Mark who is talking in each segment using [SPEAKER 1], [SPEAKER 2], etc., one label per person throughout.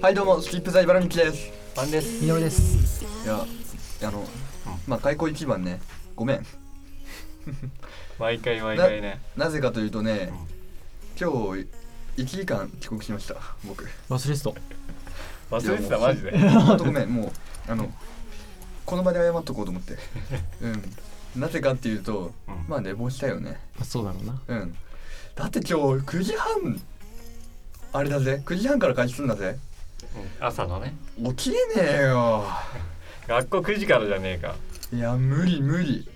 [SPEAKER 1] はいどうもスキップザイバラミキです
[SPEAKER 2] 番です
[SPEAKER 3] みのりです。
[SPEAKER 1] いやあのまあ開口一番ねごめん
[SPEAKER 2] 毎回毎回ね
[SPEAKER 1] なぜかというとね今日1時間遅刻しました僕
[SPEAKER 3] 忘れてた。
[SPEAKER 2] 忘れて
[SPEAKER 1] い
[SPEAKER 2] た
[SPEAKER 1] やもう
[SPEAKER 2] マジで
[SPEAKER 1] ほんとごめんもうあのこの場で謝っとこうと思 ってうんなぜかっていうと
[SPEAKER 2] うん
[SPEAKER 1] まあ寝坊したよね
[SPEAKER 3] まあ、そうだろうな。
[SPEAKER 1] うんだって今日9時半あれだぜ9時半から開始するんだぜ
[SPEAKER 2] 朝のね
[SPEAKER 1] 起きれねえよ
[SPEAKER 2] 学校9時からじゃねえか
[SPEAKER 1] いや無理無理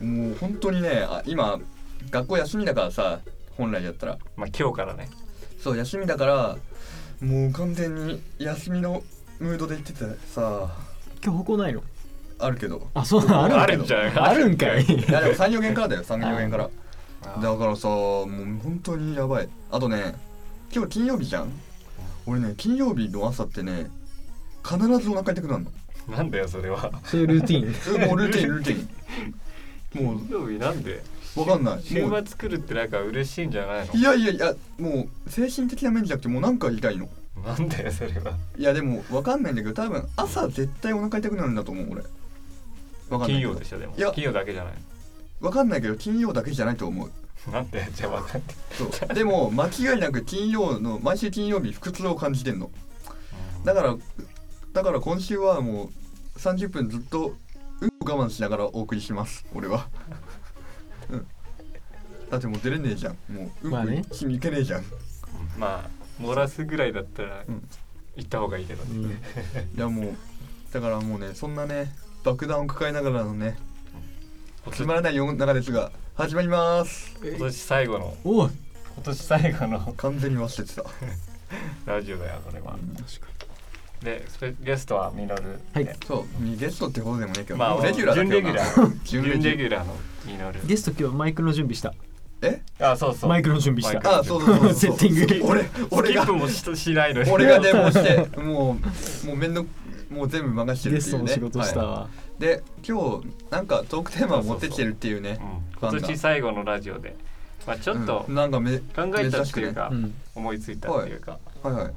[SPEAKER 1] もう本当にねあ今学校休みだからさ本来だったら
[SPEAKER 2] まあ今日からね
[SPEAKER 1] そう休みだからもう完全に休みのムードで行っててさ
[SPEAKER 3] 今日歩行ないの。
[SPEAKER 1] あるけど
[SPEAKER 3] あ、そうなの。
[SPEAKER 2] あ
[SPEAKER 3] あ
[SPEAKER 2] る
[SPEAKER 3] る
[SPEAKER 2] ん
[SPEAKER 3] ん
[SPEAKER 2] じ
[SPEAKER 3] か
[SPEAKER 2] ゃ
[SPEAKER 3] い。
[SPEAKER 2] ん
[SPEAKER 3] あるんかい。
[SPEAKER 1] いやでも34限からだよ34限から
[SPEAKER 2] あ
[SPEAKER 1] だからさもう本当にやばいあとね今日金曜日じゃん俺ね金曜日の朝ってね必ずお腹痛く なるの
[SPEAKER 2] なんだよそれは
[SPEAKER 3] そういうルーティーン。
[SPEAKER 1] えもうルーティンルーティンも
[SPEAKER 2] 金曜日なんで
[SPEAKER 1] うわかんない
[SPEAKER 2] 週
[SPEAKER 1] もう
[SPEAKER 2] 末来るってなんか嬉しいんじゃない
[SPEAKER 1] いやいやいやもう精神的な面じゃなくてもうなんか痛いの
[SPEAKER 2] のなんだよそれはい
[SPEAKER 1] やでもわかんないんだけど多分朝絶対お腹痛くなるんだと思う俺わかんないけ
[SPEAKER 2] 金曜
[SPEAKER 1] ど
[SPEAKER 2] でしょでも
[SPEAKER 1] いや
[SPEAKER 2] 金曜だけじゃない
[SPEAKER 1] わかんないけど金曜だけじゃないと思う
[SPEAKER 2] なんだよじゃあ分かって
[SPEAKER 1] そうでも間違いなく金曜の毎週金曜日腹痛を感じてんのだからだから今週はもう30分ずっとうんこ我慢しながらお送りします俺はうんだってもう出れねえじゃんもううん
[SPEAKER 3] まあね
[SPEAKER 1] こしに行けねえじゃん、
[SPEAKER 2] まあ漏らすぐらいだったら
[SPEAKER 1] うん
[SPEAKER 2] 行った方がいいけど
[SPEAKER 3] うん
[SPEAKER 1] いやもうだからもうねそんなね爆弾を抱えながらのねつまらない世の中ですが始まります
[SPEAKER 2] 今年最後の
[SPEAKER 3] おお。
[SPEAKER 2] 今年最後の
[SPEAKER 1] 完全に忘れてた
[SPEAKER 2] ラジオだよそれはでスペゲストはミノル
[SPEAKER 3] はい
[SPEAKER 1] そうミゲストってことでもね今日、
[SPEAKER 2] まあ
[SPEAKER 1] もうレギュラーだ
[SPEAKER 2] 準
[SPEAKER 1] け
[SPEAKER 2] レ
[SPEAKER 1] ど
[SPEAKER 2] ギュ
[SPEAKER 1] な
[SPEAKER 2] ラー
[SPEAKER 1] 準
[SPEAKER 2] 準
[SPEAKER 1] レギュ
[SPEAKER 2] レギュラーのミノル
[SPEAKER 3] ゲスト今日はマイクの準備した。
[SPEAKER 1] え
[SPEAKER 2] あそうそう
[SPEAKER 3] マイクの準備した
[SPEAKER 2] マイク
[SPEAKER 1] あそうそうそうそう
[SPEAKER 3] セッティング
[SPEAKER 1] 俺俺
[SPEAKER 2] 俺
[SPEAKER 1] が
[SPEAKER 2] がスキップもししないのに
[SPEAKER 1] 俺がねもうしてもうもう面倒もう全部任してる
[SPEAKER 3] ゲ
[SPEAKER 1] って
[SPEAKER 3] ス
[SPEAKER 1] い
[SPEAKER 3] ト
[SPEAKER 1] う
[SPEAKER 3] の
[SPEAKER 1] ね
[SPEAKER 3] 仕事した
[SPEAKER 1] は
[SPEAKER 3] わ。
[SPEAKER 1] い、で今日なんかトークテーマを持ってきてるっていうね
[SPEAKER 2] 今年最後のラジオで、まあ、ちょっと
[SPEAKER 1] うんなんかめ
[SPEAKER 2] 考えたっていうか、
[SPEAKER 3] うん。
[SPEAKER 2] 思いついたっていうか、
[SPEAKER 1] はいはい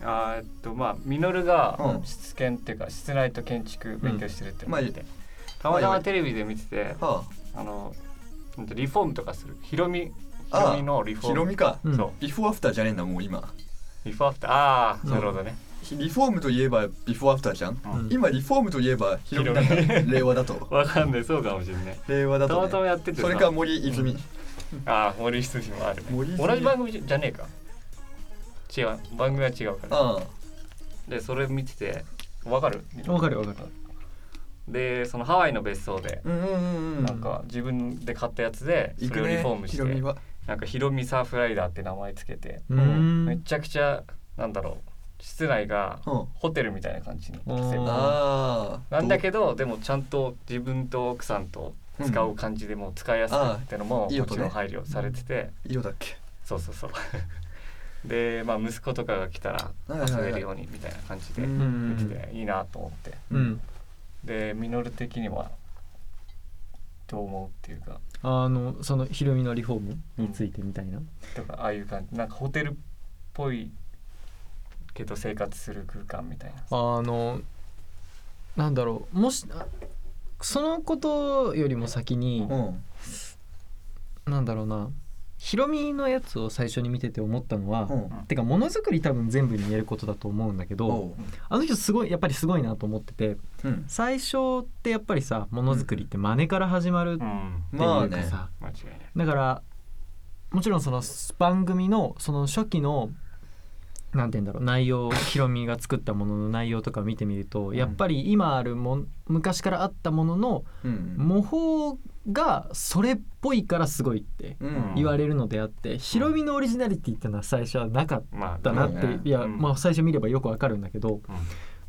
[SPEAKER 2] あーえっとまあミノルが
[SPEAKER 1] うん
[SPEAKER 2] 室建っていうか室内と建築勉強してるっていうのを見て、
[SPEAKER 1] う
[SPEAKER 2] たまたまテレビで見てて、
[SPEAKER 1] は
[SPEAKER 2] あのほんとリフォームとかするヒロミヒ
[SPEAKER 1] あ
[SPEAKER 2] ロミのリ
[SPEAKER 1] あ
[SPEAKER 2] フォ
[SPEAKER 1] ヒ
[SPEAKER 2] ー
[SPEAKER 1] ロ
[SPEAKER 2] ム
[SPEAKER 1] ミか、
[SPEAKER 3] うん
[SPEAKER 2] そう
[SPEAKER 1] ビフォーアフターじゃねえんだもう今
[SPEAKER 2] リフォーアフターああ
[SPEAKER 3] うん
[SPEAKER 2] なるほどね、
[SPEAKER 1] リフォームといえばビフォーアフターじゃん、
[SPEAKER 3] うん
[SPEAKER 1] 今リフォームといえばヒロミなん
[SPEAKER 2] ヒ
[SPEAKER 1] だ
[SPEAKER 2] ロミ
[SPEAKER 1] 令和だと
[SPEAKER 2] わかんないそうかもしれない
[SPEAKER 1] 令和だ
[SPEAKER 2] た
[SPEAKER 1] と、
[SPEAKER 2] ま
[SPEAKER 1] ね、
[SPEAKER 2] たまやっててさ
[SPEAKER 1] それか森泉、
[SPEAKER 2] ああ森羊もあるね
[SPEAKER 1] 森泉
[SPEAKER 2] 同じ番組じゃねえか違う番組は違うから、ね、
[SPEAKER 1] ああ
[SPEAKER 2] でそれ見ててわかる
[SPEAKER 3] わかるわかる。
[SPEAKER 2] でそのハワイの別荘で
[SPEAKER 1] うんうんうんうん
[SPEAKER 2] なんか自分で買ったやつで
[SPEAKER 1] 行
[SPEAKER 2] そ
[SPEAKER 1] く
[SPEAKER 2] れをリ
[SPEAKER 1] ね
[SPEAKER 2] フォームし
[SPEAKER 1] ヒ
[SPEAKER 2] て
[SPEAKER 1] ロミは
[SPEAKER 2] なんかヒロミサーフライダーって名前つけて
[SPEAKER 3] うー
[SPEAKER 2] め
[SPEAKER 3] ん。
[SPEAKER 2] ちゃくちゃなんだろう室内が
[SPEAKER 1] うん
[SPEAKER 2] ホテルみたいな感じに
[SPEAKER 3] うん
[SPEAKER 2] してる
[SPEAKER 1] ああ
[SPEAKER 2] なんだけどでもちゃんと自分と奥さんと使う感じでもう使いやすいってのも
[SPEAKER 1] あーいい
[SPEAKER 2] も
[SPEAKER 1] 音
[SPEAKER 2] ち
[SPEAKER 1] ね
[SPEAKER 2] ろん配慮されてて
[SPEAKER 1] 色だっけ
[SPEAKER 2] そうそうそう でまあ息子とかが来たら
[SPEAKER 1] はいはい
[SPEAKER 2] 遊
[SPEAKER 1] はい
[SPEAKER 2] べるようにみたいな感じで
[SPEAKER 1] う
[SPEAKER 2] 見
[SPEAKER 1] ん
[SPEAKER 2] てていいなと思って
[SPEAKER 3] うん。
[SPEAKER 2] でミノル的にはどう思うっていうか
[SPEAKER 3] あのそのひろみのリフォームについてみたいな。
[SPEAKER 2] とかああいう感じなんかホテルっぽいけど生活する空間みたいな
[SPEAKER 3] あのなんだろうもしあそのことよりも先に。
[SPEAKER 1] うん
[SPEAKER 3] なんだろうなヒロミのやつを最初に見てて思ったのは、
[SPEAKER 1] うん
[SPEAKER 3] てかものづくり多分全部に言えることだと思うんだけど
[SPEAKER 1] おう
[SPEAKER 3] あの人すごいやっぱりすごいなと思ってて
[SPEAKER 1] うん
[SPEAKER 3] 最初ってやっぱりさものづくりって真似から始まるっていう
[SPEAKER 2] うん
[SPEAKER 1] まあ
[SPEAKER 3] か
[SPEAKER 1] ね
[SPEAKER 3] さ、
[SPEAKER 2] 間違いない
[SPEAKER 3] だからもちろんその番組のその初期のなんて言うんだろう内容ヒロミが作ったものの内容とか見てみると、やっぱり今あるもん昔からあったものの
[SPEAKER 1] うん
[SPEAKER 3] 模倣がそれっぽいからすごいって
[SPEAKER 1] うん
[SPEAKER 3] 言われるのであって、ヒロミのオリジナリティってのは最初はなかっ
[SPEAKER 2] まあ
[SPEAKER 3] たなって、
[SPEAKER 1] うんうん
[SPEAKER 3] いや、
[SPEAKER 2] うん
[SPEAKER 3] まあ最初見ればよくわかるんだけど、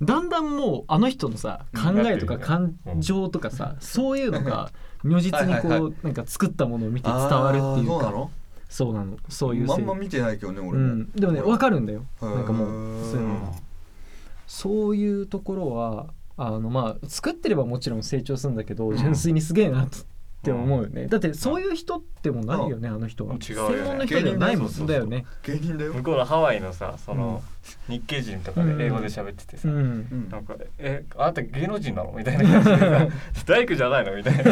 [SPEAKER 3] だんだんもうあの人のさ考えと
[SPEAKER 2] う
[SPEAKER 3] か
[SPEAKER 2] ん
[SPEAKER 3] 感情とかさ、そういうのが如実にこう
[SPEAKER 1] はいはい
[SPEAKER 3] なんか作ったものを見て伝わ
[SPEAKER 1] あ
[SPEAKER 3] る
[SPEAKER 1] ー
[SPEAKER 3] っていう
[SPEAKER 1] そうな
[SPEAKER 3] か
[SPEAKER 1] の
[SPEAKER 3] そうなのそういう
[SPEAKER 1] ま
[SPEAKER 3] せ
[SPEAKER 1] ん
[SPEAKER 3] い
[SPEAKER 1] ま見てないけどね
[SPEAKER 3] う
[SPEAKER 1] 俺も
[SPEAKER 3] ん、でもねわかるんだよなんかも
[SPEAKER 1] へ
[SPEAKER 3] う
[SPEAKER 1] ー
[SPEAKER 3] そういうのがそういうところはあのまあ作ってればもちろん成長するんだけど、
[SPEAKER 2] うん
[SPEAKER 3] 純粋にすげえなとって思うよね、だってそういう人ってもないよねあの人は
[SPEAKER 2] 違う
[SPEAKER 3] 専
[SPEAKER 2] よね
[SPEAKER 3] 門の人ではないもんだよね
[SPEAKER 1] 芸人だよ
[SPEAKER 2] 向こうのハワイのさその、日系人とかで英語で喋ってて
[SPEAKER 3] う
[SPEAKER 2] さ、
[SPEAKER 1] うんん
[SPEAKER 2] なんか「えあなた芸能人なの?」みたいな感じでさ「大工じゃないの?」みたいな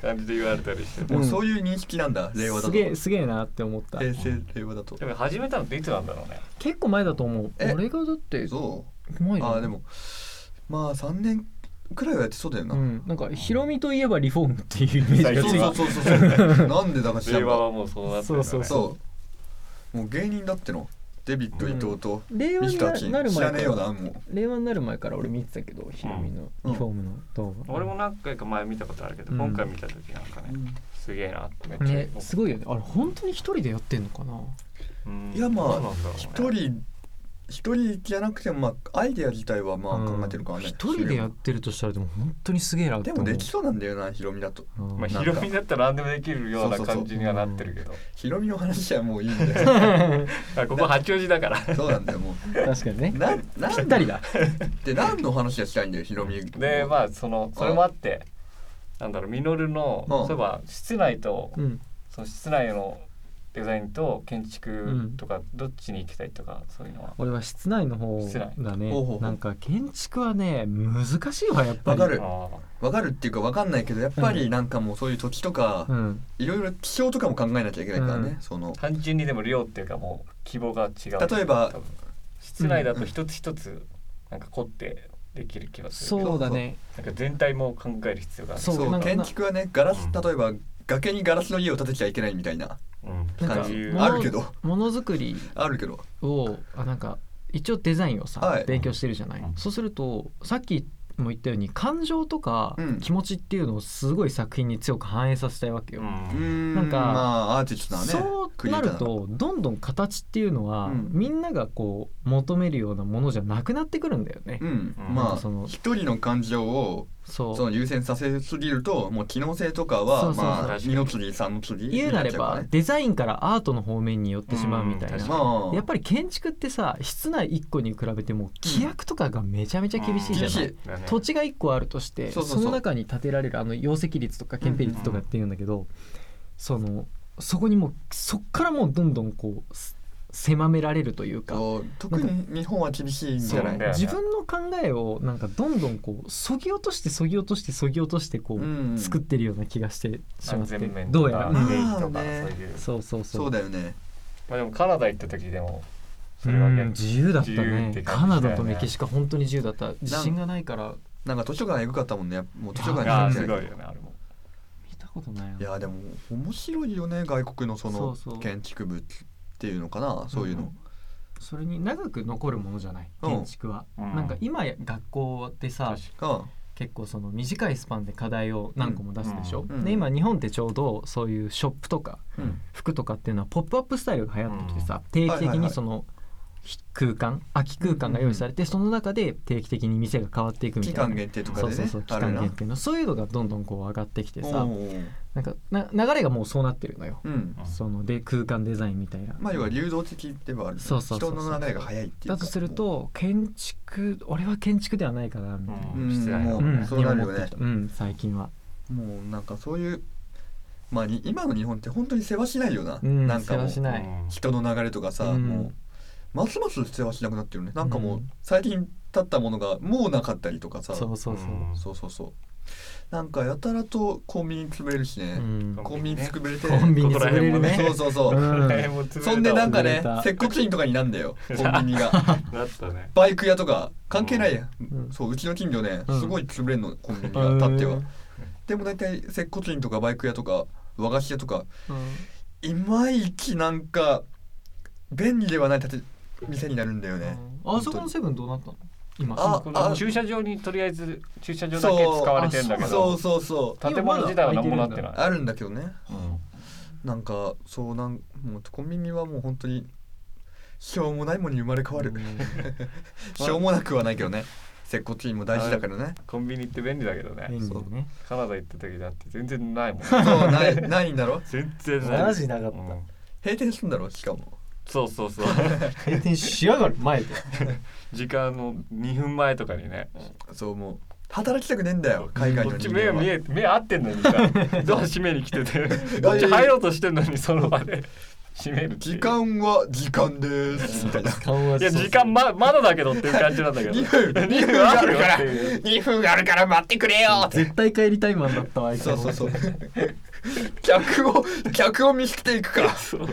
[SPEAKER 2] 感じで言われたりして
[SPEAKER 1] もうそういう認識なんだ令和だ
[SPEAKER 3] す
[SPEAKER 1] と
[SPEAKER 3] げえすげえなって思った
[SPEAKER 1] 平成令和だと
[SPEAKER 2] でも始めたのっていつなんだろうね
[SPEAKER 3] 結構前だと思う
[SPEAKER 1] え
[SPEAKER 3] 俺がだって
[SPEAKER 1] そう
[SPEAKER 3] 前だよ
[SPEAKER 1] あーでもまあ3年くらいはやってそうだよな、
[SPEAKER 3] うん、なんかヒロミといえばリフォームっていうイメージが
[SPEAKER 1] そう
[SPEAKER 3] つい
[SPEAKER 1] そうそうそうそうなんでだか知らん
[SPEAKER 2] 令和
[SPEAKER 1] か
[SPEAKER 2] はもうそうなってるよね
[SPEAKER 3] そう
[SPEAKER 1] そうもう芸人だってのデビッド伊藤と
[SPEAKER 3] 令
[SPEAKER 1] ミ
[SPEAKER 3] 和に
[SPEAKER 1] キ
[SPEAKER 3] な
[SPEAKER 1] タ
[SPEAKER 3] る
[SPEAKER 1] チ
[SPEAKER 3] なる
[SPEAKER 1] 知ら
[SPEAKER 3] 前
[SPEAKER 1] ねえ
[SPEAKER 3] か
[SPEAKER 1] よな
[SPEAKER 3] ら
[SPEAKER 1] も
[SPEAKER 3] 令和になる前から俺見てたけどヒロミのリフォームの動画、
[SPEAKER 2] 俺も何回か前見たことあるけど、
[SPEAKER 3] うん
[SPEAKER 2] 今回見た時なんかね、
[SPEAKER 1] う、
[SPEAKER 2] すげえなってめっちゃ
[SPEAKER 3] ね
[SPEAKER 2] 思う
[SPEAKER 3] すごいよねあれ本当に一人でやってんのかな
[SPEAKER 2] うん
[SPEAKER 1] いやまあ
[SPEAKER 2] どうなんだろうね
[SPEAKER 1] 一人一人じゃなくてもまあアイデア自体はまあ考えてるからね
[SPEAKER 3] うん一人でやってるとしたらでも本当にすげえなって
[SPEAKER 1] で
[SPEAKER 3] 思
[SPEAKER 1] も
[SPEAKER 3] う
[SPEAKER 1] できそうなんだよなヒロミだと
[SPEAKER 3] うん
[SPEAKER 1] な
[SPEAKER 2] まあ、
[SPEAKER 1] ん
[SPEAKER 2] ヒ
[SPEAKER 1] か
[SPEAKER 2] ロミだったら何でもできるような
[SPEAKER 1] そうそうそう
[SPEAKER 2] 感じにはなってるけど
[SPEAKER 1] ヒロミの話はもういいんだ よ
[SPEAKER 2] あここ八王子だから
[SPEAKER 1] そうなんだよも
[SPEAKER 3] 確かに ね
[SPEAKER 1] うなな
[SPEAKER 3] ぴっ
[SPEAKER 1] ん
[SPEAKER 3] たりだ
[SPEAKER 1] で何の話がしたいんだよヒロミ
[SPEAKER 2] でまあそのそれもあってなんだろうミノル
[SPEAKER 1] う
[SPEAKER 2] の
[SPEAKER 1] ん
[SPEAKER 2] そういえば室内と
[SPEAKER 3] うん
[SPEAKER 2] その室内のデザインと建
[SPEAKER 3] ん
[SPEAKER 2] 築とかどっちに行きたいとかそういうのは
[SPEAKER 3] 俺は室内の方
[SPEAKER 2] 室内
[SPEAKER 3] がね
[SPEAKER 1] ほうほうほう
[SPEAKER 3] なんか建築はね難しいわやっぱり
[SPEAKER 1] わかる
[SPEAKER 2] あ
[SPEAKER 1] わかるっていうかわかんないけどやっぱりなんかもうそういう土地とか
[SPEAKER 3] うん
[SPEAKER 1] いろいろ気象とかも考えなきゃいけないからね、
[SPEAKER 3] うん
[SPEAKER 1] その
[SPEAKER 2] ー単純にでも量っていうかもう規模が違う
[SPEAKER 1] 例えば
[SPEAKER 2] 多分室内だと一つ一つなんか凝ってできる気がするけど
[SPEAKER 3] そうだね
[SPEAKER 2] なんか全体も考える必要がある
[SPEAKER 3] そう
[SPEAKER 1] そう
[SPEAKER 3] なんか
[SPEAKER 1] 建築はねガラス
[SPEAKER 2] うん
[SPEAKER 1] 例えば崖にガラスの家を建てちゃいけないみたいな
[SPEAKER 2] うん
[SPEAKER 3] なんか
[SPEAKER 1] 感
[SPEAKER 2] そうい
[SPEAKER 1] じ
[SPEAKER 2] う
[SPEAKER 3] 物
[SPEAKER 1] あるけど
[SPEAKER 3] ものづくり
[SPEAKER 1] あるけど
[SPEAKER 3] をあなんか一応デザインをさ、
[SPEAKER 1] はい
[SPEAKER 3] 勉強してるじゃない、
[SPEAKER 2] うん
[SPEAKER 3] そうするとさっきも言ったように感情とか
[SPEAKER 1] うん
[SPEAKER 3] 気持ちっていうのをすごい作品に強く反映させたいわけよ、
[SPEAKER 1] うーん
[SPEAKER 3] なんか
[SPEAKER 1] まあアーティストなね
[SPEAKER 3] そうなるとどんどん形っていうのは、
[SPEAKER 1] うん
[SPEAKER 3] みんながこう求めるようなものじゃなくなってくるんだよね、
[SPEAKER 1] うん、
[SPEAKER 2] うん
[SPEAKER 1] ま
[SPEAKER 3] なん
[SPEAKER 1] あ
[SPEAKER 3] かその
[SPEAKER 1] 一人の感情を
[SPEAKER 3] そう
[SPEAKER 1] その優先させすぎるともう機能性とかは
[SPEAKER 3] そうそうそう
[SPEAKER 1] まあ
[SPEAKER 2] 確か
[SPEAKER 1] 二
[SPEAKER 2] に
[SPEAKER 1] の次三の次
[SPEAKER 3] 言うな
[SPEAKER 1] に
[SPEAKER 3] れ
[SPEAKER 1] っちゃ
[SPEAKER 3] ば
[SPEAKER 1] う
[SPEAKER 3] デザインからアートの方面に寄ってしまうみたいな、
[SPEAKER 2] うん確か
[SPEAKER 1] からねまあ
[SPEAKER 3] やっぱり建築ってさ室内1個に比べても規約とかがめちゃめちゃ厳しいじゃない、
[SPEAKER 1] 厳しい
[SPEAKER 2] だね
[SPEAKER 3] 土地が1個あるとして
[SPEAKER 1] そ
[SPEAKER 3] そ
[SPEAKER 1] うそうそう
[SPEAKER 3] の中に建てられるあの容積率とか建蔽率とかっていうんだけど、そのそこにもうそっからもうどんどんこうす狭められるというか。
[SPEAKER 1] そう特に日本は厳しいんじゃな
[SPEAKER 2] そう
[SPEAKER 1] い
[SPEAKER 2] だよね
[SPEAKER 3] 自分の考えをなんかどんどんこうそぎ落としてそぎ落としてそぎ落としてこう
[SPEAKER 1] うん
[SPEAKER 3] 作ってるような気がしてしまって
[SPEAKER 2] 安全面
[SPEAKER 3] ど
[SPEAKER 2] と
[SPEAKER 3] うや
[SPEAKER 2] から
[SPEAKER 1] うん
[SPEAKER 2] イメージとか
[SPEAKER 1] まあ
[SPEAKER 2] そう
[SPEAKER 1] ね
[SPEAKER 2] いう
[SPEAKER 3] そうそうそう
[SPEAKER 1] そうだよね
[SPEAKER 2] まあでもカナダ行った時でもそれは
[SPEAKER 3] うん
[SPEAKER 2] ね
[SPEAKER 3] 自由だった
[SPEAKER 2] 自由って感じだよね
[SPEAKER 3] ねカナダとメキシコは本当に自由だった自信がないから
[SPEAKER 1] なんか図書館エグかったもんねやっぱもう図書
[SPEAKER 3] う
[SPEAKER 1] 館
[SPEAKER 3] ん
[SPEAKER 1] に
[SPEAKER 2] あ
[SPEAKER 1] 入
[SPEAKER 2] あ
[SPEAKER 1] っ
[SPEAKER 2] す
[SPEAKER 1] て
[SPEAKER 2] ご
[SPEAKER 1] ない
[SPEAKER 2] いよねあれも
[SPEAKER 3] 見たことない
[SPEAKER 1] いやでも面白いよね外国のその
[SPEAKER 3] そうそう
[SPEAKER 1] 建築物っていうのかなそういうの、
[SPEAKER 3] それに長く残るものじゃない
[SPEAKER 1] うん
[SPEAKER 3] 建築は、
[SPEAKER 2] うん
[SPEAKER 3] なんか今や学校でさ
[SPEAKER 2] 確か
[SPEAKER 1] が
[SPEAKER 3] 結構その短いスパンで課題を何個も出すでしょ、
[SPEAKER 1] うんうん
[SPEAKER 3] で今日本ってちょうどそういうショップとか
[SPEAKER 1] うん
[SPEAKER 3] 服とかっていうのはポップアップスタイルが流行ってきてさ、定期的にそのひ空間空き空間が用意されて、その中で定期的に店が変わっていくみ
[SPEAKER 1] 期
[SPEAKER 3] たい
[SPEAKER 1] 間
[SPEAKER 3] な。
[SPEAKER 1] 限定とか
[SPEAKER 3] そう
[SPEAKER 1] で
[SPEAKER 3] そう
[SPEAKER 1] ね
[SPEAKER 3] そう期
[SPEAKER 1] ある
[SPEAKER 3] 間
[SPEAKER 1] な
[SPEAKER 3] 限定のそういうのがどんどんこう上がってきてさ
[SPEAKER 1] おうおう
[SPEAKER 3] なんかな流れがもうそうなってるのよ
[SPEAKER 1] うん
[SPEAKER 2] うん
[SPEAKER 3] そので空間デザインみたいな。
[SPEAKER 1] まあ要は流動的ではある、ね、
[SPEAKER 3] そうそうそうそう
[SPEAKER 1] 人の流れが早いっていうか
[SPEAKER 3] だとすると建築俺は建築ではないかなみたいな、
[SPEAKER 1] う
[SPEAKER 2] うん
[SPEAKER 1] ん
[SPEAKER 2] 室内
[SPEAKER 1] も
[SPEAKER 2] の
[SPEAKER 1] う、
[SPEAKER 3] うん
[SPEAKER 1] そうなるよ
[SPEAKER 3] 今思っ
[SPEAKER 1] ね
[SPEAKER 3] てきたうん、最近は。
[SPEAKER 1] もうなんかそういうまあに今の日本って本当に世話しないよな、
[SPEAKER 3] うん、
[SPEAKER 1] なんか
[SPEAKER 3] 世
[SPEAKER 1] も
[SPEAKER 3] 話し
[SPEAKER 1] う
[SPEAKER 3] ない。
[SPEAKER 1] 人の流れとかさ、
[SPEAKER 3] うん
[SPEAKER 1] もうますます世話しなくなってるねなんかも
[SPEAKER 3] う
[SPEAKER 1] うん最近経ったものがもうなかったりとかさ、
[SPEAKER 3] そうそうそう。
[SPEAKER 2] ん
[SPEAKER 1] そうそうそうなんかやたらとコンビニ潰れるしね、
[SPEAKER 3] うん
[SPEAKER 1] コンビニ潰れて、
[SPEAKER 3] コンビニ
[SPEAKER 2] ここ
[SPEAKER 3] 潰
[SPEAKER 2] ら辺
[SPEAKER 3] れる
[SPEAKER 2] も
[SPEAKER 3] ね。
[SPEAKER 1] そ
[SPEAKER 2] ね
[SPEAKER 1] うそうそう、
[SPEAKER 3] う
[SPEAKER 2] こ
[SPEAKER 3] ん
[SPEAKER 2] れも潰れたわ
[SPEAKER 1] そんでなんか
[SPEAKER 3] 潰
[SPEAKER 1] ね
[SPEAKER 3] れた
[SPEAKER 1] 接骨院とかになんだよコンビニ が
[SPEAKER 2] なったね
[SPEAKER 1] バイク屋とか関係ないや、
[SPEAKER 3] うん
[SPEAKER 1] そううちの近所ね
[SPEAKER 3] うん
[SPEAKER 1] すごい潰れんのコンビニ
[SPEAKER 3] う
[SPEAKER 1] が
[SPEAKER 3] ん
[SPEAKER 1] 立ってはでも大体接骨院とかバイク屋とか和菓子屋とか
[SPEAKER 3] う
[SPEAKER 1] いまいちなんか便利ではない建て店になるんだよ
[SPEAKER 3] ん
[SPEAKER 1] ね、
[SPEAKER 3] あそこのセブンどうなったの今。
[SPEAKER 1] あ
[SPEAKER 2] この
[SPEAKER 1] あ
[SPEAKER 2] 駐車場にとりあえず駐車場だけ
[SPEAKER 1] そう
[SPEAKER 2] 使われてんだけ
[SPEAKER 1] そ
[SPEAKER 2] ど
[SPEAKER 1] うそうそう
[SPEAKER 2] 建物自体は何もなってない
[SPEAKER 1] あるんだけどね
[SPEAKER 2] うん
[SPEAKER 1] なんかそうなんもうコンビニはもう本当にしょうもないものに生まれ変わる、しょうもなくはないけどね接骨院も大事だからね
[SPEAKER 2] コンビニって便利だけどね
[SPEAKER 3] 便利だね。
[SPEAKER 2] カナダ行った時だって全然ない もん
[SPEAKER 1] そうないないんだろ
[SPEAKER 2] 全然ない
[SPEAKER 3] マジなかっ
[SPEAKER 2] う
[SPEAKER 3] た。
[SPEAKER 2] ん
[SPEAKER 1] 閉店するんだろしかも
[SPEAKER 2] そうそ うそう
[SPEAKER 3] 閉店しやがる前で。
[SPEAKER 2] 時間の2分前とかにね
[SPEAKER 1] そうも働きたくねえんだよ海外
[SPEAKER 2] こ
[SPEAKER 1] の
[SPEAKER 2] っち
[SPEAKER 1] 人
[SPEAKER 2] 目が
[SPEAKER 1] 間は
[SPEAKER 2] 見え目合ってんの にさドア閉めに来てて
[SPEAKER 1] い
[SPEAKER 2] こっち入ろうとしてんのにその場で閉めるっていう
[SPEAKER 1] 時間は時間ですみたいな
[SPEAKER 3] 顔はい
[SPEAKER 2] や時間ままだだけどっていう感じなん だけど
[SPEAKER 1] 2分
[SPEAKER 2] 2
[SPEAKER 1] 2
[SPEAKER 2] 分
[SPEAKER 1] 分あ
[SPEAKER 2] ある
[SPEAKER 1] る
[SPEAKER 2] か
[SPEAKER 1] からら2分あるから待ってくれよ
[SPEAKER 3] 絶対帰りたいマンだったわあいつ
[SPEAKER 1] そ
[SPEAKER 3] は
[SPEAKER 1] うそうそう客を客を見つけていくか
[SPEAKER 2] そう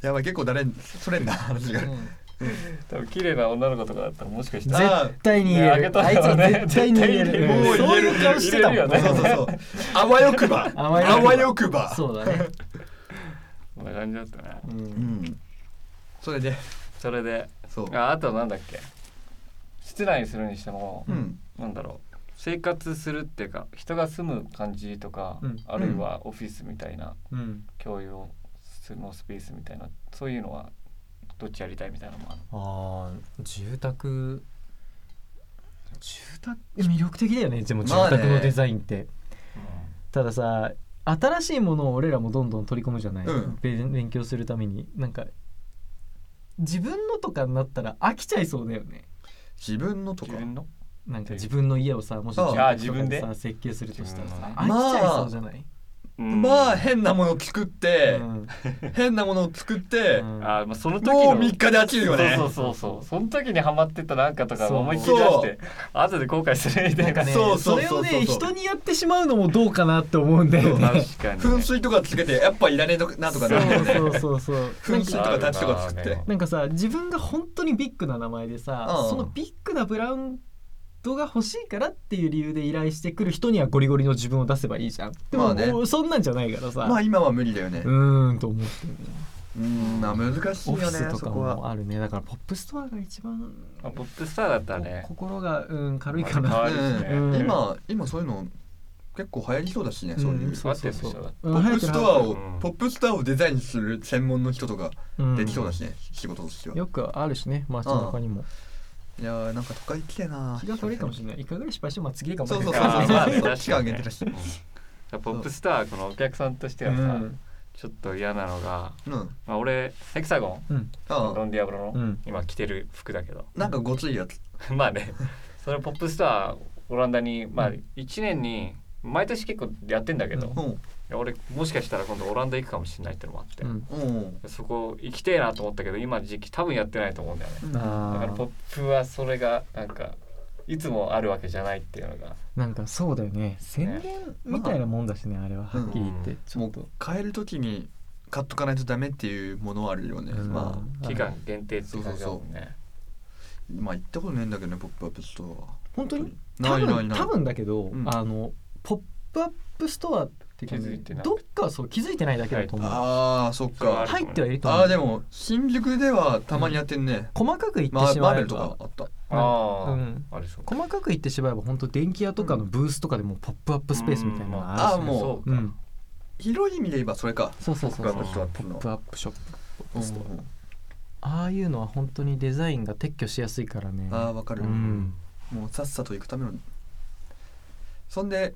[SPEAKER 1] やばい結構誰それんな話が
[SPEAKER 3] うん
[SPEAKER 2] 多分綺麗な女の子とかだったらもしかしたら
[SPEAKER 1] あ
[SPEAKER 3] 絶対に言え
[SPEAKER 2] ねあげ
[SPEAKER 3] る、
[SPEAKER 2] た
[SPEAKER 3] あいつ
[SPEAKER 2] よ
[SPEAKER 3] は
[SPEAKER 2] ね
[SPEAKER 3] 絶対に言え
[SPEAKER 2] 絶
[SPEAKER 3] る
[SPEAKER 2] 対に言える
[SPEAKER 3] そういう顔してた
[SPEAKER 2] 入れるよ
[SPEAKER 3] もん
[SPEAKER 2] ね
[SPEAKER 1] そうそうそうあわよくば
[SPEAKER 3] あわよくば
[SPEAKER 1] あわよくば
[SPEAKER 3] そうだね、
[SPEAKER 2] こんな感じだったな
[SPEAKER 3] う、
[SPEAKER 1] うんんそれで
[SPEAKER 2] それで
[SPEAKER 1] そう
[SPEAKER 2] ああとなんだっけ室内にするにしても、
[SPEAKER 1] うん
[SPEAKER 2] なんだろう生活するっていうか人が住む感じとか、
[SPEAKER 3] うん
[SPEAKER 2] あるいはオフィスみたいな
[SPEAKER 3] うん、
[SPEAKER 2] 共有のスペースみたいなそういうのはどっちやりたいみたいなのもある
[SPEAKER 3] あー住宅住宅魅力的だよねでも住
[SPEAKER 1] まあね
[SPEAKER 3] 宅のデザインって、たださ新しいものを俺らもどんどん取り込むじゃない、
[SPEAKER 1] うん
[SPEAKER 3] べ勉強するためになんか自分のとかになったら飽きちゃいそうだよね
[SPEAKER 1] 自分のとか
[SPEAKER 2] 自分の
[SPEAKER 3] なんか自分の家をさもし住
[SPEAKER 1] あ
[SPEAKER 2] あ
[SPEAKER 3] 宅とか
[SPEAKER 2] 自
[SPEAKER 3] で
[SPEAKER 2] 分
[SPEAKER 3] さ設計するとしたらさ、
[SPEAKER 2] 自
[SPEAKER 3] 飽
[SPEAKER 1] 分のね
[SPEAKER 3] きちゃいそうじゃない、
[SPEAKER 1] まあ
[SPEAKER 2] へ
[SPEAKER 1] 変なものを作って
[SPEAKER 3] うん
[SPEAKER 1] 変なものを作って
[SPEAKER 3] うん
[SPEAKER 2] あーまあその時の
[SPEAKER 1] もう3日で飽きるよね
[SPEAKER 2] そうそうそうそうその時にハマってたなんかとか
[SPEAKER 3] そう
[SPEAKER 2] 思いっきり出して後で後悔するみた
[SPEAKER 3] ないんか
[SPEAKER 2] な
[SPEAKER 3] ね
[SPEAKER 1] そう
[SPEAKER 3] そ
[SPEAKER 1] そう
[SPEAKER 3] れ
[SPEAKER 1] そ
[SPEAKER 3] を
[SPEAKER 1] うそう
[SPEAKER 3] ね人にやってしまうのもどうかなって思うんだよね。
[SPEAKER 2] 確かに、
[SPEAKER 1] 噴水とかつけてやっぱいらねえとかなとかね
[SPEAKER 3] そうそう そうそう。なん
[SPEAKER 1] 噴水と
[SPEAKER 3] か
[SPEAKER 1] か立ちとか作って
[SPEAKER 3] なんかさ自分が本当にビッグな名前でさ、
[SPEAKER 1] うん
[SPEAKER 3] そのビッグなブランドが欲しいからっていう理由で依頼してくる人にはゴリゴリの自分を出せばいいじゃん。でも、
[SPEAKER 1] まあね
[SPEAKER 3] もうそんなんじゃないからさ。
[SPEAKER 1] まあ今は無理だよね
[SPEAKER 3] うーんと思ってる、ね、
[SPEAKER 1] うんまあ難しい
[SPEAKER 3] オ
[SPEAKER 1] よ
[SPEAKER 3] フ
[SPEAKER 1] ね
[SPEAKER 3] ィスと
[SPEAKER 1] そ
[SPEAKER 3] か
[SPEAKER 1] こは
[SPEAKER 3] もあるねだからポップストアが一番
[SPEAKER 2] まあポップスターだったらね
[SPEAKER 3] こ心が、うん、軽いかな、
[SPEAKER 2] まあ変わるしね
[SPEAKER 3] うんうん
[SPEAKER 1] 今今そういうの結構流行りそうだしね、そういううんポ
[SPEAKER 3] そうそう そう
[SPEAKER 2] 合ってるで
[SPEAKER 1] ップス
[SPEAKER 2] し
[SPEAKER 3] ポ
[SPEAKER 1] トアを、
[SPEAKER 2] うん
[SPEAKER 1] ポップストアをデザインする専門の人とかできそうだしね、仕事としては
[SPEAKER 3] よくあるしね街の中にも
[SPEAKER 1] いやーなんか都会来てえな
[SPEAKER 3] 気が遠いかもしれない一回ぐらい失敗してもまあ次頑張
[SPEAKER 1] そう
[SPEAKER 3] る
[SPEAKER 1] そう そう
[SPEAKER 3] か
[SPEAKER 1] そ
[SPEAKER 2] あ
[SPEAKER 1] う
[SPEAKER 2] ーまあ
[SPEAKER 1] そう期間限定だし
[SPEAKER 2] 確かにねうんポップスターこのお客さんとしてはさ、
[SPEAKER 3] うん
[SPEAKER 2] ちょっと嫌なのが、
[SPEAKER 1] うんあ
[SPEAKER 2] まあ、俺ヘクサゴン
[SPEAKER 3] うん
[SPEAKER 1] あ
[SPEAKER 2] ロンディアブロの、
[SPEAKER 3] うん
[SPEAKER 2] 今着てる服だけど
[SPEAKER 1] なんかごついやつ
[SPEAKER 2] まあねそれポップスターオランダにまあ
[SPEAKER 3] うん
[SPEAKER 2] 1年に毎年結構やってんだけど、
[SPEAKER 3] う
[SPEAKER 2] い
[SPEAKER 1] うんうん
[SPEAKER 2] や俺もしかしたら今度オランダ行くかもしれないってのもあって、
[SPEAKER 3] うん
[SPEAKER 1] うん
[SPEAKER 2] そこ行きてえなと思ったけど今の時期多分やってないと思うんだよねだ
[SPEAKER 3] あ
[SPEAKER 2] からポ
[SPEAKER 3] ー
[SPEAKER 2] ップはそれがなんかいつもあるわけじゃないっていうのが
[SPEAKER 3] なんかそうだよね宣伝みたいなもんだしねあれははっきり言って、
[SPEAKER 2] うん
[SPEAKER 3] ちょっと、
[SPEAKER 1] 買える時に買っとかないとダメっていうものはあるよね、
[SPEAKER 3] うん
[SPEAKER 1] まあ
[SPEAKER 2] 期間限定っていう感じだもんね
[SPEAKER 1] まあ行ったことねえんだけどねポップアップストアは
[SPEAKER 3] 本当に
[SPEAKER 1] な
[SPEAKER 3] 多
[SPEAKER 1] いない
[SPEAKER 3] 分
[SPEAKER 1] ない
[SPEAKER 3] 多分だけど、
[SPEAKER 1] うん
[SPEAKER 3] あのポップアップストアっていうかね
[SPEAKER 2] 気づいてない
[SPEAKER 3] どっかそう気づいてないだけだと思う、
[SPEAKER 1] ああそっ
[SPEAKER 2] そうあ
[SPEAKER 1] か
[SPEAKER 2] る
[SPEAKER 3] 入ってはいると思う
[SPEAKER 1] ああでも新宿ではたまにやってんね、
[SPEAKER 3] 細かく言っ
[SPEAKER 1] ま
[SPEAKER 3] て
[SPEAKER 1] あ、
[SPEAKER 3] し
[SPEAKER 1] マー
[SPEAKER 3] ま
[SPEAKER 1] ベ
[SPEAKER 3] え
[SPEAKER 1] ルとか
[SPEAKER 3] ば
[SPEAKER 1] あった
[SPEAKER 2] ああ、
[SPEAKER 3] うん
[SPEAKER 2] あれそう
[SPEAKER 3] 細かく言ってしまえば本当電気屋とかのブースとかでもポップアップスペースみたいなのがあるし、
[SPEAKER 1] うんあーもう
[SPEAKER 2] そう
[SPEAKER 3] う
[SPEAKER 2] か、
[SPEAKER 3] ん、
[SPEAKER 1] 広い意味で言えばそれか
[SPEAKER 3] そうそうそうそう
[SPEAKER 2] ポップアッ
[SPEAKER 1] プ
[SPEAKER 3] ポ
[SPEAKER 1] の
[SPEAKER 3] ップアップショップ
[SPEAKER 1] うん
[SPEAKER 3] そうああいうのは本当にデザインが撤去しやすいからね
[SPEAKER 1] ああわかる、
[SPEAKER 3] うん
[SPEAKER 1] もうさっさと行くためのそんで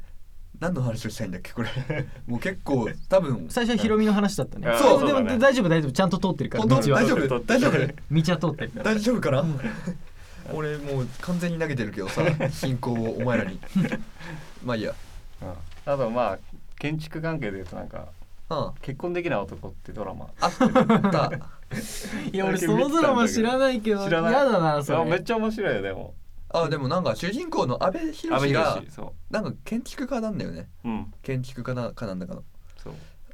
[SPEAKER 1] 何の話をしたいんだっけこれ もう結構多分
[SPEAKER 3] 最初はヒロミの話だったね
[SPEAKER 2] うん
[SPEAKER 1] そう
[SPEAKER 3] でも
[SPEAKER 2] そうだね
[SPEAKER 3] 大丈夫大丈夫ちゃんと通ってるから
[SPEAKER 1] 本当
[SPEAKER 3] 道は
[SPEAKER 1] 大
[SPEAKER 3] 道
[SPEAKER 1] 丈
[SPEAKER 2] 撮
[SPEAKER 1] 夫
[SPEAKER 2] って
[SPEAKER 1] 大丈夫
[SPEAKER 3] は通ってる
[SPEAKER 1] 大丈夫かな 俺もう完全に投げてるけどさ進行をお前らに まあいいや
[SPEAKER 2] うんあとまあ建築関係で言うとなんか
[SPEAKER 1] あ
[SPEAKER 2] 「結婚できない男」ってドラマ
[SPEAKER 1] ああった
[SPEAKER 3] いや俺そのドラマ知らないけど
[SPEAKER 2] 知
[SPEAKER 3] 嫌
[SPEAKER 2] らない
[SPEAKER 3] だなそ
[SPEAKER 2] あめっ
[SPEAKER 3] れ
[SPEAKER 2] ちゃ面白いよでも
[SPEAKER 1] あでもなんか主人公の阿部
[SPEAKER 2] 阿部
[SPEAKER 1] 寛が
[SPEAKER 2] 寛そ
[SPEAKER 1] なんか建築家なんだよね
[SPEAKER 2] ううん
[SPEAKER 1] 建築家なかなんだかの
[SPEAKER 2] そう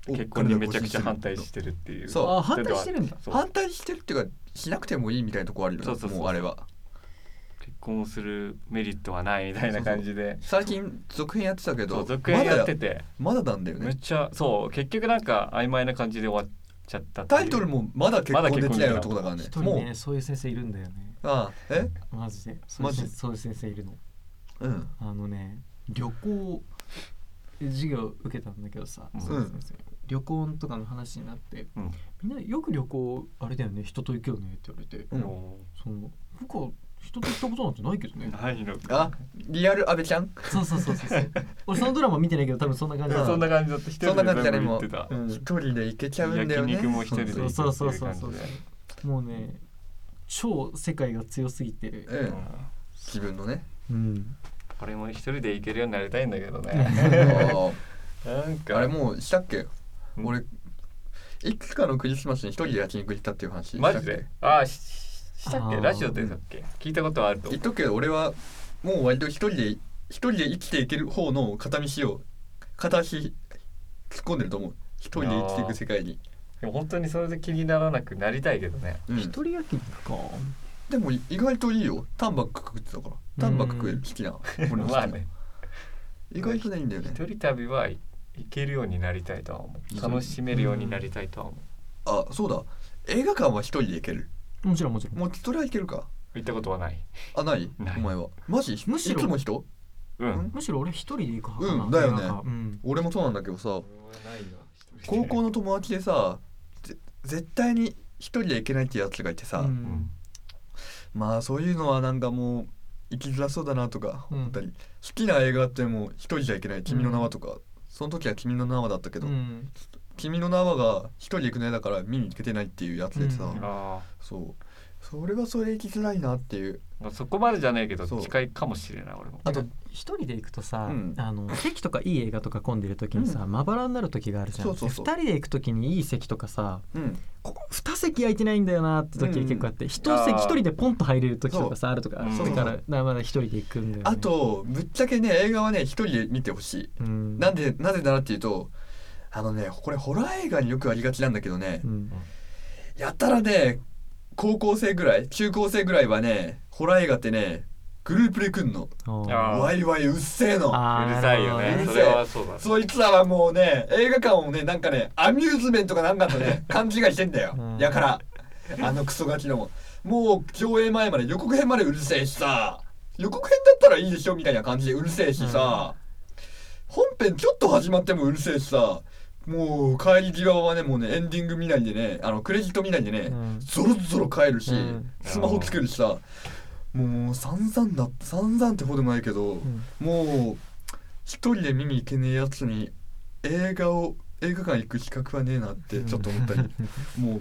[SPEAKER 1] お
[SPEAKER 2] 結婚にめちゃくちゃ反対してるっていう
[SPEAKER 1] そう
[SPEAKER 3] あ反対してるんだ
[SPEAKER 2] そう
[SPEAKER 1] 反対してるっていうかしなくてもいいみたいなとこあるよね
[SPEAKER 2] そうそうそう
[SPEAKER 1] もうあれは
[SPEAKER 2] 結婚をするメリットはないみたいな感じで
[SPEAKER 1] 最近続編やってたけ
[SPEAKER 2] そ
[SPEAKER 1] ど
[SPEAKER 2] う続編やって
[SPEAKER 1] まだまだ
[SPEAKER 2] て
[SPEAKER 1] なんだよ
[SPEAKER 2] めっ
[SPEAKER 1] ね
[SPEAKER 2] ちゃそう結局なんか曖昧な感じで終わっちゃったっていう
[SPEAKER 1] タイトルもまだ結婚できない男だからね
[SPEAKER 3] 一人
[SPEAKER 1] もう
[SPEAKER 3] ねそういう先生いるんだよね
[SPEAKER 1] ああえ
[SPEAKER 3] マジでそうい
[SPEAKER 1] マ
[SPEAKER 3] う
[SPEAKER 1] ジ
[SPEAKER 3] 先そういう先生いるの
[SPEAKER 1] うん
[SPEAKER 3] あのね旅行授業受けたんだけどさ、
[SPEAKER 2] うん
[SPEAKER 3] そういう先生旅行とかの話になって、
[SPEAKER 2] うん
[SPEAKER 3] みんなよく旅行あれだよね人と行くよねって言われて、
[SPEAKER 1] うん
[SPEAKER 2] も
[SPEAKER 3] その僕は人と行ったことなんてないけど
[SPEAKER 2] う
[SPEAKER 3] ね
[SPEAKER 2] ないのか
[SPEAKER 1] あリアル阿部ちゃん
[SPEAKER 3] そうそうそうそうそう俺そのドラマ見てないけど多分そんな感じだ
[SPEAKER 2] そんな感じだった一人
[SPEAKER 1] そんな感じ
[SPEAKER 2] で
[SPEAKER 1] で
[SPEAKER 2] 全部行
[SPEAKER 1] も
[SPEAKER 2] ってた
[SPEAKER 1] う一人で行けちゃうんだ
[SPEAKER 2] 焼
[SPEAKER 1] よね
[SPEAKER 2] 肉も一人で
[SPEAKER 1] そう
[SPEAKER 2] 行くって
[SPEAKER 3] そうそう
[SPEAKER 2] い
[SPEAKER 3] そうう
[SPEAKER 2] 感じ
[SPEAKER 3] そう
[SPEAKER 2] で
[SPEAKER 3] もうね超世界が強すぎて
[SPEAKER 1] うん自分のね
[SPEAKER 3] うん、
[SPEAKER 2] 俺も一人で行けるようになりたいんだけど
[SPEAKER 1] あ
[SPEAKER 2] ね
[SPEAKER 1] ー
[SPEAKER 2] なんか
[SPEAKER 1] あれもうしたっけ
[SPEAKER 2] ん
[SPEAKER 1] 俺いくつかのクリスマスに一人で焼肉行ったっていう話したっ
[SPEAKER 2] マ
[SPEAKER 1] け
[SPEAKER 2] ジであーしししたっけ
[SPEAKER 3] あー
[SPEAKER 2] ラジオでだっけ聞いたことはあると思
[SPEAKER 1] 言っ
[SPEAKER 2] う
[SPEAKER 1] とくけど俺はもう割と一人で一人で生きていける方の片道を片足突っ込んでると思う一人で生きていく世界に、
[SPEAKER 2] でも本当にそれで気にならなくなりたいけどね
[SPEAKER 1] うん
[SPEAKER 3] 一人焼肉か
[SPEAKER 1] でも意外といいよタンバック食ってたからタンバック食える
[SPEAKER 3] うん
[SPEAKER 1] 好きな俺の好き
[SPEAKER 2] まあ
[SPEAKER 1] な、
[SPEAKER 2] ね
[SPEAKER 1] 意外とないいんだよね
[SPEAKER 2] 一人旅は行けるようになりたいとは思
[SPEAKER 1] うん
[SPEAKER 2] う楽しめるようになりたいとは思う
[SPEAKER 1] あそうだ映画館は一人で行ける
[SPEAKER 3] もちろんもちろん
[SPEAKER 1] もうそれはいけるか
[SPEAKER 2] 行ったことはない
[SPEAKER 1] あない
[SPEAKER 2] ない
[SPEAKER 1] お前はマジ
[SPEAKER 3] むしろ
[SPEAKER 1] いつも人
[SPEAKER 2] うん
[SPEAKER 1] ん
[SPEAKER 3] むしろ俺一人で行く派
[SPEAKER 1] うんだよね
[SPEAKER 3] なんかうん
[SPEAKER 1] 俺もそうなんだけどさ
[SPEAKER 2] ないよ
[SPEAKER 1] 高校
[SPEAKER 2] の
[SPEAKER 1] の友達でさぜ絶対に一人で行けないってやつがいてさ、
[SPEAKER 3] う
[SPEAKER 2] うんん
[SPEAKER 1] まあそういうのはなんかもう生きづらそうだなとか
[SPEAKER 3] うん
[SPEAKER 1] 思ったり、好きな映画ってもう一人じゃいけない「君の名は」とか、その時は「君の名は」だったけど「
[SPEAKER 3] うん
[SPEAKER 1] 君の名は」が一人で行くの嫌だから見に行けてないっていうやつでさ、
[SPEAKER 3] うん
[SPEAKER 2] あ
[SPEAKER 1] そうそれはそれ生きづらいなっていう
[SPEAKER 2] ーまあそこまでじゃないけど
[SPEAKER 1] そう
[SPEAKER 2] 近いかもしれない俺も
[SPEAKER 1] あと
[SPEAKER 3] 一人で行くとさ、
[SPEAKER 1] うん
[SPEAKER 3] あの席とかいい映画とか混んでる時にさ、まばらになる時があるじゃん
[SPEAKER 1] そうそうそう
[SPEAKER 3] で二人で行く時にいい席とかさ
[SPEAKER 1] うん
[SPEAKER 3] ここ2席空いてないんだよなって時
[SPEAKER 1] うん
[SPEAKER 3] 結構あって一、席
[SPEAKER 2] あー
[SPEAKER 3] 一人でポンと入れる時とかさあるとか、
[SPEAKER 2] うん
[SPEAKER 3] だからだからまだ一人で行くんだよ、ね、
[SPEAKER 1] あ、とぶっちゃけね映画はね一人で見てほしい
[SPEAKER 3] うん、
[SPEAKER 1] なんでなぜならっていうとあのねこれホラー映画によくありがちなんだけどね、
[SPEAKER 3] うん
[SPEAKER 1] やたらね高校生ぐらい中高生ぐらいはねホラー映画ってねグループで来んの
[SPEAKER 2] あー
[SPEAKER 1] ワイワイうっせえの
[SPEAKER 3] あ
[SPEAKER 2] う
[SPEAKER 3] ー
[SPEAKER 2] るさいよ
[SPEAKER 3] な
[SPEAKER 1] う
[SPEAKER 2] ね
[SPEAKER 1] る
[SPEAKER 3] る
[SPEAKER 1] せ
[SPEAKER 2] そ
[SPEAKER 1] え
[SPEAKER 2] れはそうだね
[SPEAKER 1] そいつらはもうね映画館をねなんかねアミューズメントかなんかと ね勘違いしてんだよ
[SPEAKER 3] うん
[SPEAKER 1] やからあのクソガキのももう上映前まで予告編までうるせえしさ予告編だったらいいでしょみたいな感じでうるせえしさ、本編ちょっと始まってもうるせえしさもう帰り際はねもうねエンディング見ないでねあのクレジット見ないでね、
[SPEAKER 3] うん
[SPEAKER 1] ゾロゾロ帰るし、
[SPEAKER 3] うん
[SPEAKER 1] スマホつけるしさもう散々だ散々ってほどないけど、
[SPEAKER 3] ん
[SPEAKER 1] もう一人で見に行けねえやつに映画を映画館行く資格はねえなってちょっと思ったり、もう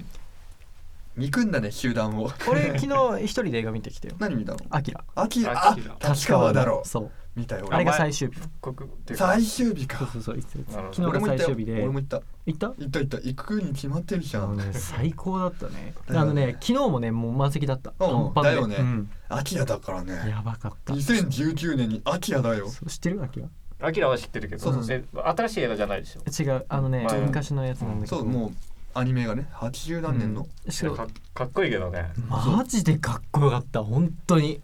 [SPEAKER 1] 憎んだね集団を
[SPEAKER 3] 俺昨日一人で映画見てきたよ
[SPEAKER 1] 何見たの
[SPEAKER 3] アキラ
[SPEAKER 1] あき
[SPEAKER 2] あ
[SPEAKER 1] あ立川だろ
[SPEAKER 3] そう
[SPEAKER 1] 見たよ
[SPEAKER 3] あれ
[SPEAKER 1] 俺
[SPEAKER 3] が最終日
[SPEAKER 2] 国っていうか
[SPEAKER 1] 最終日
[SPEAKER 3] そう
[SPEAKER 1] か
[SPEAKER 3] そうそういついつ
[SPEAKER 2] なるほど
[SPEAKER 3] 昨日
[SPEAKER 1] 俺
[SPEAKER 3] が
[SPEAKER 1] も行っ
[SPEAKER 3] 最
[SPEAKER 1] たよ
[SPEAKER 3] 終日で
[SPEAKER 1] 俺も行った
[SPEAKER 3] 行った
[SPEAKER 1] 行った行った行くに決まってるじゃ
[SPEAKER 3] あの
[SPEAKER 1] ん
[SPEAKER 3] ね最高だったね
[SPEAKER 1] だよね
[SPEAKER 3] あのね昨日もねもう満席だった
[SPEAKER 1] うんうん
[SPEAKER 3] パンパンで
[SPEAKER 1] だよね
[SPEAKER 3] うん
[SPEAKER 1] アキラだからね
[SPEAKER 3] やばかった
[SPEAKER 1] 2019年にアキラだよ
[SPEAKER 3] そう知ってるアキラ
[SPEAKER 2] アキラは知ってるけど
[SPEAKER 1] そうそうそ
[SPEAKER 2] え新しい映画じゃないでしょ
[SPEAKER 3] 違うあのね
[SPEAKER 2] まあ
[SPEAKER 3] 昔のやつなんだけ
[SPEAKER 1] そ
[SPEAKER 3] ど
[SPEAKER 1] うもうアニメがね80何年の、
[SPEAKER 3] うんしかも
[SPEAKER 2] かかっこいいけどね
[SPEAKER 3] マジでかっこよかった本当に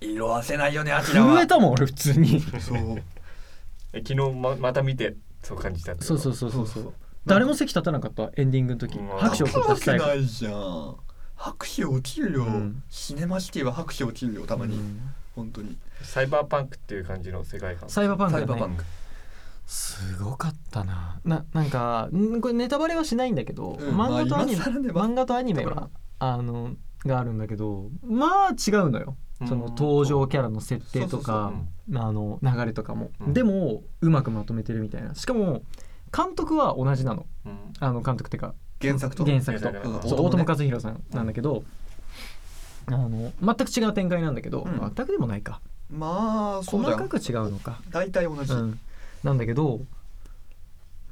[SPEAKER 1] 色褪せないよねアキラ
[SPEAKER 3] 震え
[SPEAKER 1] は
[SPEAKER 3] たもん俺普通に
[SPEAKER 1] そう
[SPEAKER 2] え昨日ままた見てそう感じたってこと
[SPEAKER 3] そうそうそうそうそう誰も席立たなかったエンディングの時
[SPEAKER 2] うん
[SPEAKER 3] 拍手を
[SPEAKER 1] 起
[SPEAKER 3] 起こ
[SPEAKER 1] わ
[SPEAKER 3] し
[SPEAKER 1] け
[SPEAKER 3] たいか
[SPEAKER 1] な
[SPEAKER 3] ら
[SPEAKER 1] いじゃん拍手落ちるよ、
[SPEAKER 3] うん
[SPEAKER 1] シネマシティは拍手落ちるよたまに、
[SPEAKER 3] うん
[SPEAKER 1] 本当に
[SPEAKER 2] サイバーパンクっていう感じの世界観
[SPEAKER 3] サイバーパン
[SPEAKER 1] サ
[SPEAKER 3] ク
[SPEAKER 1] イバーパ
[SPEAKER 3] がね
[SPEAKER 1] ンク、
[SPEAKER 3] すごかったなななんかんこれネタバレはしないんだけど、
[SPEAKER 1] うん
[SPEAKER 3] 漫画とアニメ、
[SPEAKER 1] まあ今更ね
[SPEAKER 3] 漫画とアニ
[SPEAKER 1] ネ
[SPEAKER 3] メ
[SPEAKER 1] タバ
[SPEAKER 3] はあのがあるんだけどまあ違うのよその登場キャラの設定と
[SPEAKER 1] う
[SPEAKER 3] かあの流れとかも、
[SPEAKER 2] うん
[SPEAKER 3] でもうまくまとめてるみたいなしかも監督は同じなの
[SPEAKER 2] うん
[SPEAKER 3] あの監督っていうか
[SPEAKER 1] 原作と
[SPEAKER 3] 原作と
[SPEAKER 2] 原
[SPEAKER 1] 作と
[SPEAKER 3] そう
[SPEAKER 1] 大友
[SPEAKER 3] 大友
[SPEAKER 1] ね
[SPEAKER 3] 和弘さんなんだけど、あの全く違う展開なんだけど、
[SPEAKER 1] うん
[SPEAKER 3] 全くでもないか
[SPEAKER 1] まあそ
[SPEAKER 3] 細
[SPEAKER 1] うだ
[SPEAKER 3] か
[SPEAKER 1] よ
[SPEAKER 3] く違うのか
[SPEAKER 1] 大体同じ、
[SPEAKER 3] うん、なんだけど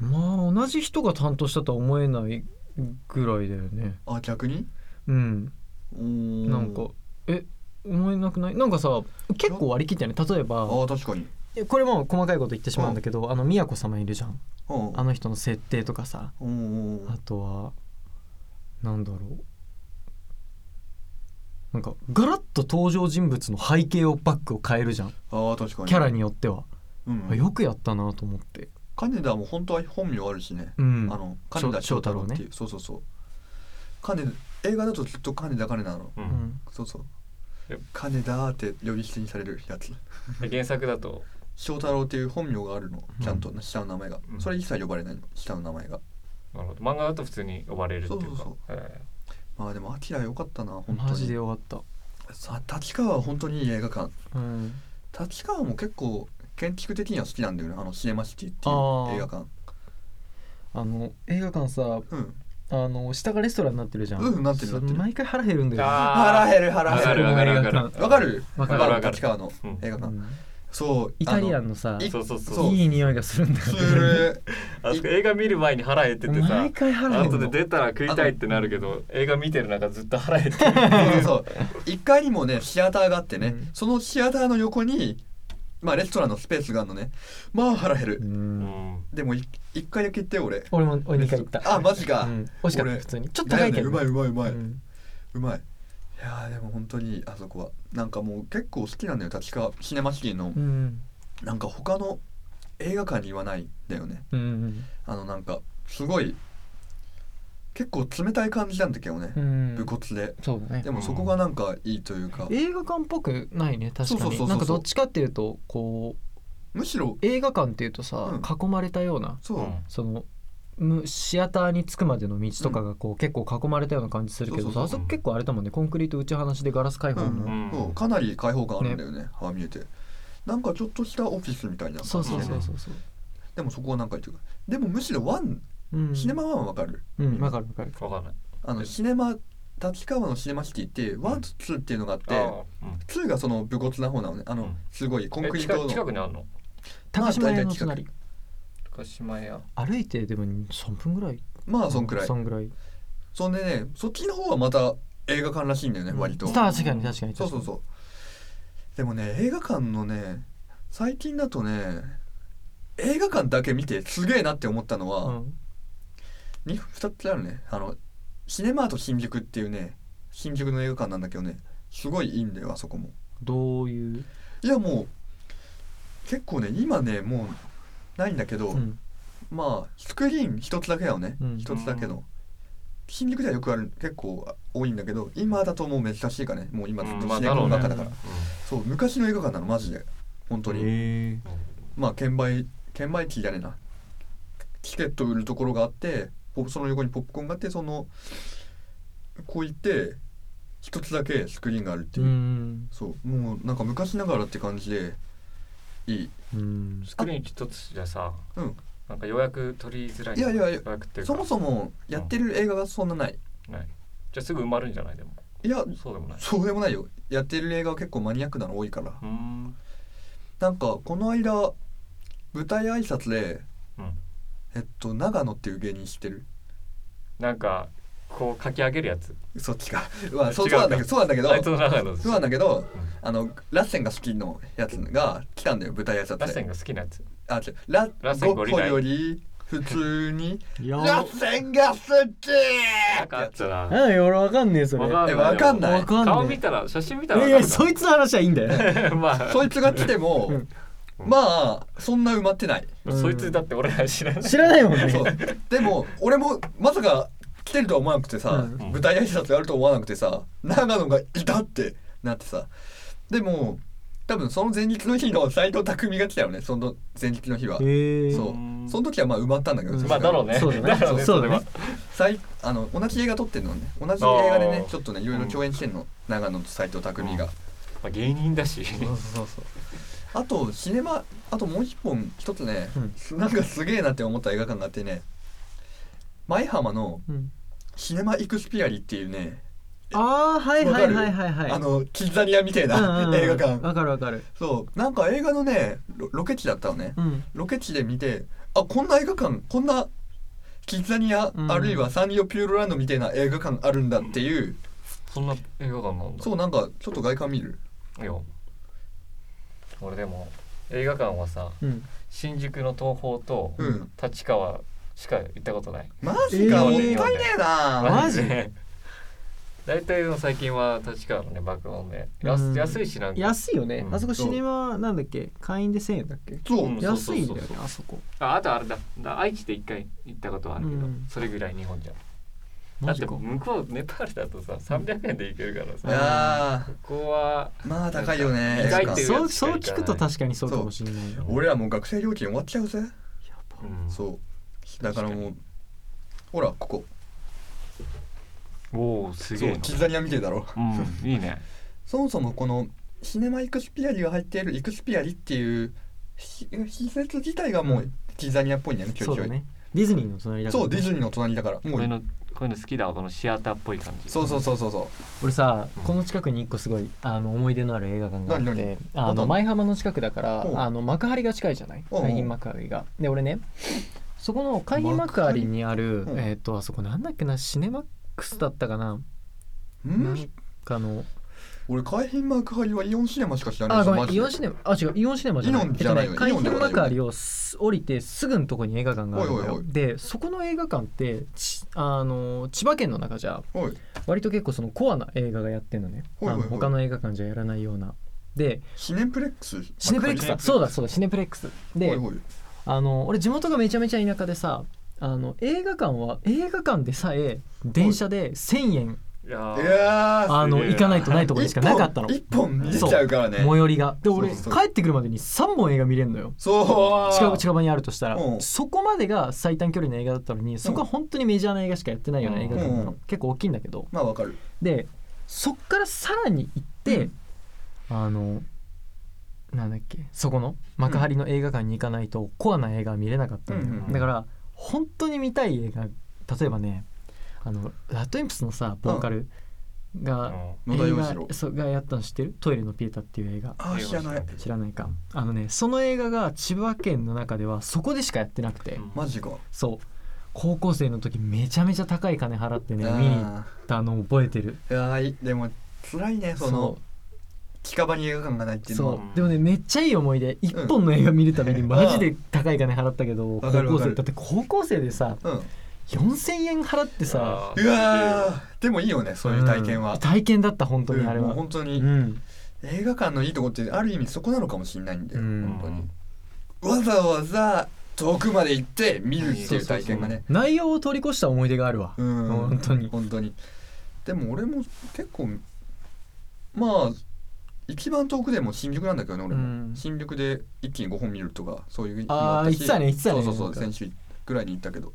[SPEAKER 3] まあ同じ人が担当したとは思えないぐらいだよね
[SPEAKER 1] あ逆に
[SPEAKER 3] うん
[SPEAKER 1] うーん
[SPEAKER 3] なんかえ思えなくないなんかさ結構割り切ってね例え
[SPEAKER 1] あ
[SPEAKER 3] ば
[SPEAKER 1] ー確かに
[SPEAKER 3] えこれも細かいこと言ってしまうんだけどあの宮子様いるじゃん
[SPEAKER 1] うん
[SPEAKER 3] あの人の設定とかさ
[SPEAKER 1] うんうん
[SPEAKER 3] あとはなんだろうなんかガラッと登場人物の背景をバックを変えるじゃん
[SPEAKER 1] あー確かに
[SPEAKER 3] キャラによっては
[SPEAKER 1] うん
[SPEAKER 3] あよくやったなと思って
[SPEAKER 1] 金田も本当は本名あるしね、
[SPEAKER 3] うん
[SPEAKER 1] あの金田翔太郎っていう、そうそうそう金田映画だとずっと金田金田なの
[SPEAKER 2] う
[SPEAKER 3] うんん
[SPEAKER 1] そうそう
[SPEAKER 2] え
[SPEAKER 1] 金田って呼び捨てにされるやつ
[SPEAKER 2] で原作だと
[SPEAKER 1] 翔太郎っていう本名があるのちゃんと下の名前が、
[SPEAKER 2] うん
[SPEAKER 1] それ一切呼ばれないの下の名前が
[SPEAKER 2] なるほど漫画だと普通に呼ばれるっていうか
[SPEAKER 1] そうそう
[SPEAKER 2] え
[SPEAKER 1] まあでもアキラ良かったな本当に
[SPEAKER 3] マジでよかった
[SPEAKER 1] さ立川は本当にいい映画館
[SPEAKER 3] うん
[SPEAKER 1] 立川も結構建築的には好きなんだよねあのシネマシティって
[SPEAKER 3] あー
[SPEAKER 1] いう映画館
[SPEAKER 3] あの映画館さ
[SPEAKER 1] うん
[SPEAKER 3] あの下がレストランになってるじゃん、
[SPEAKER 1] うんなってるなってる
[SPEAKER 3] 毎回腹減るんだよね
[SPEAKER 1] 腹減る腹
[SPEAKER 2] わか
[SPEAKER 1] 減
[SPEAKER 2] る
[SPEAKER 1] る
[SPEAKER 2] わかるわかる
[SPEAKER 3] わ
[SPEAKER 1] わかる
[SPEAKER 3] わかる
[SPEAKER 1] わ
[SPEAKER 2] わかる
[SPEAKER 1] 立川の
[SPEAKER 2] うん
[SPEAKER 1] 映画
[SPEAKER 3] う
[SPEAKER 1] 館
[SPEAKER 3] ん
[SPEAKER 1] そう
[SPEAKER 3] イタリアン
[SPEAKER 1] の
[SPEAKER 3] のさ
[SPEAKER 1] い
[SPEAKER 2] そうそうそう
[SPEAKER 1] そう
[SPEAKER 3] いい匂いがするんだ
[SPEAKER 1] す
[SPEAKER 3] よね
[SPEAKER 1] る
[SPEAKER 2] あそこ映画見る前に腹減っててさ
[SPEAKER 3] 毎回腹
[SPEAKER 2] あ
[SPEAKER 3] 減
[SPEAKER 2] と
[SPEAKER 3] る
[SPEAKER 2] で
[SPEAKER 3] の
[SPEAKER 2] 出たら食いたいってなるけど映画見てる中ずっと腹減ってる
[SPEAKER 1] そうそう1階にもねシアターがあってね、
[SPEAKER 3] うん
[SPEAKER 1] そのシアターの横にまあレストランのスペースがあるのねまあ腹減る、
[SPEAKER 3] うん
[SPEAKER 1] でもい1回だけ行ってよ俺
[SPEAKER 3] 俺も俺2回行った
[SPEAKER 1] あマジか、
[SPEAKER 3] うん美味しかった
[SPEAKER 1] 俺
[SPEAKER 3] 普通にちょっと
[SPEAKER 1] だ
[SPEAKER 3] 高
[SPEAKER 1] よ
[SPEAKER 3] い
[SPEAKER 1] ね
[SPEAKER 3] けど
[SPEAKER 1] うまいうまいうまい、
[SPEAKER 3] うん
[SPEAKER 1] うまいいやーでも本当にあそこはなんかもう結構好きなんだよ立川シネマシティの、
[SPEAKER 3] うん
[SPEAKER 1] なんか他の映画館にはないんだよね
[SPEAKER 3] うん
[SPEAKER 1] あのなんかすごい結構冷たい感じなんだけどね
[SPEAKER 3] う、ん
[SPEAKER 1] 武骨で
[SPEAKER 3] そうだね
[SPEAKER 1] でもそこがなんかいいというか、
[SPEAKER 3] 映画館っぽくないね確か
[SPEAKER 1] そうそうそうそ
[SPEAKER 3] に
[SPEAKER 1] う
[SPEAKER 3] なんかどっちかっていうとこう
[SPEAKER 1] むしろ
[SPEAKER 3] 映画館っていうとさ
[SPEAKER 1] う
[SPEAKER 3] 囲まれたような
[SPEAKER 1] そう、
[SPEAKER 3] そのむシアターに着くまでの道とかがこう結構囲まれたような感じするけどさ
[SPEAKER 1] そう
[SPEAKER 3] あ
[SPEAKER 2] そうそ
[SPEAKER 3] そうこ結構あれだもんねコンクリート打ち放しでガラス開放
[SPEAKER 1] うん
[SPEAKER 3] の
[SPEAKER 1] そうかなり開放感あるんだよねああ見えてなんかちょっとしたオフィスみたいな
[SPEAKER 3] そ
[SPEAKER 1] 感
[SPEAKER 3] う
[SPEAKER 1] じで、
[SPEAKER 3] そ
[SPEAKER 1] ね、
[SPEAKER 3] うそうそうそう
[SPEAKER 1] でもそこはなんか言ってくるでもむしろワン、
[SPEAKER 3] うん
[SPEAKER 1] シネマワンはわかる
[SPEAKER 3] うんわかるわかる
[SPEAKER 2] 分かんない
[SPEAKER 1] あのシネマ立川のシネマシティってワンとツーっていうのがあって、
[SPEAKER 2] あーうん
[SPEAKER 1] ツーがその武骨な方なのねあの、
[SPEAKER 2] うん
[SPEAKER 1] すごいコンク
[SPEAKER 2] え
[SPEAKER 1] リー
[SPEAKER 2] 近
[SPEAKER 1] ト
[SPEAKER 2] く近
[SPEAKER 1] の
[SPEAKER 2] くにあるの
[SPEAKER 3] 高島屋の
[SPEAKER 1] まあ大体
[SPEAKER 3] 隣
[SPEAKER 2] 高島屋
[SPEAKER 3] 歩いてでも3分ぐらい
[SPEAKER 1] まあそんくらい
[SPEAKER 3] そんぐらい
[SPEAKER 1] そんでねそっちの方はまた映画館らしいんだよね、割と
[SPEAKER 3] うん確かに確かに
[SPEAKER 1] そうそうそうでもね映画館のね最近だとね映画館だけ見てすげえなって思ったのは、
[SPEAKER 3] うん
[SPEAKER 1] に二つあるねあのシネマート新宿っていうね新宿の映画館なんだけどねすごいいいんだよあそこも
[SPEAKER 3] どういう
[SPEAKER 1] いやもう結構ね今ねもうないんだけど、
[SPEAKER 3] うん
[SPEAKER 1] まあスクリーン一つだけだよね
[SPEAKER 3] うん
[SPEAKER 1] 一、つだけの新宿ではよくある結構多いんだけど今だともう珍しいかねもう今ずっとシネコンばっかだから、そう昔の映画館なのマジで本当に、
[SPEAKER 3] へ
[SPEAKER 1] まあ券売券売機じゃねえなチケット売るところがあってポその横にポップコーンがあってそのこう行って一つだけスクリーンがあるって
[SPEAKER 3] え
[SPEAKER 1] いう、
[SPEAKER 3] うん
[SPEAKER 1] そうもうなんか昔ながらって感じでいい
[SPEAKER 3] うん
[SPEAKER 2] スクリーン一つじゃさ
[SPEAKER 1] うん
[SPEAKER 2] なんか予約取りづらい
[SPEAKER 1] いやいやいや
[SPEAKER 2] 予約っていうか
[SPEAKER 1] そもそもやってる映画がそんなない
[SPEAKER 2] ないじゃあすぐ埋まるんじゃないでも
[SPEAKER 1] いや
[SPEAKER 2] そうでもない
[SPEAKER 1] そうでもないよやってる映画は結構マニアックなの多いから
[SPEAKER 2] うーん
[SPEAKER 1] なんかこの間舞台挨拶で
[SPEAKER 2] うん
[SPEAKER 1] えっと長野っていう芸人知ってる
[SPEAKER 2] なんかこう書き上げるやつ
[SPEAKER 1] そっちかまあそう
[SPEAKER 2] 違う
[SPEAKER 1] そうな
[SPEAKER 2] か
[SPEAKER 1] んだけどそうなんだけど
[SPEAKER 2] あいつの中の
[SPEAKER 1] そうなんだけど、あのラッセンが好きのやつが来たんだよ舞台挨拶で
[SPEAKER 2] ラッセンが好きなやつ
[SPEAKER 1] あ違うラ
[SPEAKER 2] ラッセンゴリラ
[SPEAKER 1] ゴッホより普通に
[SPEAKER 3] や
[SPEAKER 1] ラッセンが好き
[SPEAKER 2] なんかあったな
[SPEAKER 3] なんだよ俺わかんねえそれ
[SPEAKER 2] わ
[SPEAKER 1] えわかんない
[SPEAKER 3] わかんない
[SPEAKER 2] 顔見たら写真見た
[SPEAKER 3] い
[SPEAKER 2] ら
[SPEAKER 3] やいやそいつの話はいいんだよ
[SPEAKER 2] つまあ
[SPEAKER 1] そいつが来ても、
[SPEAKER 3] うん
[SPEAKER 1] まあそんな埋まってない、
[SPEAKER 2] そいつだって俺ら知らない
[SPEAKER 3] 知らないもん ね
[SPEAKER 1] そうでも俺もまさか来てるとは思わなくてさ、
[SPEAKER 3] うん
[SPEAKER 1] 舞台挨拶やると思わなくてさ長野がいたってなってさでも多分その前日の日の斎藤工が来たよねその前日の日は、
[SPEAKER 3] へえ
[SPEAKER 1] そううんその時はまあ埋まったんだけど、
[SPEAKER 3] うん
[SPEAKER 2] まあだろうね
[SPEAKER 3] そうだね
[SPEAKER 2] ろうね
[SPEAKER 3] そう
[SPEAKER 2] れ
[SPEAKER 3] だ
[SPEAKER 2] は
[SPEAKER 3] ね
[SPEAKER 1] 最あの同じ映画撮ってるのね同じ映画でね
[SPEAKER 2] あー
[SPEAKER 1] ちょっとねいろいろ共演してんの、長野と斎藤工が、
[SPEAKER 2] うんまあ芸人だし
[SPEAKER 1] そうそうそうあとシネマあともう一本一つね、なんかすげえなって思った映画館があってね舞浜の
[SPEAKER 3] うん
[SPEAKER 1] シネマエクスピアリっていうね、
[SPEAKER 3] ああはいはいはいはいはい
[SPEAKER 1] あのキッザニアみたい
[SPEAKER 3] うんうんうん
[SPEAKER 1] な映画館、
[SPEAKER 3] わかるわかる
[SPEAKER 1] そうなんか映画のねロロケ地だったのね、
[SPEAKER 3] うん
[SPEAKER 1] ロケ地で見てあこんな映画館こんなキッザニア、
[SPEAKER 3] うん
[SPEAKER 1] あるいはサンリオピューロランドみたいな映画館あるんだっていう、
[SPEAKER 2] そんな映画館なんだ
[SPEAKER 1] そうなんかちょっと外観見る
[SPEAKER 2] いや俺でも映画館はさ
[SPEAKER 3] うん
[SPEAKER 2] 新宿の東宝と
[SPEAKER 1] うん
[SPEAKER 2] 立川しか行ったことない
[SPEAKER 1] マジか、
[SPEAKER 3] えー
[SPEAKER 1] もったいねえな
[SPEAKER 3] マジ
[SPEAKER 2] で 大体の最近は立川のね爆音で安,、
[SPEAKER 3] うん
[SPEAKER 2] 安いしなんか
[SPEAKER 3] 安いよね
[SPEAKER 2] うん
[SPEAKER 3] あそこシネマなんだっけ会員で1000円だっけ
[SPEAKER 1] そう、
[SPEAKER 2] うん
[SPEAKER 3] 安いんだよ
[SPEAKER 2] そうそうそう
[SPEAKER 3] ねあそこ
[SPEAKER 2] ああとあれだだ愛知で一回行ったことはあるけど、
[SPEAKER 3] うん
[SPEAKER 2] それぐらい日本じゃだ
[SPEAKER 3] マ
[SPEAKER 2] っ
[SPEAKER 3] ジ
[SPEAKER 2] て
[SPEAKER 3] か
[SPEAKER 2] 向こうネパールだとさ300円で行けるから
[SPEAKER 1] い
[SPEAKER 2] さ
[SPEAKER 1] や
[SPEAKER 2] ここは
[SPEAKER 1] ーまあ高いよね
[SPEAKER 2] 意外と
[SPEAKER 1] 映
[SPEAKER 2] いう
[SPEAKER 3] そ
[SPEAKER 2] や
[SPEAKER 3] う
[SPEAKER 2] つし
[SPEAKER 3] そ
[SPEAKER 2] か行
[SPEAKER 3] う
[SPEAKER 2] かない
[SPEAKER 3] 聞くと確かにそうかもしれない
[SPEAKER 1] 画館俺らもう学生料金終わっちゃうぜ、
[SPEAKER 2] うん
[SPEAKER 1] そうだからもうほらここ
[SPEAKER 2] おおす
[SPEAKER 1] そうキッザニア見てえだろ
[SPEAKER 2] うんいいね
[SPEAKER 1] そもそもこのシネマエクスピアリが入っているエクスピアリっていうひ施設自体がも
[SPEAKER 3] う
[SPEAKER 1] うキッザニアっぽいんだよねちょ
[SPEAKER 3] そ
[SPEAKER 1] いうちょ
[SPEAKER 3] だ
[SPEAKER 1] い
[SPEAKER 3] ねディズニーの隣だから
[SPEAKER 1] そうディズ
[SPEAKER 3] ニ
[SPEAKER 1] ニーの隣だからも
[SPEAKER 2] 俺
[SPEAKER 1] う
[SPEAKER 2] のこういうの好きだわこのシアターっぽい感じ
[SPEAKER 1] そうそうそうそうそう
[SPEAKER 3] 俺さ
[SPEAKER 2] うん
[SPEAKER 3] この近くに一個すごいあの思い出のある映画館があっ
[SPEAKER 1] 何
[SPEAKER 3] て
[SPEAKER 1] 何
[SPEAKER 3] あ
[SPEAKER 1] どんな
[SPEAKER 3] の
[SPEAKER 1] の
[SPEAKER 3] 舞浜の近くだか
[SPEAKER 1] おう
[SPEAKER 3] らあの幕張が近いじゃない
[SPEAKER 1] おうおう
[SPEAKER 3] 海浜幕張がで俺ねそこの海浜幕張にある
[SPEAKER 1] 幕張うん
[SPEAKER 3] えっとあそこなんだっけなシネマックスだったかななん
[SPEAKER 1] ん
[SPEAKER 3] かの
[SPEAKER 1] 俺海浜幕張はイオンシネマしか知らない
[SPEAKER 3] あごめ
[SPEAKER 1] マ
[SPEAKER 3] ん
[SPEAKER 1] ジ
[SPEAKER 3] イ
[SPEAKER 1] で
[SPEAKER 3] オンシネマあ違うイオンシネマじゃない
[SPEAKER 1] イオンじゃない
[SPEAKER 3] えっ
[SPEAKER 1] よ
[SPEAKER 3] とね
[SPEAKER 1] イオン
[SPEAKER 3] 海
[SPEAKER 1] では
[SPEAKER 3] 浜
[SPEAKER 1] ないよ
[SPEAKER 3] 幕張をす降りてすぐのとこに映画館があるのよ
[SPEAKER 1] おいおいおい
[SPEAKER 3] でそこの映画館ってちあの千葉県の中じゃ
[SPEAKER 1] おい
[SPEAKER 3] 割と結構そのコアな映画がやってんのね、
[SPEAKER 1] はいはいはい
[SPEAKER 3] あの他の映画館じゃやらないようなで
[SPEAKER 1] シネプレックス
[SPEAKER 3] シネプレックスだそうだそうだシネプレックスで
[SPEAKER 1] おいおい
[SPEAKER 3] あの俺地元がめちゃめちゃ田舎でさあの映画館は映画館でさえ電車で1,000円
[SPEAKER 2] いや
[SPEAKER 1] い
[SPEAKER 2] ー
[SPEAKER 1] やー
[SPEAKER 3] あの
[SPEAKER 2] すげえな
[SPEAKER 3] 行かないとないとこにしかなかったの
[SPEAKER 1] 一本見れちゃうからね
[SPEAKER 3] 最寄りがで俺
[SPEAKER 1] そうそうそう
[SPEAKER 3] 帰ってくるまでに3本映画見れるのよ
[SPEAKER 1] そう
[SPEAKER 3] 近近場にあるとしたら
[SPEAKER 1] うん
[SPEAKER 3] そこまでが最短距離の映画だったのにそこは本当にメジャーな映画しかやってないような映画館なの
[SPEAKER 1] うん
[SPEAKER 3] 結構大きいんだけど
[SPEAKER 1] まあわかる
[SPEAKER 3] でそっからさらに行って、
[SPEAKER 1] うん
[SPEAKER 3] あのなんだっけそこの幕張の映画館に行かないとコアな映画は見れなかったんだ
[SPEAKER 1] う
[SPEAKER 3] よ、
[SPEAKER 1] んうん
[SPEAKER 2] うん
[SPEAKER 3] だから本当に見たい映画例えばねあのラッドエンプスのさボーカルが、
[SPEAKER 1] 野田
[SPEAKER 3] 映
[SPEAKER 1] 洋
[SPEAKER 3] 画
[SPEAKER 1] 次郎
[SPEAKER 3] そうがやったの知ってる「トイレのピエタ」っていう映画
[SPEAKER 1] あー知らない
[SPEAKER 3] 知らないかあのねその映画が千葉県の中ではそこでしかやってなくて、
[SPEAKER 1] マジか
[SPEAKER 3] そう高校生の時めちゃめちゃ高い金払ってね見に行っ
[SPEAKER 1] あ
[SPEAKER 3] たのを覚えてる
[SPEAKER 1] ーいやーいでも辛いねその近場に映画館がないっていうのは
[SPEAKER 3] そうでもねめっちゃいい思い出一本の映画見るためにマジで高い金払ったけど高
[SPEAKER 1] わかる
[SPEAKER 3] 校
[SPEAKER 1] わか
[SPEAKER 3] 生
[SPEAKER 1] る
[SPEAKER 3] だって高校生でさ
[SPEAKER 1] うん
[SPEAKER 3] 4,000円払ってさ
[SPEAKER 2] あー
[SPEAKER 1] うわーでもいいよねそういう体験は
[SPEAKER 3] ん体験だった本当にあ
[SPEAKER 1] う
[SPEAKER 3] れ
[SPEAKER 1] んも
[SPEAKER 3] は
[SPEAKER 1] う本当
[SPEAKER 3] う
[SPEAKER 1] に
[SPEAKER 3] ん
[SPEAKER 1] 映画館のいいとこってある意味そこなのかもしれないんだ
[SPEAKER 3] う
[SPEAKER 1] よ
[SPEAKER 3] ん
[SPEAKER 1] 本当にわざわざ遠くまで行って見るっていう体験がね
[SPEAKER 3] 内容を通り越した思い出があるわ
[SPEAKER 1] うん
[SPEAKER 3] 本当に
[SPEAKER 1] 本当にでも俺も結構まあ一番遠くでも新宿なんだけどね俺も、
[SPEAKER 3] うん
[SPEAKER 1] 新宿で一気に5本見るとかそういうの
[SPEAKER 3] あー
[SPEAKER 1] もったし
[SPEAKER 3] 言ってたね言ってた
[SPEAKER 1] そ
[SPEAKER 3] ね
[SPEAKER 1] うそうそう
[SPEAKER 3] なん
[SPEAKER 1] 先週ぐらいに行ったけど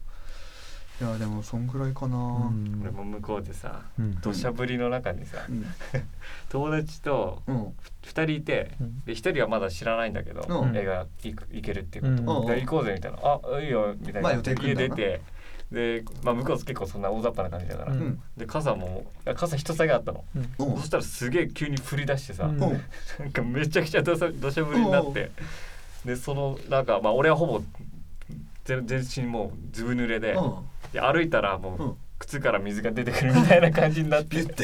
[SPEAKER 1] いやでもそんぐらいかな、
[SPEAKER 3] うん
[SPEAKER 2] 俺も向こうでさ
[SPEAKER 3] うん
[SPEAKER 2] 土砂降りの中にさ
[SPEAKER 1] うん
[SPEAKER 2] 友達と
[SPEAKER 1] うん
[SPEAKER 2] 2人いて
[SPEAKER 3] うん
[SPEAKER 2] で1人はまだ知らないんだけど、
[SPEAKER 1] うん
[SPEAKER 2] 映画行く行けるっていうこと、
[SPEAKER 1] うん
[SPEAKER 2] で行こうぜみたいな「あいいよ」みたいな、
[SPEAKER 1] まあ予定組
[SPEAKER 2] 家
[SPEAKER 1] んだ
[SPEAKER 2] 出
[SPEAKER 1] よな
[SPEAKER 2] てで、まあ、向こう結構そんな大雑把な感じだから、
[SPEAKER 3] うん
[SPEAKER 1] うん
[SPEAKER 2] で傘も傘人下げあったの、
[SPEAKER 3] うん
[SPEAKER 1] うん
[SPEAKER 2] そしたらすげえ急に降り出してさ、
[SPEAKER 3] うん
[SPEAKER 1] うん
[SPEAKER 2] なんかめちゃくちゃ土砂土砂降りになってでそのなんかまあ俺はほぼ全全身もうずぶ濡れで,、で歩いたらもう、
[SPEAKER 1] うん
[SPEAKER 2] 靴から水が出てくるみたいな感じになっ
[SPEAKER 1] ビ
[SPEAKER 2] て
[SPEAKER 1] ュッて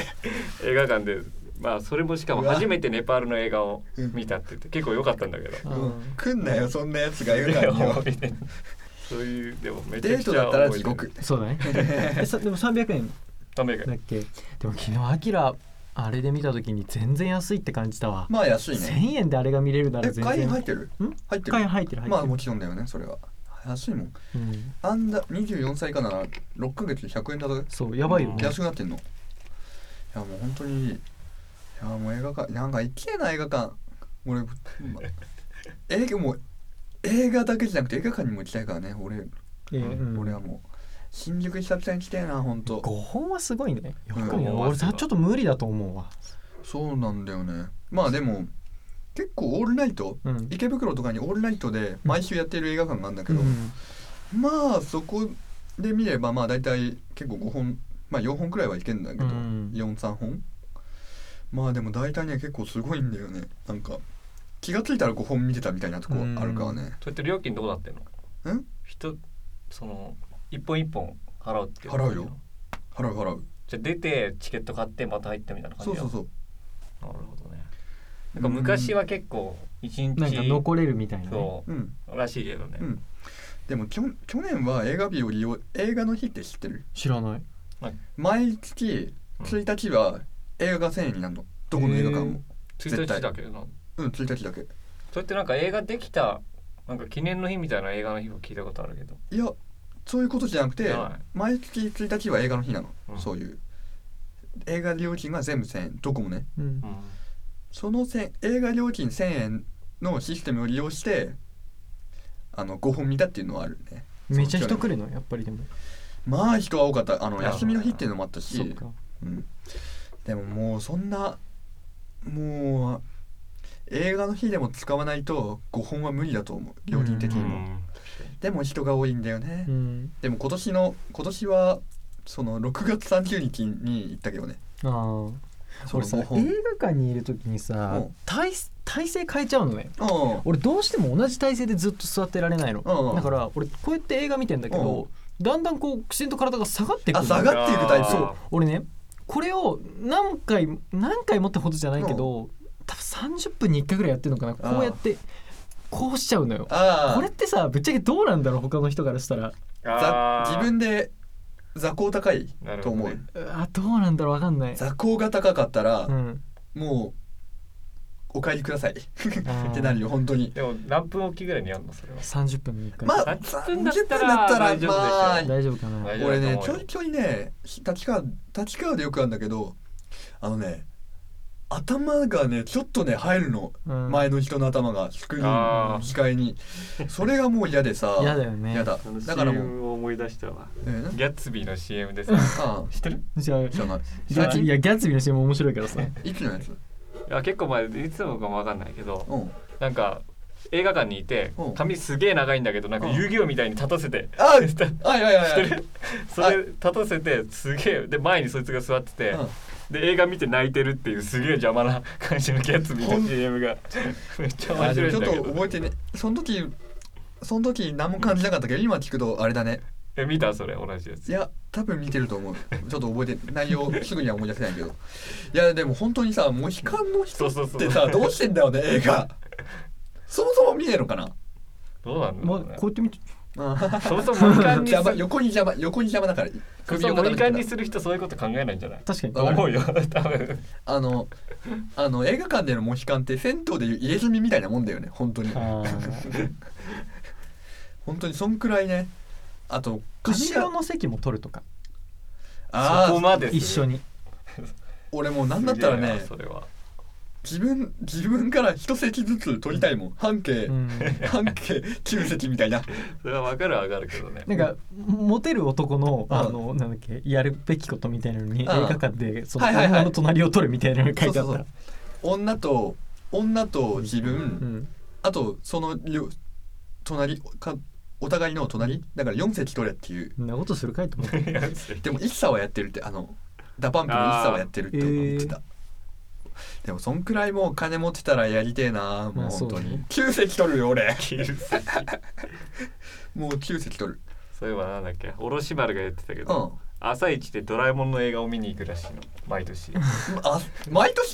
[SPEAKER 2] 映画館でまあそれもしかも初めてネパールの映画を見たって言って結構良かったんだけど。
[SPEAKER 3] うん
[SPEAKER 1] うん来んなよそんなやつが映
[SPEAKER 2] で
[SPEAKER 1] 画館に
[SPEAKER 2] も
[SPEAKER 1] よ
[SPEAKER 2] みたいなそういうでもめち
[SPEAKER 1] デ
[SPEAKER 2] ゃく
[SPEAKER 1] ート
[SPEAKER 2] ちゃ
[SPEAKER 1] だったら地獄
[SPEAKER 3] そう だねえさでも300円
[SPEAKER 2] ダメか
[SPEAKER 3] だっけでも昨日アキラあれで見た時に全然安いって感じたわ、
[SPEAKER 1] まあ安いね
[SPEAKER 3] 1000円であれが見れるなら
[SPEAKER 1] え
[SPEAKER 3] 全
[SPEAKER 1] 会員
[SPEAKER 3] 然
[SPEAKER 1] 入ってる
[SPEAKER 3] ん
[SPEAKER 1] 入ってる
[SPEAKER 3] 会員入ってる入ってる
[SPEAKER 1] まあもちろんだよねそれは安いもん
[SPEAKER 3] うん、
[SPEAKER 1] あんだ24歳以下なら6ヶ月で100円だぜ
[SPEAKER 3] そうやばいよね
[SPEAKER 1] 安くなってんのいやもう本当にいいいやもう映画館なんか行けない映画館 俺、ま、映画もう映画だけじゃなくて映画館にも行きたいからね俺、
[SPEAKER 3] えーうん
[SPEAKER 1] 俺はもう新宿久々に来たいな本当
[SPEAKER 3] 5本はすごいねよく見る
[SPEAKER 2] うん
[SPEAKER 3] 俺さちょっと無理だと思うわ、
[SPEAKER 1] そうなんだよねまあでも結構オールナイト
[SPEAKER 3] うん
[SPEAKER 1] 池袋とかにオールナイトで毎週やってる映画館があるんだけ
[SPEAKER 3] う
[SPEAKER 1] ど、
[SPEAKER 3] ん
[SPEAKER 1] まあそこで見ればまあ大体結構5本まあ4本くらいはいけるんだけど、
[SPEAKER 3] うん
[SPEAKER 1] 43本まあでも大体ね結構すごいんだよねなんか気がついたら5本見てたみたいなとこあるからね、
[SPEAKER 2] そうやって料金どうなってんの
[SPEAKER 1] ん
[SPEAKER 2] 人その一本一本払うっていう
[SPEAKER 1] 払うよ払う払う
[SPEAKER 2] じゃあ出てチケット買ってまた入ったみたいな感
[SPEAKER 1] そ
[SPEAKER 2] じ
[SPEAKER 1] う
[SPEAKER 2] だ
[SPEAKER 1] そうそう
[SPEAKER 2] なるほどねなんか昔は結構一日
[SPEAKER 3] なんか残れるみたいな、ね、
[SPEAKER 2] そ
[SPEAKER 1] うん
[SPEAKER 2] うらしいけどね、
[SPEAKER 1] うんでもきょ去年は映画日を利用映画の日って知ってる
[SPEAKER 3] 知らない
[SPEAKER 1] 毎月
[SPEAKER 2] うん
[SPEAKER 1] 1日は映画が1000円になるのどこの映画館も
[SPEAKER 2] 1
[SPEAKER 1] 絶
[SPEAKER 2] 日
[SPEAKER 1] 対
[SPEAKER 2] だけどな
[SPEAKER 1] うん1日だけ
[SPEAKER 2] そうやってなんか映画できたなんか記念の日みたいな映画の日を聞いたことあるけど
[SPEAKER 1] いやそういうことじゃなくて
[SPEAKER 2] はい
[SPEAKER 1] 毎月1日は映画の日なの、
[SPEAKER 2] うん
[SPEAKER 1] そういう映画料金が全部1000円どこもね
[SPEAKER 3] うん
[SPEAKER 2] うん
[SPEAKER 1] その1000映画料金1000円のシステムを利用してあの5本見たっていうのはあるね
[SPEAKER 3] めっちゃ人来るのやっぱりでも
[SPEAKER 1] まあ人は多かったあの
[SPEAKER 2] いや
[SPEAKER 1] 休みの日っていうのもあったし
[SPEAKER 3] そっか
[SPEAKER 1] うん、でももうそんなもう映画の日でも使わないと5本は無理だと思う料金的
[SPEAKER 3] う
[SPEAKER 1] に
[SPEAKER 3] ん
[SPEAKER 1] も、でも人が多いんだよね、
[SPEAKER 3] うん
[SPEAKER 1] でも今年の今年はその6月30日に行ったけどね
[SPEAKER 3] あ
[SPEAKER 1] そ
[SPEAKER 3] 俺さ映
[SPEAKER 1] の
[SPEAKER 3] 画館にいる時にさ
[SPEAKER 1] うん
[SPEAKER 3] 体勢体勢変えちゃうのね
[SPEAKER 1] 本
[SPEAKER 3] 俺どうしても同じ体勢でずっと座ってられないの
[SPEAKER 1] うんうん
[SPEAKER 3] だから俺こうやって映画見てんだけどだんだんこうきちんと体が下がってく
[SPEAKER 1] あ
[SPEAKER 3] る
[SPEAKER 1] 下がっていくタイプ
[SPEAKER 2] そう
[SPEAKER 3] 俺ねこれを何回何回もってほどじゃないけど多分30分に1回ぐらいやってるのかなこうやってこうしちゃうのよ
[SPEAKER 1] ああ
[SPEAKER 3] これってさぶっちゃけどうなんだろう他の人からしたら
[SPEAKER 1] ざ
[SPEAKER 2] あー
[SPEAKER 1] 自分で座高高い
[SPEAKER 2] なる
[SPEAKER 1] と
[SPEAKER 2] ほど
[SPEAKER 1] 思う、
[SPEAKER 2] ね
[SPEAKER 3] うわどうなんだろうわかんない
[SPEAKER 1] 座高が高かったら
[SPEAKER 3] う、ん
[SPEAKER 1] もうお帰りくださいってなるよ本当に
[SPEAKER 2] でも何分おきぐらいにやるのそれは
[SPEAKER 3] 30分に1回
[SPEAKER 1] まあ
[SPEAKER 2] 30分だっ
[SPEAKER 1] 30分
[SPEAKER 2] たら
[SPEAKER 1] だったら
[SPEAKER 2] 大丈夫でしょう
[SPEAKER 1] まあ
[SPEAKER 3] 大丈夫かな
[SPEAKER 2] 大丈夫
[SPEAKER 1] 俺ね
[SPEAKER 2] だ
[SPEAKER 1] ちょ
[SPEAKER 2] と思うよ
[SPEAKER 1] いちょいね立川立川でよくあるんだけどあのね頭がねちょっとね入るの、
[SPEAKER 3] うん
[SPEAKER 1] 前の人の頭がスクリー
[SPEAKER 2] あ
[SPEAKER 1] ン
[SPEAKER 2] ー
[SPEAKER 1] 視界にそれがもう嫌でさ
[SPEAKER 3] 嫌だよね
[SPEAKER 1] 嫌だ
[SPEAKER 2] あの
[SPEAKER 1] だからもう、
[SPEAKER 2] CM を思い出したわ
[SPEAKER 1] えー
[SPEAKER 2] ギャッツビーの CM でさ
[SPEAKER 1] あ
[SPEAKER 2] 知ってる
[SPEAKER 3] じゃあ
[SPEAKER 1] あじゃない
[SPEAKER 3] ギャ
[SPEAKER 1] 最
[SPEAKER 3] ッツい
[SPEAKER 1] 近
[SPEAKER 3] やギャッツビーの CM 面白い けどさ
[SPEAKER 1] いつのやつ
[SPEAKER 2] いや結構前でいつのかもわかんないけど
[SPEAKER 1] うん
[SPEAKER 2] なんか映画館にいて
[SPEAKER 1] うん
[SPEAKER 2] 髪すげえ長いんだけどなんか
[SPEAKER 1] うん
[SPEAKER 2] 遊戯王みたいに立たせて
[SPEAKER 1] あ
[SPEAKER 2] 知ってる
[SPEAKER 1] はいはいはいはい
[SPEAKER 2] それ立たせてすげえで前にそいつが座ってて
[SPEAKER 1] うん
[SPEAKER 2] で映画見て泣いてるっていうすげえ邪魔な 感じのギャッツビー
[SPEAKER 1] ほん
[SPEAKER 2] の CM がめっちゃ面
[SPEAKER 1] あで
[SPEAKER 2] 白
[SPEAKER 1] も
[SPEAKER 2] い
[SPEAKER 1] ちょっ
[SPEAKER 2] んだけ
[SPEAKER 1] と
[SPEAKER 2] ど
[SPEAKER 1] 覚えてねその時その時何も感じなかったけど今聞くとあれだね
[SPEAKER 2] え見たそれ同じやつ
[SPEAKER 1] いや多分見てると思うちょっと覚えて内容すぐには思い出せないけどいやでも本当にさモヒカンの人
[SPEAKER 2] そうそう
[SPEAKER 1] っ
[SPEAKER 2] そう
[SPEAKER 1] てさどうしてんだよね映画そもそも見ねえの かな
[SPEAKER 2] どうなんだ
[SPEAKER 3] ま
[SPEAKER 2] ろ
[SPEAKER 3] あ
[SPEAKER 2] うね
[SPEAKER 3] こうやってみて
[SPEAKER 2] そもそもモニカンにす
[SPEAKER 1] 邪魔横に邪魔横に邪魔だから
[SPEAKER 2] そも
[SPEAKER 1] 首
[SPEAKER 2] そ
[SPEAKER 1] を
[SPEAKER 2] もモニカン
[SPEAKER 1] 傾け
[SPEAKER 2] に
[SPEAKER 1] た
[SPEAKER 2] する人そういうこと考えないんじゃない
[SPEAKER 3] 確かに
[SPEAKER 1] わかる
[SPEAKER 2] 思うよ多分
[SPEAKER 1] あのあの映画館でのモヒカンって銭湯でいう入れ墨みたいなもんだよね本当に
[SPEAKER 3] あー
[SPEAKER 1] 本当にそんくらいねあと
[SPEAKER 3] 後ろ
[SPEAKER 1] が
[SPEAKER 3] の席も取るとか
[SPEAKER 1] あ
[SPEAKER 2] そこ
[SPEAKER 1] あ
[SPEAKER 2] までする
[SPEAKER 3] 一緒に
[SPEAKER 1] 俺もうなんだったら
[SPEAKER 2] すげえ
[SPEAKER 1] ね
[SPEAKER 2] なそれは
[SPEAKER 1] 自分自分から一席ずつ取りたいもん半径、
[SPEAKER 3] うん
[SPEAKER 1] 半径9席みたいな
[SPEAKER 2] それは分かるは分かるけどね
[SPEAKER 3] なんかモテる男の
[SPEAKER 1] うん
[SPEAKER 3] あのなんだっけやるべきことみたいなのに
[SPEAKER 1] う
[SPEAKER 3] 映
[SPEAKER 1] ん
[SPEAKER 3] 画館でその
[SPEAKER 1] はいはいはい
[SPEAKER 3] 女の隣を取るみたいなのが書いてあ
[SPEAKER 1] そう
[SPEAKER 3] っ
[SPEAKER 1] そう女と女と自分、
[SPEAKER 3] たうん
[SPEAKER 1] あとその両隣かお互いの隣だから4席取れっていう
[SPEAKER 3] そんなことするかいと思って
[SPEAKER 2] いやそれ
[SPEAKER 1] でも一茶はやってるってあのダパンプの一茶はやってるって言ってた、でもそんくらいもう金持ってたらやりてえなもう
[SPEAKER 3] あ
[SPEAKER 1] 本
[SPEAKER 3] そう
[SPEAKER 1] 当
[SPEAKER 3] だね
[SPEAKER 1] に9席取るよ 俺
[SPEAKER 2] そ
[SPEAKER 1] もう9席取る
[SPEAKER 2] ういえばなんだっけ卸丸が言ってたけ
[SPEAKER 1] うん
[SPEAKER 2] ど、朝一でドラえもんの映画を見に行くらしいの毎年
[SPEAKER 1] あ毎年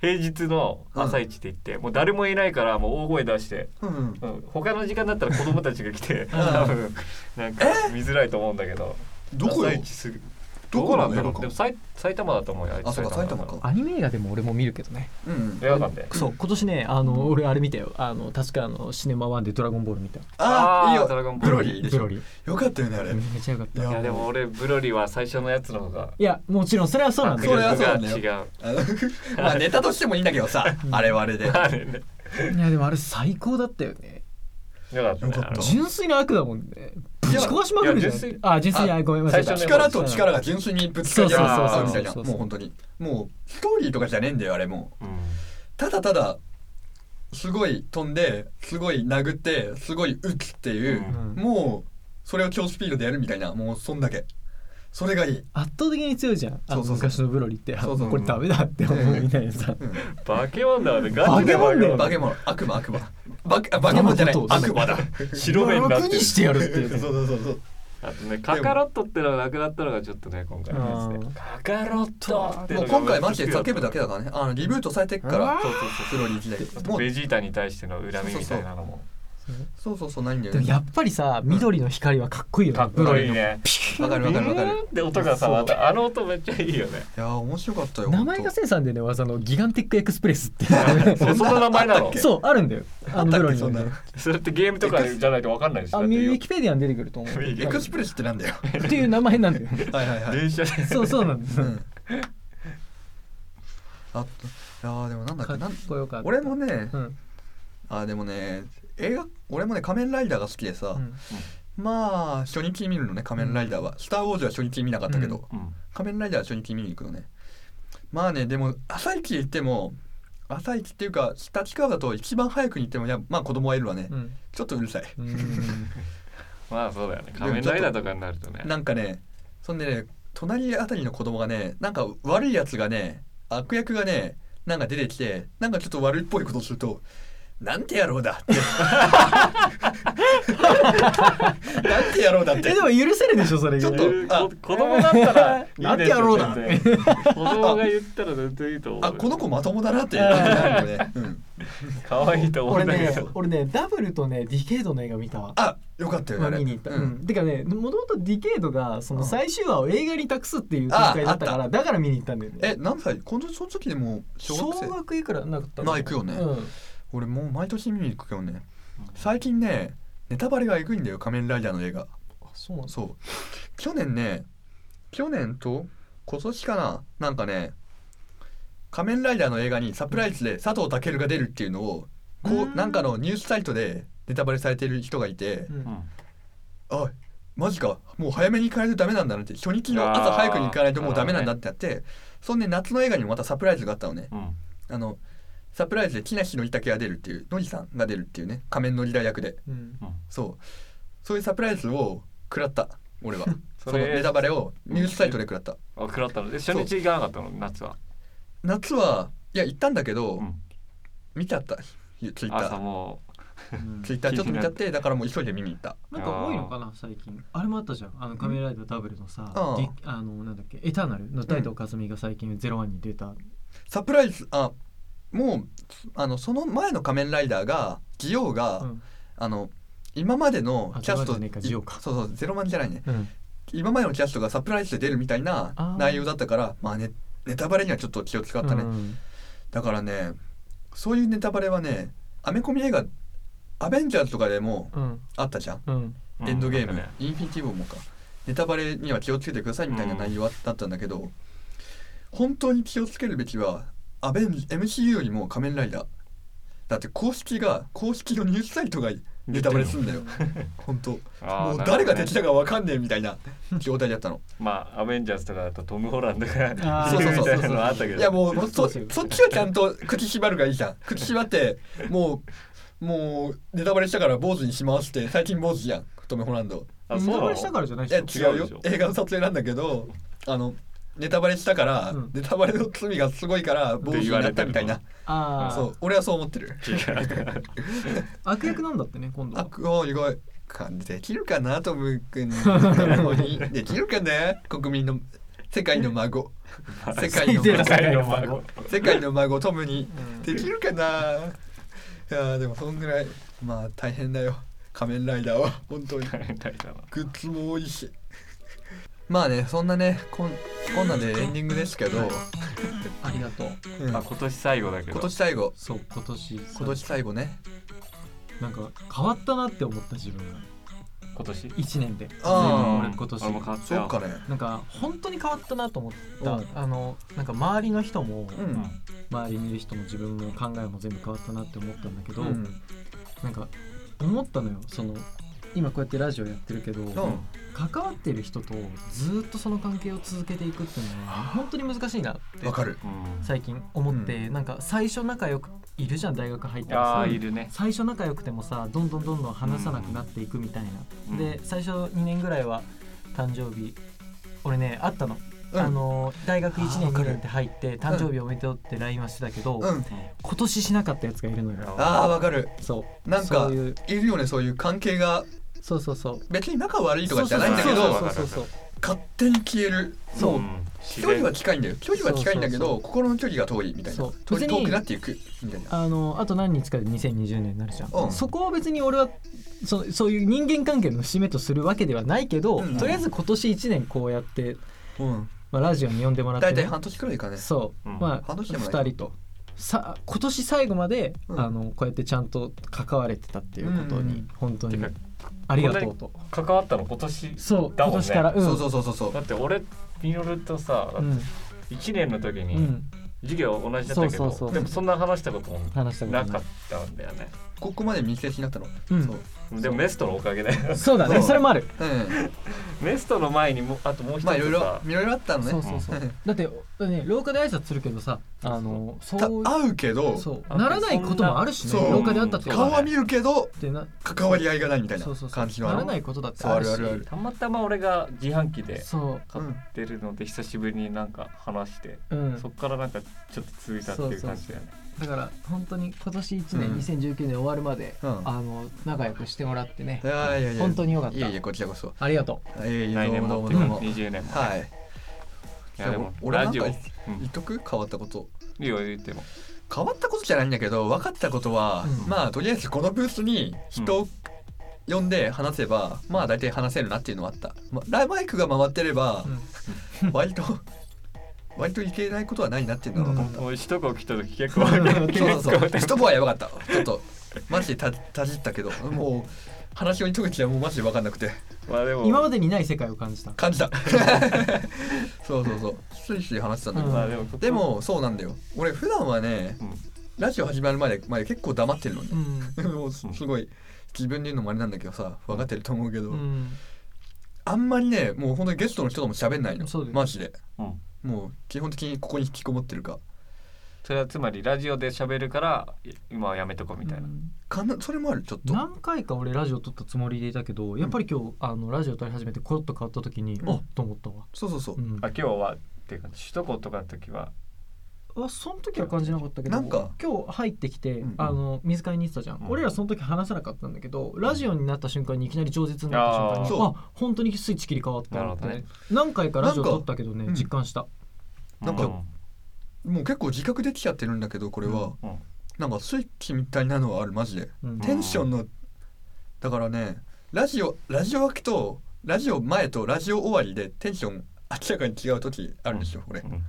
[SPEAKER 2] 平日の朝一で行って、もう誰もいないからもう大声出して、
[SPEAKER 1] うん
[SPEAKER 2] うん、他の時間だったら子供たちが来て多分なんか見づらいと思うんだけど
[SPEAKER 1] どこ
[SPEAKER 2] 朝
[SPEAKER 1] よ
[SPEAKER 2] 一すぐ
[SPEAKER 1] どこな
[SPEAKER 2] なん
[SPEAKER 1] だ
[SPEAKER 2] んだろ
[SPEAKER 1] ろ
[SPEAKER 2] うでもさい埼玉だと思うよいつ
[SPEAKER 1] あそうか埼玉か
[SPEAKER 3] アニメ映画でも俺も見るけどね
[SPEAKER 1] うんうん
[SPEAKER 2] 映画館で
[SPEAKER 3] そう今年ねあの俺あれ見たよあの確かあのシネマワンで「ドラゴンボール」見た
[SPEAKER 1] あ
[SPEAKER 2] あ
[SPEAKER 1] い
[SPEAKER 2] ー
[SPEAKER 1] いよ
[SPEAKER 2] ドラゴンボ
[SPEAKER 1] ブ
[SPEAKER 2] ール
[SPEAKER 1] ロリーでし
[SPEAKER 3] ブ
[SPEAKER 1] ょ
[SPEAKER 3] ロリ
[SPEAKER 1] よかったよねあれ
[SPEAKER 3] ーめちゃよかっ
[SPEAKER 1] い
[SPEAKER 3] た
[SPEAKER 1] や
[SPEAKER 2] いやでも俺ブロリーは最初のやつの方が
[SPEAKER 3] いやもちろんそれはそうなんだけ
[SPEAKER 1] そ
[SPEAKER 3] ど
[SPEAKER 1] れはそ
[SPEAKER 2] 迫
[SPEAKER 1] うなんだ
[SPEAKER 2] 力が
[SPEAKER 1] よ
[SPEAKER 2] 違う
[SPEAKER 1] あの まあネタとしてもいいんだけどさあれはあれで
[SPEAKER 2] あれね
[SPEAKER 3] いやでもあれ最高だったよね
[SPEAKER 2] よかったね
[SPEAKER 1] よかった
[SPEAKER 2] あの
[SPEAKER 3] 純粋な悪だもんねぶち壊しまくるじゃ
[SPEAKER 2] いや純
[SPEAKER 3] ん
[SPEAKER 2] 粋
[SPEAKER 3] あ純粋に
[SPEAKER 1] あ
[SPEAKER 3] あごめんなさい
[SPEAKER 2] 最初
[SPEAKER 1] 力と力が純粋にぶつかり合うみたいな
[SPEAKER 3] そ
[SPEAKER 1] も
[SPEAKER 3] うそうそうそう
[SPEAKER 1] う本当にもうストーリーとかじゃねえんだよあれもう
[SPEAKER 2] うん
[SPEAKER 1] ただただすごい飛んですごい殴ってすごい打つっていう、
[SPEAKER 3] うん
[SPEAKER 1] もうそれを超スピードでやるみたいなもうそんだけそれがいい、
[SPEAKER 3] 圧倒的に強いじゃん
[SPEAKER 1] そう
[SPEAKER 3] あの
[SPEAKER 1] そうそう
[SPEAKER 3] 昔のブロリーってあ
[SPEAKER 1] そうそう
[SPEAKER 3] これダメだって思うみたいなさ
[SPEAKER 1] うん、
[SPEAKER 2] バケモンだわねガチで
[SPEAKER 3] バケモンだよ
[SPEAKER 1] バケモン悪魔悪魔バケあバケモンじゃない
[SPEAKER 3] そうそう そう
[SPEAKER 1] 悪魔だ
[SPEAKER 2] 白目になって
[SPEAKER 3] 楽
[SPEAKER 2] る
[SPEAKER 3] にしてやるって
[SPEAKER 1] そ
[SPEAKER 3] いうう
[SPEAKER 1] そう
[SPEAKER 3] ね
[SPEAKER 1] そうそう
[SPEAKER 2] あとねカカロットってのがなくなったのがちょっとね今回のやつ
[SPEAKER 3] う
[SPEAKER 2] で
[SPEAKER 3] ん
[SPEAKER 2] カカロットって
[SPEAKER 1] もう今回マジで叫ぶだけだからねあのリブートされてっから
[SPEAKER 2] そうそう
[SPEAKER 1] スローリー時代
[SPEAKER 2] そう
[SPEAKER 1] もう
[SPEAKER 2] ベジータに対しての恨みみたいなのも
[SPEAKER 1] そうそうそうないんだよ
[SPEAKER 3] でも
[SPEAKER 1] ね
[SPEAKER 3] やっぱりさ緑の光はかっこいいよね
[SPEAKER 2] かっこいい
[SPEAKER 3] ブロリーの
[SPEAKER 2] ね
[SPEAKER 1] わかるわかるわかる
[SPEAKER 2] ビーンって音がさ
[SPEAKER 3] そう
[SPEAKER 2] またあの音めっちゃいいよね
[SPEAKER 1] いやー面白かったよ
[SPEAKER 3] 名前
[SPEAKER 1] ほん
[SPEAKER 3] が
[SPEAKER 1] と
[SPEAKER 3] せいさんでね技のギガンティックエクスプレスって
[SPEAKER 2] それその名前なの
[SPEAKER 3] そうあるんだよあのブロリー
[SPEAKER 1] そ
[SPEAKER 3] の
[SPEAKER 1] んな
[SPEAKER 3] ね
[SPEAKER 1] の
[SPEAKER 2] それってゲームとかじゃないとわかんないでしょ
[SPEAKER 3] あ
[SPEAKER 2] だ
[SPEAKER 3] ウ
[SPEAKER 2] って
[SPEAKER 3] ィキペディアに出てくると思う
[SPEAKER 1] エクスプレスってなんだよ
[SPEAKER 3] っていう名前なんだよ
[SPEAKER 1] はいはいはい
[SPEAKER 2] 電車で
[SPEAKER 3] そうそうなんです
[SPEAKER 1] うんあといやーでもなんだっ
[SPEAKER 3] か
[SPEAKER 1] け
[SPEAKER 3] っ
[SPEAKER 1] なん
[SPEAKER 3] こよかった
[SPEAKER 1] 俺もね
[SPEAKER 3] うん
[SPEAKER 1] あーでもね映画俺もね仮面ライダーが好きでさ、
[SPEAKER 3] うん
[SPEAKER 1] まあ初日に見るのね仮面ライダーは、スター・ウォーズは初日見なかったけど、
[SPEAKER 3] うん
[SPEAKER 2] うん
[SPEAKER 1] 仮面ライダーは初日見に行くのねまあねでも朝一行っても朝一っていうか立川だと一番早くに行ってもいやまあ子供はいるわね、
[SPEAKER 3] うん
[SPEAKER 1] ちょっとうるさい
[SPEAKER 3] うん
[SPEAKER 2] まあそうだよね仮面ライダーとかになるとね
[SPEAKER 1] なんかねそんでね隣あたりの子供がねなんか悪いやつがね悪役がねなんか出てきてなんかちょっと悪いっぽいことすると「なんて野郎だ」っ て「なんて野郎だ」っ
[SPEAKER 3] え
[SPEAKER 1] て
[SPEAKER 3] でも許せるでしょそれ
[SPEAKER 1] ちょっとあ
[SPEAKER 2] こ子供だったらいいでしょ
[SPEAKER 3] なんてやろうだ
[SPEAKER 2] 全然子供が言ったら全然いいと思う
[SPEAKER 1] あこの子まともだなってなるよね、うん、
[SPEAKER 2] 可愛いと思う
[SPEAKER 3] 俺
[SPEAKER 2] んだけ
[SPEAKER 3] ね
[SPEAKER 2] ど
[SPEAKER 3] 俺ねダブルとねディケイドの映画見たわ
[SPEAKER 1] あよかったよね
[SPEAKER 3] ま
[SPEAKER 1] あ
[SPEAKER 3] あ
[SPEAKER 1] れ
[SPEAKER 3] 見に行った、
[SPEAKER 1] う
[SPEAKER 3] うんんてかねもともとディケイドがその
[SPEAKER 1] うん
[SPEAKER 3] 最終話を映画に託すっていう展開だったか
[SPEAKER 1] ああ
[SPEAKER 3] らだから見に行ったんだよね
[SPEAKER 1] え何歳このその時でもう小
[SPEAKER 3] 小
[SPEAKER 1] 学生
[SPEAKER 3] 学いくらなかったの
[SPEAKER 1] まあ行くよね
[SPEAKER 3] うん
[SPEAKER 1] 俺もう毎年見に行くけどね最近ねネタバレがえぐいんだよ仮面ライダーの映画
[SPEAKER 3] あそうなんだ
[SPEAKER 1] そう去年ね去年と今年かななんかね仮面ライダーの映画にサプライズで佐藤健が出るっていうのをこ
[SPEAKER 3] う
[SPEAKER 1] うんなんかのニュースサイトでネタバレされてる人がいて
[SPEAKER 3] うん
[SPEAKER 2] うん
[SPEAKER 1] あマジかもう早めに行かないとダメなんだなって初日の朝早くに行かないともうダメなんだってなってそんで夏の映画にもまたサプライズがあったのね
[SPEAKER 2] うん
[SPEAKER 1] あのサプライズで木梨憲武が出るっていうのりさんが出るっていうね仮面のリラ役で
[SPEAKER 3] うん
[SPEAKER 1] そうそういうサプライズを食らった俺 はそ
[SPEAKER 2] そ
[SPEAKER 1] の
[SPEAKER 2] れ
[SPEAKER 1] ネタバレをニュースサイトで食らった
[SPEAKER 2] あ食らったので初日行かなかったの夏は、
[SPEAKER 1] 夏はいや行ったんだけど、
[SPEAKER 2] うん、
[SPEAKER 1] 見ちゃったゆツイッタ
[SPEAKER 2] 朝
[SPEAKER 1] ー
[SPEAKER 2] も
[SPEAKER 1] ツイッターちょっと見ちゃってだからもう急いで見に行った
[SPEAKER 3] なんか多いのかな最近あれもあったじゃんあの仮面ライダーダブルのさ
[SPEAKER 1] ああ
[SPEAKER 3] ディあのなんだっけエターナルの大東和美が最近ゼロワンに出た
[SPEAKER 1] サプライズあもうあのその前の仮面ライダーがギオウが、
[SPEAKER 3] うん
[SPEAKER 1] あの今までのキャスト
[SPEAKER 3] あゼロマンじゃねえかジオウか
[SPEAKER 1] そうそうゼロマンじゃないね
[SPEAKER 3] うん
[SPEAKER 1] 今までのキャストがサプライズで出るみたいな
[SPEAKER 3] あー
[SPEAKER 1] 内容だったからまあねネタバレにはちょっと気を使ったね、
[SPEAKER 3] うん
[SPEAKER 1] だからねそういうネタバレはねアメコミ映画アベンジャーズとかでも
[SPEAKER 3] うん
[SPEAKER 1] あったじゃん、
[SPEAKER 3] うん
[SPEAKER 2] うん
[SPEAKER 1] エンドゲーム、
[SPEAKER 2] なんかね
[SPEAKER 1] インフィニティウォーもかネタバレには気をつけてくださいみたいな内容だったんだけど、本当に気をつけるべきはアベン MCU よりも仮面ライダーだって公式が公式のニュースサイトがネタバレするんだよ本当
[SPEAKER 2] あー
[SPEAKER 1] もう
[SPEAKER 2] なるほどね
[SPEAKER 1] 誰が敵だかわかんねえみたいな状態だったの
[SPEAKER 2] まあアベンジャーズとかだとトム・ホランドが
[SPEAKER 3] あ
[SPEAKER 1] ー
[SPEAKER 2] いるみたいなのあった けど
[SPEAKER 1] いやもうもうそ
[SPEAKER 3] そうです
[SPEAKER 1] そっちはちゃんと口縛るがいいじゃん口縛ってもうもうネタバレしたから坊主にしますって最近坊主じゃんトム・ホランド
[SPEAKER 2] あ
[SPEAKER 3] ネ
[SPEAKER 2] そう
[SPEAKER 3] タ
[SPEAKER 2] な
[SPEAKER 3] バ
[SPEAKER 2] の
[SPEAKER 3] レしたからじゃない
[SPEAKER 1] いや
[SPEAKER 3] でしょ
[SPEAKER 1] 違う
[SPEAKER 2] 違うでし
[SPEAKER 1] よ
[SPEAKER 2] ょ
[SPEAKER 1] 映画の撮影なんだけどあのネタバレしたから、
[SPEAKER 3] うん
[SPEAKER 1] ネタバレの罪がすごいから坊主になったみたいな
[SPEAKER 2] って
[SPEAKER 3] ああ
[SPEAKER 1] そう俺はそう思ってる
[SPEAKER 2] 違う
[SPEAKER 3] 悪役なんだってね今度
[SPEAKER 1] あ
[SPEAKER 3] は
[SPEAKER 1] お意外感じできるかなトム君のにできるかね国民の世界の孫 世界の
[SPEAKER 2] 世
[SPEAKER 1] 孫
[SPEAKER 2] 界の孫
[SPEAKER 1] 世界の孫トムに
[SPEAKER 3] うん
[SPEAKER 1] できるかないやーでもそんぐらいまあ大変だよ仮面ライダーは本当にグッズも多いしまあねそんなねこんこんなんでエンディングですけど、
[SPEAKER 3] ありがとう
[SPEAKER 1] うん
[SPEAKER 2] あ今年最後だけど
[SPEAKER 1] 今年最後
[SPEAKER 3] そう今年
[SPEAKER 1] 今年最後ね
[SPEAKER 3] なんか変わったなって思った自分が
[SPEAKER 2] 今年
[SPEAKER 3] 1年で
[SPEAKER 1] あ
[SPEAKER 3] 俺今年
[SPEAKER 2] 俺も変わった
[SPEAKER 1] そ
[SPEAKER 2] よ
[SPEAKER 1] うかね
[SPEAKER 3] なんか本当に変わったなと思った、
[SPEAKER 1] うん
[SPEAKER 3] あのなんか周りの人
[SPEAKER 1] う
[SPEAKER 3] も、
[SPEAKER 2] うん
[SPEAKER 1] ん
[SPEAKER 3] 周りにいる人も自分の考えも全部変わったなって思ったんだけど、
[SPEAKER 1] うん
[SPEAKER 3] なんか思ったのよその今こうやってラジオやってるけど、
[SPEAKER 1] うん
[SPEAKER 3] 関わってる人とずーっとその関係を続けていくっていうのは本当に難しいなって
[SPEAKER 1] わかる
[SPEAKER 2] うん
[SPEAKER 3] 最近思って、なんか最初仲良くいるじゃん大学入ったら
[SPEAKER 2] あ
[SPEAKER 3] さ
[SPEAKER 2] あいるね
[SPEAKER 3] 最初仲良くてもさどんどんどんどん話さなくなっていくみたいな、
[SPEAKER 2] うん
[SPEAKER 3] で最初2年ぐらいは誕生日俺ねあったの、
[SPEAKER 1] うん
[SPEAKER 3] あの大学1
[SPEAKER 1] あーわ
[SPEAKER 3] 年
[SPEAKER 1] かる
[SPEAKER 3] 2年って入って誕生日おめでとうって LINE はしてたけ
[SPEAKER 1] う
[SPEAKER 3] ど、
[SPEAKER 1] ん
[SPEAKER 3] 今年しなかったやつがいるのよ
[SPEAKER 1] ああわかる
[SPEAKER 3] そう
[SPEAKER 1] なんか
[SPEAKER 3] そういう
[SPEAKER 1] いるよねそういう関係が
[SPEAKER 3] そうそうそう
[SPEAKER 1] 別に仲悪いとかじゃないんだけ
[SPEAKER 3] そう
[SPEAKER 1] ど
[SPEAKER 3] そうそうそう
[SPEAKER 1] 勝手に消える
[SPEAKER 3] そう
[SPEAKER 1] 距離は近いんだよ距離は近いんだけ
[SPEAKER 3] そう
[SPEAKER 1] ど心の距離が遠いみたいな
[SPEAKER 3] そう
[SPEAKER 1] 遠い
[SPEAKER 3] 別に
[SPEAKER 1] 遠くなっていくみたいな
[SPEAKER 3] あのあと何日かで2020年になるじゃん、
[SPEAKER 1] うん
[SPEAKER 3] そこを別に俺はそそういう人間関係の節目とするわけではないけど、
[SPEAKER 1] うん
[SPEAKER 3] とりあえず今年1年こうやって、
[SPEAKER 1] うん
[SPEAKER 3] まあ、ラジオに呼んでもらって、
[SPEAKER 1] 大
[SPEAKER 3] ね、
[SPEAKER 1] 体半年くらいかね
[SPEAKER 3] そう、
[SPEAKER 2] うん
[SPEAKER 3] まあ
[SPEAKER 1] 半年でもない
[SPEAKER 3] 2人とさ今年最後まで、
[SPEAKER 1] うん
[SPEAKER 3] あのこうやってちゃんと関われてたっていうこと
[SPEAKER 1] うんうん
[SPEAKER 3] に本当
[SPEAKER 2] て
[SPEAKER 3] に
[SPEAKER 2] か
[SPEAKER 3] ありがとうと
[SPEAKER 2] 関わったの今年
[SPEAKER 3] そう
[SPEAKER 2] だ
[SPEAKER 3] 今
[SPEAKER 2] もんね
[SPEAKER 3] 年からうん
[SPEAKER 1] そうそうそうそうそう
[SPEAKER 2] だって俺ミノルとさ
[SPEAKER 3] うん
[SPEAKER 2] 1年の時
[SPEAKER 3] う
[SPEAKER 2] に
[SPEAKER 3] ん
[SPEAKER 2] 授業同じだったけ
[SPEAKER 3] そうそうそ
[SPEAKER 2] ど
[SPEAKER 3] う
[SPEAKER 2] でもそんな話したことも
[SPEAKER 3] 話したこと
[SPEAKER 2] な
[SPEAKER 3] な
[SPEAKER 2] か
[SPEAKER 3] い
[SPEAKER 2] ったんだよね
[SPEAKER 1] ここまで密接になったの、
[SPEAKER 3] うん
[SPEAKER 1] そう、
[SPEAKER 2] でもメストのおかげだよ
[SPEAKER 3] そうだね
[SPEAKER 1] そう
[SPEAKER 3] それもある
[SPEAKER 1] うん、
[SPEAKER 2] メストの前にもあともう一つさ、
[SPEAKER 1] まあいろいろいろいろあったのね
[SPEAKER 3] そうそうそうだってね廊下で挨拶するけどさあの
[SPEAKER 1] た
[SPEAKER 3] そう
[SPEAKER 1] 会うけど
[SPEAKER 3] そうならないこともあるし
[SPEAKER 1] そ
[SPEAKER 3] ね
[SPEAKER 1] う
[SPEAKER 3] 廊下で会ったってこと
[SPEAKER 1] 顔
[SPEAKER 3] は
[SPEAKER 1] は
[SPEAKER 3] ね
[SPEAKER 1] 見るけど
[SPEAKER 3] ってな
[SPEAKER 1] 関わり合いがないみたいな
[SPEAKER 3] そうそうそう
[SPEAKER 1] 感じの
[SPEAKER 3] な
[SPEAKER 1] あ
[SPEAKER 3] ら
[SPEAKER 1] る
[SPEAKER 3] ないことだってあるし
[SPEAKER 1] そうあるある
[SPEAKER 2] たまたま俺が自販機で
[SPEAKER 3] そ
[SPEAKER 2] 買ってるので久しぶりになんか話して、
[SPEAKER 3] う、うん、
[SPEAKER 2] そっからなんかちょっと続いたっていう感じだよね
[SPEAKER 3] だから本当に今年1
[SPEAKER 1] うん
[SPEAKER 3] 年2019年終わるまで、
[SPEAKER 1] うん
[SPEAKER 3] あの仲良くしてもらってね
[SPEAKER 1] いやいやいや
[SPEAKER 3] 本当によかった
[SPEAKER 1] いやいやこちらこそ
[SPEAKER 3] ありがと
[SPEAKER 1] いやいや
[SPEAKER 2] 来
[SPEAKER 1] どう
[SPEAKER 2] 年
[SPEAKER 1] もどう
[SPEAKER 2] も
[SPEAKER 1] も
[SPEAKER 2] って
[SPEAKER 1] ど
[SPEAKER 2] いうか
[SPEAKER 1] も
[SPEAKER 2] 20年も、
[SPEAKER 1] はい
[SPEAKER 2] いやでも
[SPEAKER 1] 俺
[SPEAKER 2] ラ
[SPEAKER 1] なん
[SPEAKER 2] ジ
[SPEAKER 1] か
[SPEAKER 2] オ、う
[SPEAKER 1] 言
[SPEAKER 2] ん
[SPEAKER 1] っ、とく変わったこと
[SPEAKER 2] いいよ言っても
[SPEAKER 1] 変わったことじゃないんだけど分かったことは、
[SPEAKER 3] うん
[SPEAKER 1] まあとりあえずこのブースに人を呼んで話せば、まあ大体話せるなっていうのはあった、まあ、ライマイクが回ってれば
[SPEAKER 3] う、うん
[SPEAKER 1] 割と割といけないことはないなっていうのは分かった、
[SPEAKER 2] もう一言来た時結構結構
[SPEAKER 1] そうそうそう一部はやばかったちょっとマジでたたじったけどもう話の糸口はもうマジで分かんなくて
[SPEAKER 2] まあでも
[SPEAKER 3] 今までにない世界を感じた
[SPEAKER 1] 感じたそうそうそうスイスイ話してたんだけど、
[SPEAKER 2] まあでもここ
[SPEAKER 1] でもそうなんだよ俺普段はね
[SPEAKER 2] うん
[SPEAKER 1] ラジオ始まるまでまで結構黙ってるのね
[SPEAKER 3] う
[SPEAKER 1] で
[SPEAKER 3] ん、
[SPEAKER 1] もすすごい自分で言うのもあれなんだけどさ分かってると思うけど、
[SPEAKER 3] うん、
[SPEAKER 1] あんまりねもう本当にゲストの人とも喋んないの
[SPEAKER 3] そうだよ
[SPEAKER 1] マジで
[SPEAKER 2] うん
[SPEAKER 1] もう基本的にここに引きこもってるか
[SPEAKER 2] それはつまりラジオで喋るからい今はやめとこうみたいな、
[SPEAKER 1] かなそれもあるちょっと
[SPEAKER 3] 何回か俺ラジオ撮ったつもりでいたけどやっぱり今日あのラジオ撮り始めてコロッと変わった時に、
[SPEAKER 1] うん
[SPEAKER 3] あっと思ったわ、
[SPEAKER 1] そうそうそう、
[SPEAKER 3] うん
[SPEAKER 2] あ今日はっていうか首都高とかの時は
[SPEAKER 3] あその時は感じなかったけど
[SPEAKER 1] なんか
[SPEAKER 3] 今日入ってきて、
[SPEAKER 1] うん
[SPEAKER 3] あの水買いに行ってたじゃん、
[SPEAKER 2] うん
[SPEAKER 3] 俺らその時話さなかったんだけどラジオになった瞬間にいきなり饒舌になった瞬間
[SPEAKER 1] あー
[SPEAKER 3] にあ本当にスイッチ切り替わった
[SPEAKER 2] なる
[SPEAKER 3] な
[SPEAKER 2] ほ
[SPEAKER 3] って、
[SPEAKER 2] どね
[SPEAKER 3] 何回かラジオ撮ったけどね
[SPEAKER 1] なんか
[SPEAKER 3] 実感した、
[SPEAKER 1] なんか
[SPEAKER 2] う
[SPEAKER 1] もう結構自覚できちゃってるんだけどこれは、
[SPEAKER 2] うんうん
[SPEAKER 1] なんかスイッチみたいなのはあるマジで
[SPEAKER 3] うん
[SPEAKER 1] テンションのだからねラジオラジオ明けとラジオ前とラジオ終わりでテンション明らかに違う時あるでしょ、これ
[SPEAKER 2] うん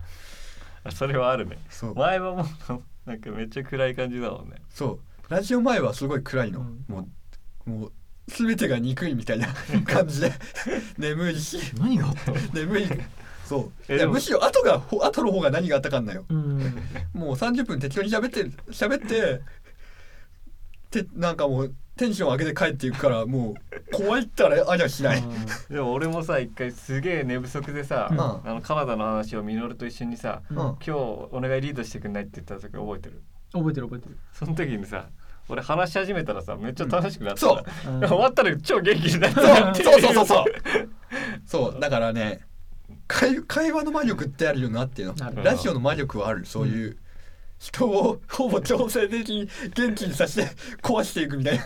[SPEAKER 2] あそれはあるね
[SPEAKER 1] そう
[SPEAKER 2] 前はもうなんかめっちゃ暗い感じだもんね
[SPEAKER 1] そうラジオ前はすごい暗いの、
[SPEAKER 3] うん
[SPEAKER 1] もうもう全てが憎いみたいな感じで眠いし
[SPEAKER 3] 何があった
[SPEAKER 1] 眠いそう
[SPEAKER 2] え
[SPEAKER 1] い
[SPEAKER 2] で
[SPEAKER 1] や
[SPEAKER 2] も
[SPEAKER 1] むしろ後がほ後の方が 何があったかんなよ
[SPEAKER 3] うん
[SPEAKER 1] もう30分適当に喋って喋っててなんかもうテンション上げて帰っていくからもう怖いったらありゃしない、
[SPEAKER 2] でも俺もさ一回すげえ寝不足でさ、
[SPEAKER 3] うん
[SPEAKER 2] あのカナダの話をミノルと一緒にさ
[SPEAKER 3] う
[SPEAKER 1] うんん
[SPEAKER 2] 「今日お願いリードしてくんない?」って言った時覚えてる
[SPEAKER 3] 覚えてる覚えてる
[SPEAKER 2] その時にさ俺話し始めたらさめっちゃ楽しくなった、
[SPEAKER 1] そう
[SPEAKER 3] うん
[SPEAKER 2] 終わったら超元気になっ
[SPEAKER 1] そ
[SPEAKER 2] た
[SPEAKER 1] うそうそうそうそうそうだからね会会話の魔力ってあるよなっていう
[SPEAKER 3] なる
[SPEAKER 1] の
[SPEAKER 3] ほ
[SPEAKER 2] ど
[SPEAKER 1] ラジオの魔力はあるそういう、人をほぼ調整的に元気にさせて壊していくみたいな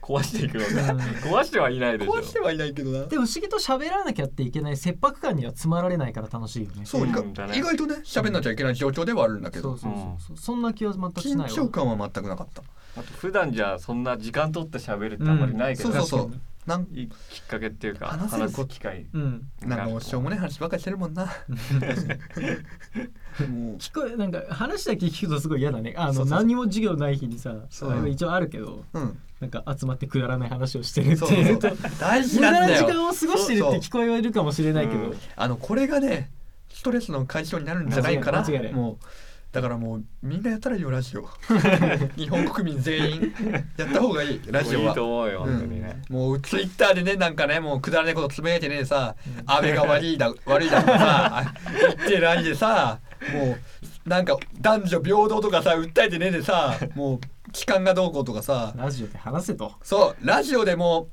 [SPEAKER 2] 壊していくのね
[SPEAKER 3] うん
[SPEAKER 2] 壊してはいないでしょ
[SPEAKER 1] 壊してはいないけどな
[SPEAKER 3] でも不思議と喋らなきゃっていけない切迫感にはつまられないから楽しいよね
[SPEAKER 1] そう、意
[SPEAKER 2] うんだ
[SPEAKER 1] 外
[SPEAKER 2] ね
[SPEAKER 1] 意外とね喋んなきゃいけない状況ではあるんだけ
[SPEAKER 3] そ
[SPEAKER 1] ど
[SPEAKER 3] うそうそう、そんな気は全くし
[SPEAKER 1] 緊
[SPEAKER 3] ないわ
[SPEAKER 1] 張感は全くなかった
[SPEAKER 2] あと普段じゃそんな時間取って喋るってあんまりないけど、
[SPEAKER 1] そうそうそ
[SPEAKER 3] 確
[SPEAKER 1] うなん
[SPEAKER 2] いいきっかけっていうか
[SPEAKER 1] 話せる
[SPEAKER 2] 話す機会
[SPEAKER 3] うん
[SPEAKER 1] なんかもうしょうもない話ばっかりしてるもんなもう
[SPEAKER 3] 聞こえなんか話だけ聞くとすごい嫌だねあ
[SPEAKER 1] そ
[SPEAKER 3] の
[SPEAKER 1] うそうそう
[SPEAKER 3] 何も授業ない日にさ
[SPEAKER 1] そう
[SPEAKER 3] あの一応あるけど
[SPEAKER 1] うん
[SPEAKER 3] なんか集まってくだらない話をしてるって
[SPEAKER 1] そうそ
[SPEAKER 3] いううと
[SPEAKER 1] 大事
[SPEAKER 3] 無
[SPEAKER 1] な
[SPEAKER 3] 駄
[SPEAKER 1] ん
[SPEAKER 3] な
[SPEAKER 1] だ
[SPEAKER 3] 時
[SPEAKER 1] よ
[SPEAKER 3] 間を過ごしてるって聞こえはいるかもしれないけ
[SPEAKER 2] そうそ
[SPEAKER 3] ど
[SPEAKER 2] う
[SPEAKER 1] あのこれがねストレスの解消になるんじゃないかな
[SPEAKER 3] 間違いない
[SPEAKER 1] もうだからもうみんなやったらいいよラジオ日本国民全員やった方がいいラジオ
[SPEAKER 2] いい
[SPEAKER 1] は
[SPEAKER 2] と思うよ、
[SPEAKER 1] うん
[SPEAKER 2] 本当にね
[SPEAKER 1] もうツイッターでねなんかねもうくだらないことつぶやいてねさ
[SPEAKER 3] うん
[SPEAKER 1] 安倍が悪いだ悪いだとかさ言ってないでさもうなんか男女平等とかさ訴えてねでさもう期間がどうこうとかさ
[SPEAKER 3] ラジオで話せと
[SPEAKER 1] そうラジオでも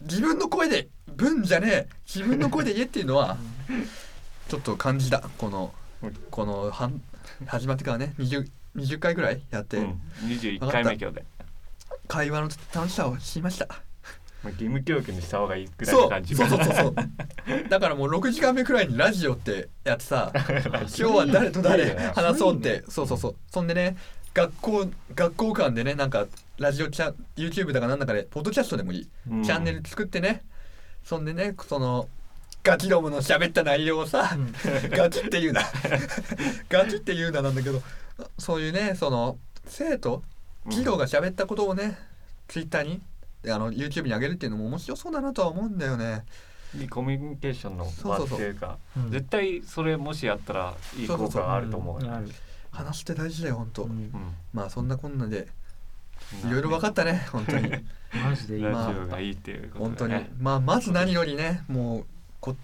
[SPEAKER 1] 自分の声で文じゃねえ自分の声で言えっていうのはちょっと感じたこのこの半始まってからね 20, 20回ぐらいやって、
[SPEAKER 2] うん、21回目今日で、
[SPEAKER 1] 会話の楽しさを知りました
[SPEAKER 2] まあ、義務教育にした方がいいくらい
[SPEAKER 1] そ
[SPEAKER 2] の
[SPEAKER 1] う
[SPEAKER 2] 感じ
[SPEAKER 1] そう そうそう
[SPEAKER 2] う
[SPEAKER 1] そうだからもう6時間目くらいにラジオってやってさ今日は誰と
[SPEAKER 2] いい
[SPEAKER 1] 誰
[SPEAKER 2] ね
[SPEAKER 1] 話そうっ
[SPEAKER 3] いい
[SPEAKER 1] てそうそうそうそんでね学校学校間でねなんかラジオチャン YouTube だかなんだかでポッドキャストでもいい、
[SPEAKER 2] うん
[SPEAKER 1] チャンネル作ってねそんでねそのガチどもの喋った内容をさ、
[SPEAKER 3] うん
[SPEAKER 1] ガチって言うな ガチって言うななんだけどそういうねその生徒企業が喋ったことをね、Twitter にあの YouTube に上げるっていうのも面白そうだなとは思うんだよね。
[SPEAKER 2] いいコミュニケーションの場っていうか
[SPEAKER 3] うん
[SPEAKER 2] 絶対それもしやったらいい効果があると思うよ
[SPEAKER 3] んある
[SPEAKER 1] 話って大事だよ本当、
[SPEAKER 3] うん
[SPEAKER 2] うん
[SPEAKER 1] まあそんなこんなでいろいろ分かったね本当に
[SPEAKER 3] マジでいい
[SPEAKER 1] まあ
[SPEAKER 2] ラジオがいいっていうこ
[SPEAKER 1] 本
[SPEAKER 2] と
[SPEAKER 1] 当
[SPEAKER 2] で
[SPEAKER 1] に
[SPEAKER 2] ね
[SPEAKER 1] まあまず何よりねもうこ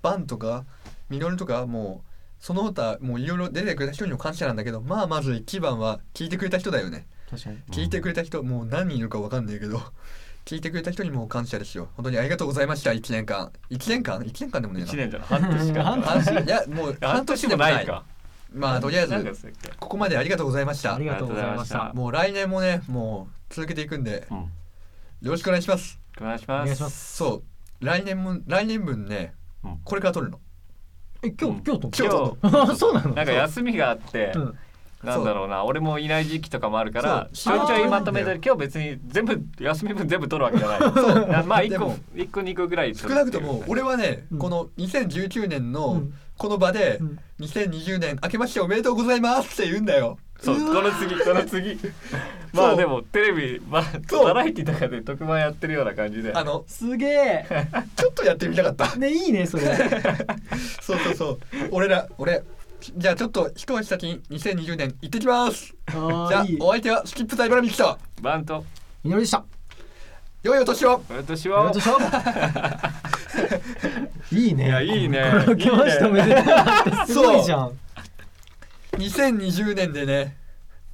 [SPEAKER 1] バンとかミノルとかもうその他もういろいろ出てくれた人にも感謝なんだけどまあまず一番は聞いてくれた人だよね
[SPEAKER 3] 確かに
[SPEAKER 1] 聞いてくれた人もう何人いるか分かんないけど聞いてくれた人にも感謝ですよ本当にありがとうございました1年間1年間1年間でもねえな
[SPEAKER 2] 一年じゃない半年か
[SPEAKER 3] 半
[SPEAKER 1] 半年いやもう
[SPEAKER 2] 半
[SPEAKER 1] 半年
[SPEAKER 2] 年も
[SPEAKER 1] でも
[SPEAKER 2] な
[SPEAKER 1] ないい
[SPEAKER 2] か
[SPEAKER 1] まあとりあえ
[SPEAKER 2] 何で
[SPEAKER 1] ず
[SPEAKER 2] したっけ
[SPEAKER 1] ここまでありがとうございまし
[SPEAKER 3] あ
[SPEAKER 1] た
[SPEAKER 3] りがとうございました
[SPEAKER 1] もう来年もねもう続けていくんで
[SPEAKER 2] うん
[SPEAKER 1] よろしくお願いします
[SPEAKER 2] お願いし
[SPEAKER 3] お願
[SPEAKER 2] ま
[SPEAKER 3] いしますす
[SPEAKER 1] そう来年も来年分ね、
[SPEAKER 2] うん
[SPEAKER 1] これから撮るの
[SPEAKER 3] え今日今日と
[SPEAKER 1] 今日
[SPEAKER 3] あ そうなの
[SPEAKER 2] なんか休みがあって
[SPEAKER 3] うん
[SPEAKER 2] なんだろうな俺もいない時期とかもあるからち
[SPEAKER 1] そう
[SPEAKER 2] ょいちょい
[SPEAKER 3] あー
[SPEAKER 2] まとめたり今日別に全部休み分全部取るわけ じゃないなまあ1
[SPEAKER 1] で
[SPEAKER 2] 個
[SPEAKER 1] も
[SPEAKER 2] 一個2個ぐらい取
[SPEAKER 1] 少
[SPEAKER 2] る
[SPEAKER 1] なくとも俺はね、
[SPEAKER 3] うん
[SPEAKER 1] この2019年
[SPEAKER 3] う
[SPEAKER 1] の
[SPEAKER 3] ん
[SPEAKER 1] この場で
[SPEAKER 3] うん
[SPEAKER 1] 2020年明けましておめでとうございますって言うんだよ
[SPEAKER 2] そう
[SPEAKER 3] う
[SPEAKER 2] こ
[SPEAKER 3] わ
[SPEAKER 2] の次こ の次まあでもテレビまあ
[SPEAKER 1] そう
[SPEAKER 2] バラエティとかで特番やってるような感じで
[SPEAKER 1] あの
[SPEAKER 3] すげ え
[SPEAKER 1] ちょっとやってみたかった
[SPEAKER 3] ねいいねそれ
[SPEAKER 1] そうそうそう俺ら俺じゃあちょっと一足先に2020年行ってきます
[SPEAKER 3] あ
[SPEAKER 1] じゃ
[SPEAKER 3] あ
[SPEAKER 1] あ
[SPEAKER 3] いい
[SPEAKER 1] お相手はスキップサイバラミキと
[SPEAKER 2] バント
[SPEAKER 3] みのりでした
[SPEAKER 1] 良いお年を
[SPEAKER 2] 私
[SPEAKER 3] あり
[SPEAKER 2] は
[SPEAKER 3] がとうございました いいね
[SPEAKER 2] いやいいね
[SPEAKER 3] これ明けましておめでとうってすごいじゃん
[SPEAKER 1] 2020年でね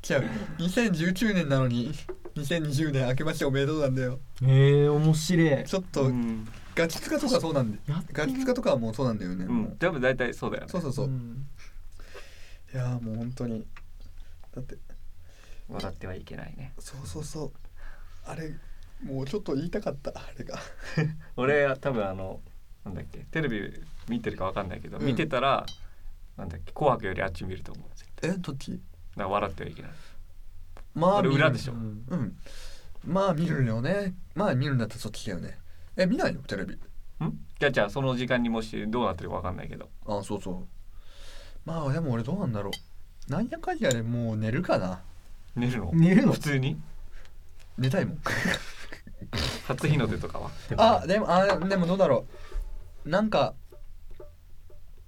[SPEAKER 1] 違う2019年なのに2020年明けましておめでとうなんだよ
[SPEAKER 3] ええ面白い
[SPEAKER 1] ちょっ
[SPEAKER 2] う
[SPEAKER 1] と
[SPEAKER 2] ん
[SPEAKER 1] ガキツカとかそうなんで
[SPEAKER 3] やってる
[SPEAKER 1] ガキツカとかはもうそうなんだよね、
[SPEAKER 2] う
[SPEAKER 1] も
[SPEAKER 2] ん
[SPEAKER 1] う
[SPEAKER 2] 多分大体そうだよね
[SPEAKER 1] そうそうそう、
[SPEAKER 3] うん
[SPEAKER 1] いやーもう本当にだって
[SPEAKER 2] 笑ってはいけないね
[SPEAKER 1] そうそうそうあれもうちょっと言いたかったあれが
[SPEAKER 2] 俺は多分あのなんだっけテレビ見てるかわかんないけど、
[SPEAKER 1] うん
[SPEAKER 2] 見てたらなんだっけ紅白よりあっち見ると思う絶対
[SPEAKER 1] えどっち
[SPEAKER 2] だから笑ってはいけない
[SPEAKER 1] ま
[SPEAKER 2] 俺裏で
[SPEAKER 1] ょ
[SPEAKER 2] しょ、
[SPEAKER 3] うん
[SPEAKER 1] うんまあ見るよねまあ見るんだったらそっちだよねえ見ないのテレビ
[SPEAKER 2] んじゃあじゃあその時間にもしどうなってるかわかんないけど
[SPEAKER 1] あそうそうまあでも俺どうなんだろうなんやかんやでもう寝るかな
[SPEAKER 2] 寝るの
[SPEAKER 3] 寝るの
[SPEAKER 2] 普通に
[SPEAKER 1] 寝たいもん
[SPEAKER 2] 初日の出とかは
[SPEAKER 1] あでもあでもどうだろうなんか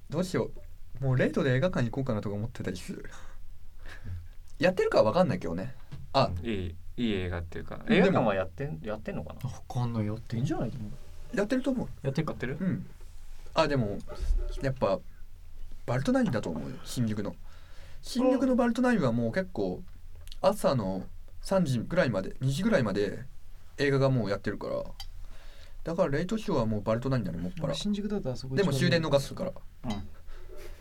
[SPEAKER 1] どうしようもうレイトで映画館行こうかなとか思ってたりするやってるかは分かんないけどねあ
[SPEAKER 2] いいいい映画っていうか
[SPEAKER 1] で
[SPEAKER 2] 映
[SPEAKER 1] も
[SPEAKER 2] 画館はやってんやってんのかな
[SPEAKER 3] わかんないやってんじゃないと思う
[SPEAKER 1] やってると思う
[SPEAKER 3] やって
[SPEAKER 2] や
[SPEAKER 3] るか
[SPEAKER 2] ってる
[SPEAKER 1] うんあでもやっぱバルトナインだと思うよ新宿の新宿のバルトナインはもう結構朝の3時ぐらいまで2時ぐらいまで映画がもうやってるからだからレイトショーはもうバルトナインだねもっぱら
[SPEAKER 3] 新宿だったらそこ
[SPEAKER 1] でも終電逃すから
[SPEAKER 2] う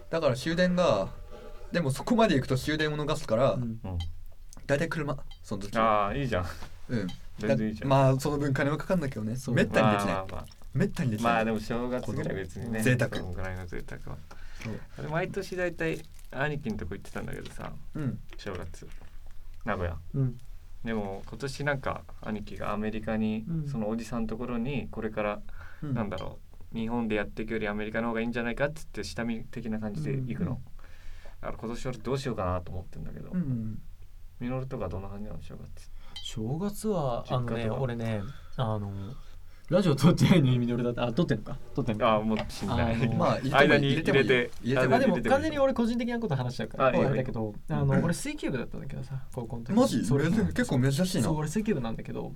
[SPEAKER 1] だから終電がでもそこまで行くと終電を逃すから、
[SPEAKER 3] うん
[SPEAKER 2] ん、うん、
[SPEAKER 1] 大体車その時は
[SPEAKER 2] ああいいじゃん
[SPEAKER 1] うん
[SPEAKER 2] 全然いいじゃん
[SPEAKER 1] だまあその分金はかかんだけどね
[SPEAKER 3] そう
[SPEAKER 1] めったにでき
[SPEAKER 2] ま
[SPEAKER 1] ない
[SPEAKER 2] あまあまあ
[SPEAKER 1] めったにでき
[SPEAKER 2] ま
[SPEAKER 1] な
[SPEAKER 2] あ
[SPEAKER 1] い、
[SPEAKER 2] でも正月ぐらい別にね
[SPEAKER 1] 贅沢
[SPEAKER 2] そのぐらいの贅沢は
[SPEAKER 1] そう
[SPEAKER 2] 俺毎年大体兄貴のとこ行ってたんだけどさ
[SPEAKER 1] うん
[SPEAKER 2] 正月名古屋
[SPEAKER 3] うん
[SPEAKER 2] でも今年なんか兄貴がアメリカに、
[SPEAKER 3] うん
[SPEAKER 2] そのおじさんのところにこれから
[SPEAKER 1] うん
[SPEAKER 2] なんだろう、日本でやっていくよりアメリカの方がいいんじゃないかっつって下見的な感じで行くの、
[SPEAKER 3] うん
[SPEAKER 2] だから今年俺どうしようかなと思ってんだけど、
[SPEAKER 1] うんうん
[SPEAKER 2] ミノルとかどんな感じなの正月
[SPEAKER 3] 正月はあの
[SPEAKER 2] 実家
[SPEAKER 3] ね
[SPEAKER 2] とか
[SPEAKER 3] 俺ねあのラジオ撮ってないのにミノルだったあ撮ってんのか撮ってんのか
[SPEAKER 2] ああもう死んだ
[SPEAKER 3] あの
[SPEAKER 2] ね
[SPEAKER 1] まあ入れても
[SPEAKER 2] 間に入れてもいい
[SPEAKER 1] 入れてもいい
[SPEAKER 2] あ
[SPEAKER 3] まあでも
[SPEAKER 2] 入れてもいい
[SPEAKER 3] 完全に俺個人的なこと話しちゃうから
[SPEAKER 2] あいいよ
[SPEAKER 3] あれだけどあ
[SPEAKER 1] う
[SPEAKER 3] の
[SPEAKER 1] ん
[SPEAKER 3] 俺水球部だったんだけどさ高校の時
[SPEAKER 1] マジ
[SPEAKER 3] それ
[SPEAKER 1] 珍結構珍しいな
[SPEAKER 3] そう俺水球部なんだけど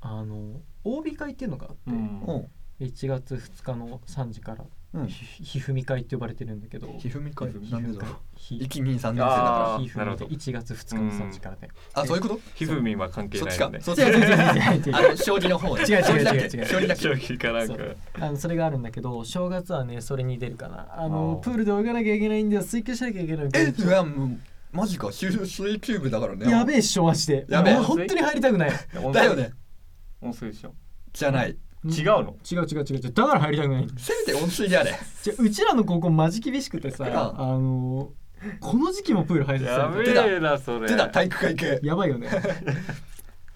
[SPEAKER 3] あの OB 会っていうのがあって、
[SPEAKER 2] うん
[SPEAKER 1] うん
[SPEAKER 3] 1月2日の3時から
[SPEAKER 1] うん
[SPEAKER 3] ひひふみ会って呼ばれてるんだけど
[SPEAKER 1] ひふみ会
[SPEAKER 2] ひふみ
[SPEAKER 1] なんでだろう
[SPEAKER 3] ひ
[SPEAKER 1] 一二三年生だ
[SPEAKER 2] あ
[SPEAKER 1] か
[SPEAKER 2] ー
[SPEAKER 3] ひふ
[SPEAKER 2] なる
[SPEAKER 3] み
[SPEAKER 2] ほど
[SPEAKER 3] 会1月2日の3時からで、
[SPEAKER 1] らあそういうこと
[SPEAKER 2] ひふみんは関係
[SPEAKER 1] そっ
[SPEAKER 2] ない
[SPEAKER 1] ち
[SPEAKER 2] よ
[SPEAKER 1] か
[SPEAKER 2] ね
[SPEAKER 1] そっ
[SPEAKER 3] 違
[SPEAKER 1] ち
[SPEAKER 3] う違う違う
[SPEAKER 1] か
[SPEAKER 3] 違う違う
[SPEAKER 1] あの将棋の方
[SPEAKER 3] 違う違う
[SPEAKER 1] 将棋だっけ
[SPEAKER 3] 違う違う
[SPEAKER 1] 将棋だっけ
[SPEAKER 2] 正気かなん
[SPEAKER 3] そ
[SPEAKER 2] か
[SPEAKER 3] う あのそれがあるんだけど正月はねそれに出るかなあの
[SPEAKER 2] あー
[SPEAKER 3] プールで泳がなきゃいけないんだよ水球しなきゃいけない
[SPEAKER 1] えうわもうマジかシュ水球部だからね
[SPEAKER 3] やべえっしょマジで
[SPEAKER 1] やべえ
[SPEAKER 3] もう本当に入りたくない
[SPEAKER 1] だよね
[SPEAKER 2] 温水でしょ
[SPEAKER 1] じゃない
[SPEAKER 2] 違うの
[SPEAKER 3] 違う違う違う 違うだから入りたくない
[SPEAKER 1] せめて温水であれ
[SPEAKER 3] じゃうちらの高校マジ厳しくてさ
[SPEAKER 1] うん
[SPEAKER 3] あのこの時期もプール入り
[SPEAKER 2] や
[SPEAKER 3] た
[SPEAKER 2] べ
[SPEAKER 3] く
[SPEAKER 2] えなそれ
[SPEAKER 1] 出た体育会系
[SPEAKER 3] やばいよ ね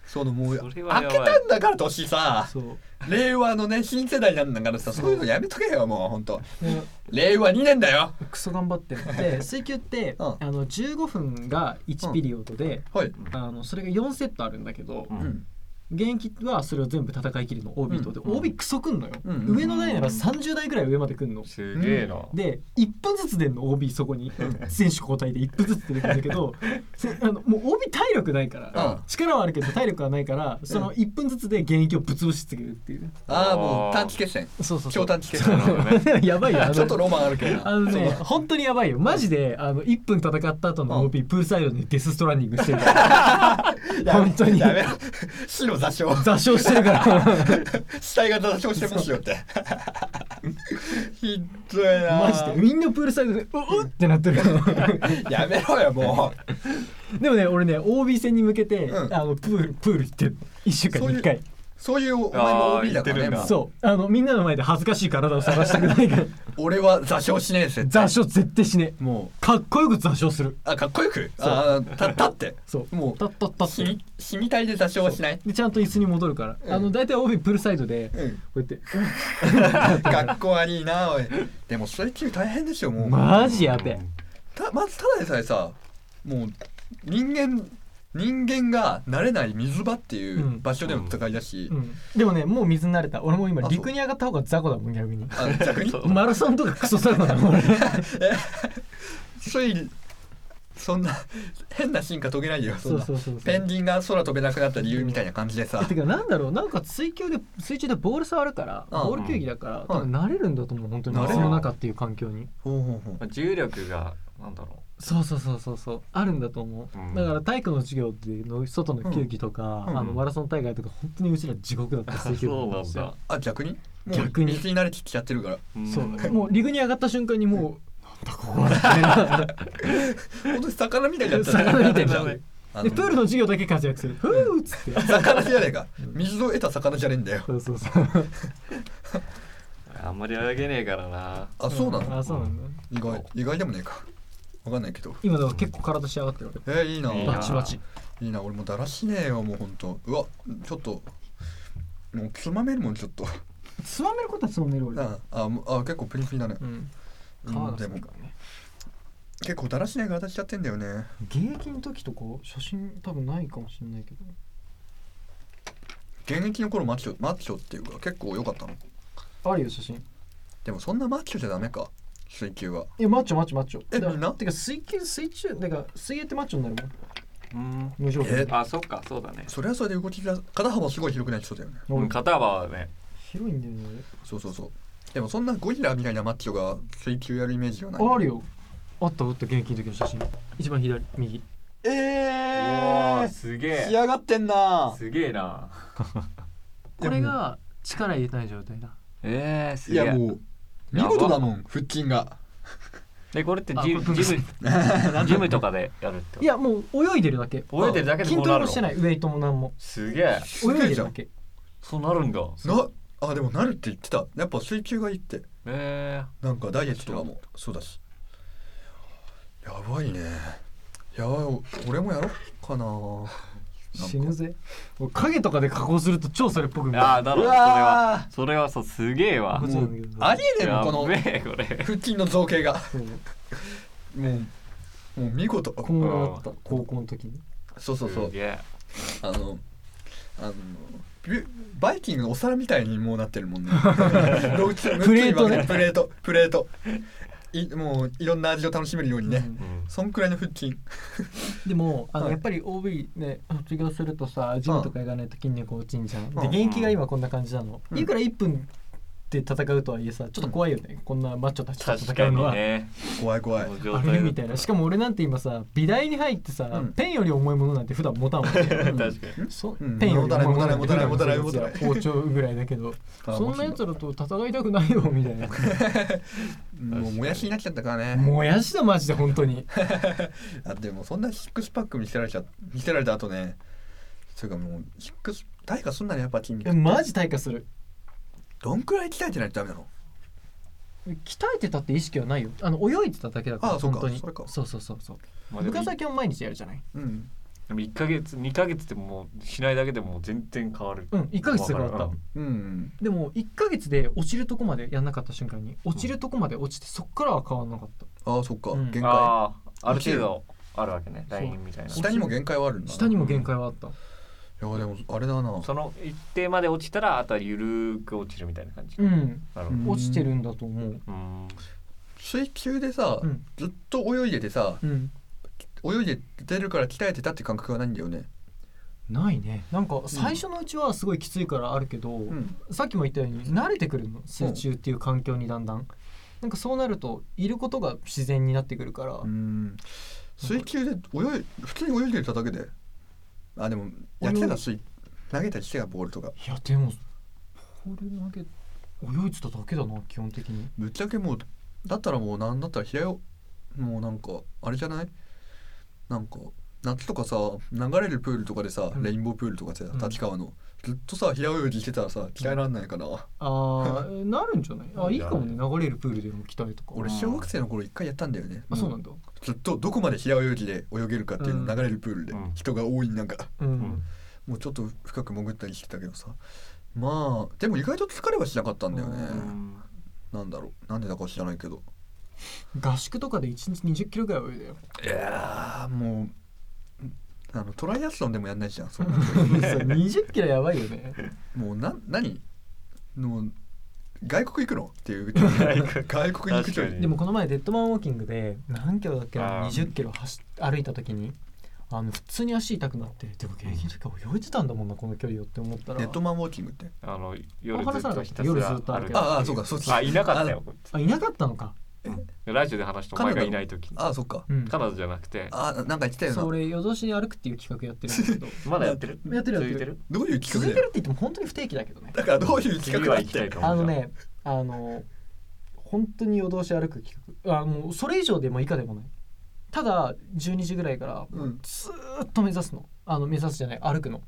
[SPEAKER 1] そのもう
[SPEAKER 2] そ
[SPEAKER 1] 開
[SPEAKER 2] れ
[SPEAKER 1] け
[SPEAKER 2] はやばい
[SPEAKER 1] たんだから年さ
[SPEAKER 3] そう
[SPEAKER 1] 令和のね新世代なんだからさそういうのやめとけよもうほんと
[SPEAKER 3] で
[SPEAKER 1] 令和二年だよ
[SPEAKER 3] クソ頑張ってで水球って、
[SPEAKER 1] うん
[SPEAKER 3] あの15分が1ピリオドで、
[SPEAKER 1] はい
[SPEAKER 2] うん
[SPEAKER 3] あのそれが4セットあるんだけど、
[SPEAKER 2] う
[SPEAKER 1] うんん
[SPEAKER 3] 現役はそれを全部戦い切るの OB とで、
[SPEAKER 1] うん
[SPEAKER 3] OB クソくんのよ、
[SPEAKER 1] うんうん
[SPEAKER 3] 上の代なら30代ぐらい上までくんの
[SPEAKER 2] すげえな、
[SPEAKER 3] で1分ずつ出んの OB そこに選手交代で1分ずつ出てくるんだ けどせあのもう OB 体力ないから、
[SPEAKER 1] うん
[SPEAKER 3] 力はあるけど体力はないからその1分ずつで現役をぶつぶし続けるっていう
[SPEAKER 1] ああもう短期決戦
[SPEAKER 3] そうそうそ
[SPEAKER 1] 超
[SPEAKER 3] う
[SPEAKER 1] 短期決戦
[SPEAKER 3] やばいよあの
[SPEAKER 1] ちょっとロマンあるけどな
[SPEAKER 3] あのね本当にやばいよマジであの1分戦った後の OB プールサイドにデスストランディングしてるから
[SPEAKER 1] やめ
[SPEAKER 3] 本当に
[SPEAKER 1] やめろ死の座礁
[SPEAKER 3] 座礁して るから
[SPEAKER 1] 死体が座礁してますよってひどいな
[SPEAKER 3] マジでみんなプールサイドでううってなってる から
[SPEAKER 1] やめろよも
[SPEAKER 3] でもね俺ね OB 戦に向けて、
[SPEAKER 1] うん
[SPEAKER 3] あのプールプール行って1週間に1回
[SPEAKER 1] うそういうお前も
[SPEAKER 2] あー
[SPEAKER 1] OB だから
[SPEAKER 2] 言って
[SPEAKER 1] ね
[SPEAKER 2] るんだ
[SPEAKER 1] もう
[SPEAKER 3] そうあのみんなの前で恥ずかしい体をさらした くないから
[SPEAKER 1] 俺は座礁しねえぜって
[SPEAKER 3] 座礁絶対しねえ
[SPEAKER 1] もう
[SPEAKER 3] かっこよく座礁する
[SPEAKER 1] あかっこよくあーた立って
[SPEAKER 3] そう
[SPEAKER 1] もう
[SPEAKER 3] たったったっ
[SPEAKER 1] 死
[SPEAKER 3] て
[SPEAKER 1] に死に体で座礁はしない
[SPEAKER 3] でちゃんと椅子に戻るから、
[SPEAKER 1] うん
[SPEAKER 3] あの大体 OB プールサイドで、
[SPEAKER 1] うん
[SPEAKER 3] こうやって
[SPEAKER 1] 学校悪いなおいでもそれ級大変ですよもう、
[SPEAKER 3] マジやべえ
[SPEAKER 1] たまずただでさえさもう人間人間が慣れない水場っていううん場所での戦いだし、
[SPEAKER 3] うん、でもねもう水に慣れた俺も今
[SPEAKER 1] あそう
[SPEAKER 3] 陸に上がった方が雑魚だもん逆に
[SPEAKER 1] あの逆に
[SPEAKER 2] そう
[SPEAKER 3] マラソンとかクソ雑魚だも ん俺
[SPEAKER 1] ついそんな変な進化遂げないでよそ
[SPEAKER 3] そ
[SPEAKER 1] ん
[SPEAKER 3] う
[SPEAKER 1] な
[SPEAKER 3] そうそうそう
[SPEAKER 1] ペンギンが空飛べなくなった理由みたいな感じで さ
[SPEAKER 3] てかなんだろうなんか水球で水中でボール触るから
[SPEAKER 1] うん
[SPEAKER 3] ボール球技だから多分慣れるんだと思う本当に
[SPEAKER 1] 慣れる
[SPEAKER 3] 水の中っていう環境に
[SPEAKER 1] ほうほうほう
[SPEAKER 2] まあ重力がなんだろ
[SPEAKER 3] そうそうそうそうそうあるんだと思う、
[SPEAKER 2] うん
[SPEAKER 3] だから体育の授業っていうの外の球技とか、
[SPEAKER 1] うんうん
[SPEAKER 3] あのマラソン大会とか本当にうちら地獄だった水球部ですよ
[SPEAKER 1] あ逆にもう
[SPEAKER 3] 逆に
[SPEAKER 1] 水に慣れてきちゃってるから
[SPEAKER 2] う。ん
[SPEAKER 3] そうもう陸に上がった瞬間にもうなんだここはみたい
[SPEAKER 1] 本当に魚みたいになっちゃった
[SPEAKER 3] 魚みたい
[SPEAKER 1] な
[SPEAKER 3] になっちゃうなで
[SPEAKER 1] で
[SPEAKER 3] プールの授業だけ活躍するふうっつって
[SPEAKER 1] 魚じゃねえか水を得た魚じゃねえんだよ
[SPEAKER 3] そうそうそう
[SPEAKER 2] あんまり泳げねえからな。
[SPEAKER 1] あそうなの
[SPEAKER 3] あそうなんだ
[SPEAKER 1] 意外意外でもねえかわかんないけど
[SPEAKER 3] 今でも結構体仕上がってる
[SPEAKER 1] え
[SPEAKER 3] 俺
[SPEAKER 1] ー、いいない
[SPEAKER 2] い
[SPEAKER 3] バ
[SPEAKER 2] な
[SPEAKER 3] チバチ
[SPEAKER 1] いいな俺もうだらしねえよもうほんとうわちょっともうつまめるもんちょっと
[SPEAKER 3] つまめることはつまめる俺
[SPEAKER 1] ああもうあ結構プリプリだね、
[SPEAKER 3] うん
[SPEAKER 1] う
[SPEAKER 3] 皮
[SPEAKER 1] ん
[SPEAKER 3] が
[SPEAKER 1] でも
[SPEAKER 3] 好きからね
[SPEAKER 1] 結構だらしない形しちゃってんだよね
[SPEAKER 3] 現役の時とか写真多分ないかもしれないけど
[SPEAKER 1] 現役の頃マッチョマッチョっていうか結構良かったの
[SPEAKER 3] あるよ写真い
[SPEAKER 1] でもそんなマッチョじゃダメか水球は
[SPEAKER 3] やマッチョマッチョマッチョ
[SPEAKER 1] え
[SPEAKER 3] だから
[SPEAKER 1] みんな
[SPEAKER 3] てか水球水中だから水泳ってマッチョになるもん
[SPEAKER 2] うん。
[SPEAKER 3] 無条件
[SPEAKER 1] え
[SPEAKER 3] で
[SPEAKER 2] あ、そっか、そうだね。
[SPEAKER 1] それはそれで動きが肩幅すごい広くない人だよね
[SPEAKER 2] う
[SPEAKER 3] 俺
[SPEAKER 2] ん肩幅はね。
[SPEAKER 3] 広いんだよね
[SPEAKER 1] そうそうそうでもそんなゴリラみたいなマッチョが水球やるイメージはない
[SPEAKER 3] 俺あるよあったあった現役の時の写真一番左右
[SPEAKER 1] え
[SPEAKER 2] うわー
[SPEAKER 1] え
[SPEAKER 2] すげえ。
[SPEAKER 1] 上がってんな
[SPEAKER 2] すげえな。
[SPEAKER 3] これが力入れてない状態だ
[SPEAKER 2] ええ、す
[SPEAKER 1] い
[SPEAKER 2] げえ
[SPEAKER 1] や。もう見事だもん腹筋が
[SPEAKER 2] で、これって
[SPEAKER 3] あ
[SPEAKER 2] ジム、
[SPEAKER 3] これ
[SPEAKER 2] ジム、ジムとかでやるってこと。
[SPEAKER 3] いやもう泳いでるだけ
[SPEAKER 2] 泳いでるだけで
[SPEAKER 3] 筋
[SPEAKER 2] こう
[SPEAKER 3] トレ
[SPEAKER 2] な
[SPEAKER 3] も
[SPEAKER 2] る
[SPEAKER 3] して
[SPEAKER 2] の。
[SPEAKER 3] ないウェイトもなんも
[SPEAKER 2] すげえ。
[SPEAKER 1] す
[SPEAKER 3] 泳
[SPEAKER 1] げ
[SPEAKER 3] い
[SPEAKER 1] え
[SPEAKER 3] で
[SPEAKER 1] じ
[SPEAKER 3] る
[SPEAKER 1] ゃ
[SPEAKER 3] だ
[SPEAKER 1] ん
[SPEAKER 3] け
[SPEAKER 2] そうなるんだ。
[SPEAKER 1] なあでもなるって言ってたやっぱ水球がいいって
[SPEAKER 2] え
[SPEAKER 1] なんかダイエットとかもそうだしやばいねやばいお俺もやろっかななん
[SPEAKER 3] 死ぬぜもう影とかで加工すると超それっぽく見
[SPEAKER 2] え。
[SPEAKER 3] える
[SPEAKER 2] ああ、だろう、
[SPEAKER 1] う
[SPEAKER 2] それ
[SPEAKER 1] わ
[SPEAKER 2] は。それはそう、すげえわ
[SPEAKER 3] こっ。ち
[SPEAKER 1] も
[SPEAKER 3] な
[SPEAKER 1] うん
[SPEAKER 3] だけど
[SPEAKER 1] ありえねえ
[SPEAKER 2] や
[SPEAKER 1] もんこの
[SPEAKER 2] べえ、これ。
[SPEAKER 1] 腹筋の造形が
[SPEAKER 3] そう
[SPEAKER 1] もうもう見事
[SPEAKER 3] こんなのあった高校の時に
[SPEAKER 1] そうそうそ
[SPEAKER 2] す
[SPEAKER 1] う
[SPEAKER 2] げえ。
[SPEAKER 1] あのあのビュバイキングのお皿みたいにもうなってる もんねローチ
[SPEAKER 3] プレートね
[SPEAKER 1] ローチプレートプレートいもういろんな味を楽しめるようにね、
[SPEAKER 3] うん
[SPEAKER 2] うん
[SPEAKER 1] そんくらいの腹筋
[SPEAKER 3] でもあの、
[SPEAKER 1] はい
[SPEAKER 3] やっぱり OB ね卒業するとさジムとか行かないと筋肉落ちんじゃん、
[SPEAKER 1] ん
[SPEAKER 3] で現役が今こんな感じなの、
[SPEAKER 1] うん
[SPEAKER 3] いくら1分で戦うとはいえさちょっと怖いよね、こんなマッチョたちと
[SPEAKER 2] 確
[SPEAKER 3] 戦
[SPEAKER 2] か
[SPEAKER 3] うの
[SPEAKER 2] に
[SPEAKER 3] は、
[SPEAKER 2] ね。
[SPEAKER 1] 怖い怖い
[SPEAKER 2] この
[SPEAKER 3] あ
[SPEAKER 2] 状態
[SPEAKER 3] れ
[SPEAKER 2] だ
[SPEAKER 3] みたいなしかも俺なんて今さ美大に入ってさ、
[SPEAKER 1] うん
[SPEAKER 3] ペンより重いものなんて普段持たんわ け
[SPEAKER 2] 確かに。
[SPEAKER 3] そ
[SPEAKER 1] うん
[SPEAKER 3] ペンより重いものなんて
[SPEAKER 1] 持
[SPEAKER 3] 普
[SPEAKER 1] たない
[SPEAKER 3] 段
[SPEAKER 1] 持たない持たない持たない
[SPEAKER 3] 包丁ぐらいだ けど
[SPEAKER 1] あ
[SPEAKER 3] そんなやつらと戦いたくないよみたいな
[SPEAKER 1] もうもやしになっちゃったからね
[SPEAKER 3] もやしだマジで本当に
[SPEAKER 1] あでもそんなシックスパック見せられちゃ見せられた後ねそれかもうシックス大化すんなねやっぱ筋肉
[SPEAKER 3] マジ退化する
[SPEAKER 1] どんくらい鍛えてないとダメなの
[SPEAKER 3] 鍛えてたって意識はないよあの泳いでただけだから
[SPEAKER 1] ああそうか
[SPEAKER 3] 本当に
[SPEAKER 1] それか
[SPEAKER 3] そうそうそうそう
[SPEAKER 2] まあで
[SPEAKER 3] 部
[SPEAKER 2] も
[SPEAKER 3] 活だけは毎日やるじゃない
[SPEAKER 1] うん
[SPEAKER 2] でも1ヶ月2ヶ月でももうしないだけでもう全然変わる
[SPEAKER 3] うん1ヶ月で変わった
[SPEAKER 1] うん
[SPEAKER 3] でも1ヶ月で落ちるとこまでやんなかった瞬間に落ちるとこまで落ちてそっからは変わんなかった
[SPEAKER 1] ああそっか、
[SPEAKER 3] うん
[SPEAKER 1] 限界
[SPEAKER 2] ああある程度あるわけねラインみたいな
[SPEAKER 3] そう
[SPEAKER 1] 下にも限界はあるんだな
[SPEAKER 3] 下にも限界はあった
[SPEAKER 1] いやでもあれだな
[SPEAKER 2] その一定まで落ちたらあとはゆるーく落ちるみたいな感じ、
[SPEAKER 4] うん
[SPEAKER 2] なるほど
[SPEAKER 3] うん
[SPEAKER 4] 落ちてるんだと思う
[SPEAKER 2] うん
[SPEAKER 1] 水球でさ、
[SPEAKER 4] うん
[SPEAKER 1] ずっと泳いでてさ
[SPEAKER 4] うん
[SPEAKER 1] 泳いでてるから鍛えてたって感覚はないんだよね
[SPEAKER 3] ないねなんか最初のうちはすごいきついからあるけど、
[SPEAKER 1] うん
[SPEAKER 4] さ
[SPEAKER 3] さっきも言ったように慣れてくるの水中っていう環境にだんだん、なんかそうなるといることが自然になってくるから、
[SPEAKER 1] うん水球で泳い普通に泳いでただけであでもやってた水投げたりしてたボールとか
[SPEAKER 3] いやでもボール投げ泳いでただけだな基本的に
[SPEAKER 1] ぶっちゃけもうだったらもうなんだったら平よもうなんかあれじゃないなんか夏とかさ流れるプールとかでさ、
[SPEAKER 3] うん
[SPEAKER 1] レインボープールとかでさ
[SPEAKER 3] うん
[SPEAKER 1] 立川の、ずっとさ平泳ぎしてたらさ鍛えられないから、
[SPEAKER 3] ああなるんじゃないあいいかもね
[SPEAKER 2] い
[SPEAKER 3] 流れるプールでも鍛えとか
[SPEAKER 1] 俺小学生の頃一回やったんだよね、
[SPEAKER 3] あそうなんだ
[SPEAKER 1] ずっとどこまで平泳ぎで泳げるかっていうのを
[SPEAKER 3] うん
[SPEAKER 1] 流れるプールで、
[SPEAKER 2] うん
[SPEAKER 1] 人が多いなんか
[SPEAKER 3] うん、
[SPEAKER 2] ん
[SPEAKER 1] もうちょっと深く潜ったりしてたけどさまあでも意外と疲れはしなかったんだよね、
[SPEAKER 2] うん
[SPEAKER 1] なんだろうなんでだか知らないけど
[SPEAKER 3] 合宿とかで1日2 0キロぐらい泳いだよ
[SPEAKER 1] いやーもうあのトライアスロンでもやんないじゃんそんな
[SPEAKER 3] 2 0キロやばいよね
[SPEAKER 1] もうな何もう外国行くのっていう外国に行く距
[SPEAKER 2] 確か
[SPEAKER 1] 離
[SPEAKER 2] に
[SPEAKER 3] でもこの前デッドマンウォーキングで何キロだっけな
[SPEAKER 2] あー
[SPEAKER 3] 20キロ走っ歩いた時にあの普通に足痛くなってでも現役の時は泳いでたんだもんなこの距離をって思ったら
[SPEAKER 1] ネットマンウォーキングって
[SPEAKER 2] あの夜
[SPEAKER 3] 小
[SPEAKER 2] ず
[SPEAKER 3] 原
[SPEAKER 2] っ
[SPEAKER 3] さんだ
[SPEAKER 2] と
[SPEAKER 3] っ
[SPEAKER 2] ひ
[SPEAKER 3] け
[SPEAKER 2] たす
[SPEAKER 3] 夜
[SPEAKER 2] ら
[SPEAKER 3] ずっと歩
[SPEAKER 2] 歩
[SPEAKER 3] け
[SPEAKER 2] い
[SPEAKER 3] ば
[SPEAKER 2] て
[SPEAKER 1] ああそうかそう
[SPEAKER 2] あいなかったよこいつ
[SPEAKER 3] あいなかったのか
[SPEAKER 2] ラジオで話してお前がいない時
[SPEAKER 1] ああそっか
[SPEAKER 3] うん
[SPEAKER 2] 彼女じゃなくて
[SPEAKER 1] ああなんか言ってたよ
[SPEAKER 3] そう
[SPEAKER 1] な
[SPEAKER 3] 俺夜通しに歩くっていう企画やってるんだ けど
[SPEAKER 2] まだやってる
[SPEAKER 3] やってるやって
[SPEAKER 2] 続
[SPEAKER 3] る
[SPEAKER 2] いてる
[SPEAKER 1] どういう
[SPEAKER 3] 続
[SPEAKER 1] 企画
[SPEAKER 3] いて
[SPEAKER 1] だ
[SPEAKER 3] る
[SPEAKER 1] よ
[SPEAKER 3] って言っても本当に不定期だけどね
[SPEAKER 1] だからどういう企
[SPEAKER 2] 次
[SPEAKER 1] 画
[SPEAKER 2] は
[SPEAKER 1] だっ
[SPEAKER 2] 行きたい
[SPEAKER 1] て
[SPEAKER 2] と思う
[SPEAKER 3] あのねあの本当に夜通し歩く企画あもうそれ以上でも以下でもないただ12時ぐらいから
[SPEAKER 1] うん
[SPEAKER 3] ずーっと目指すのあの目指すじゃない歩くの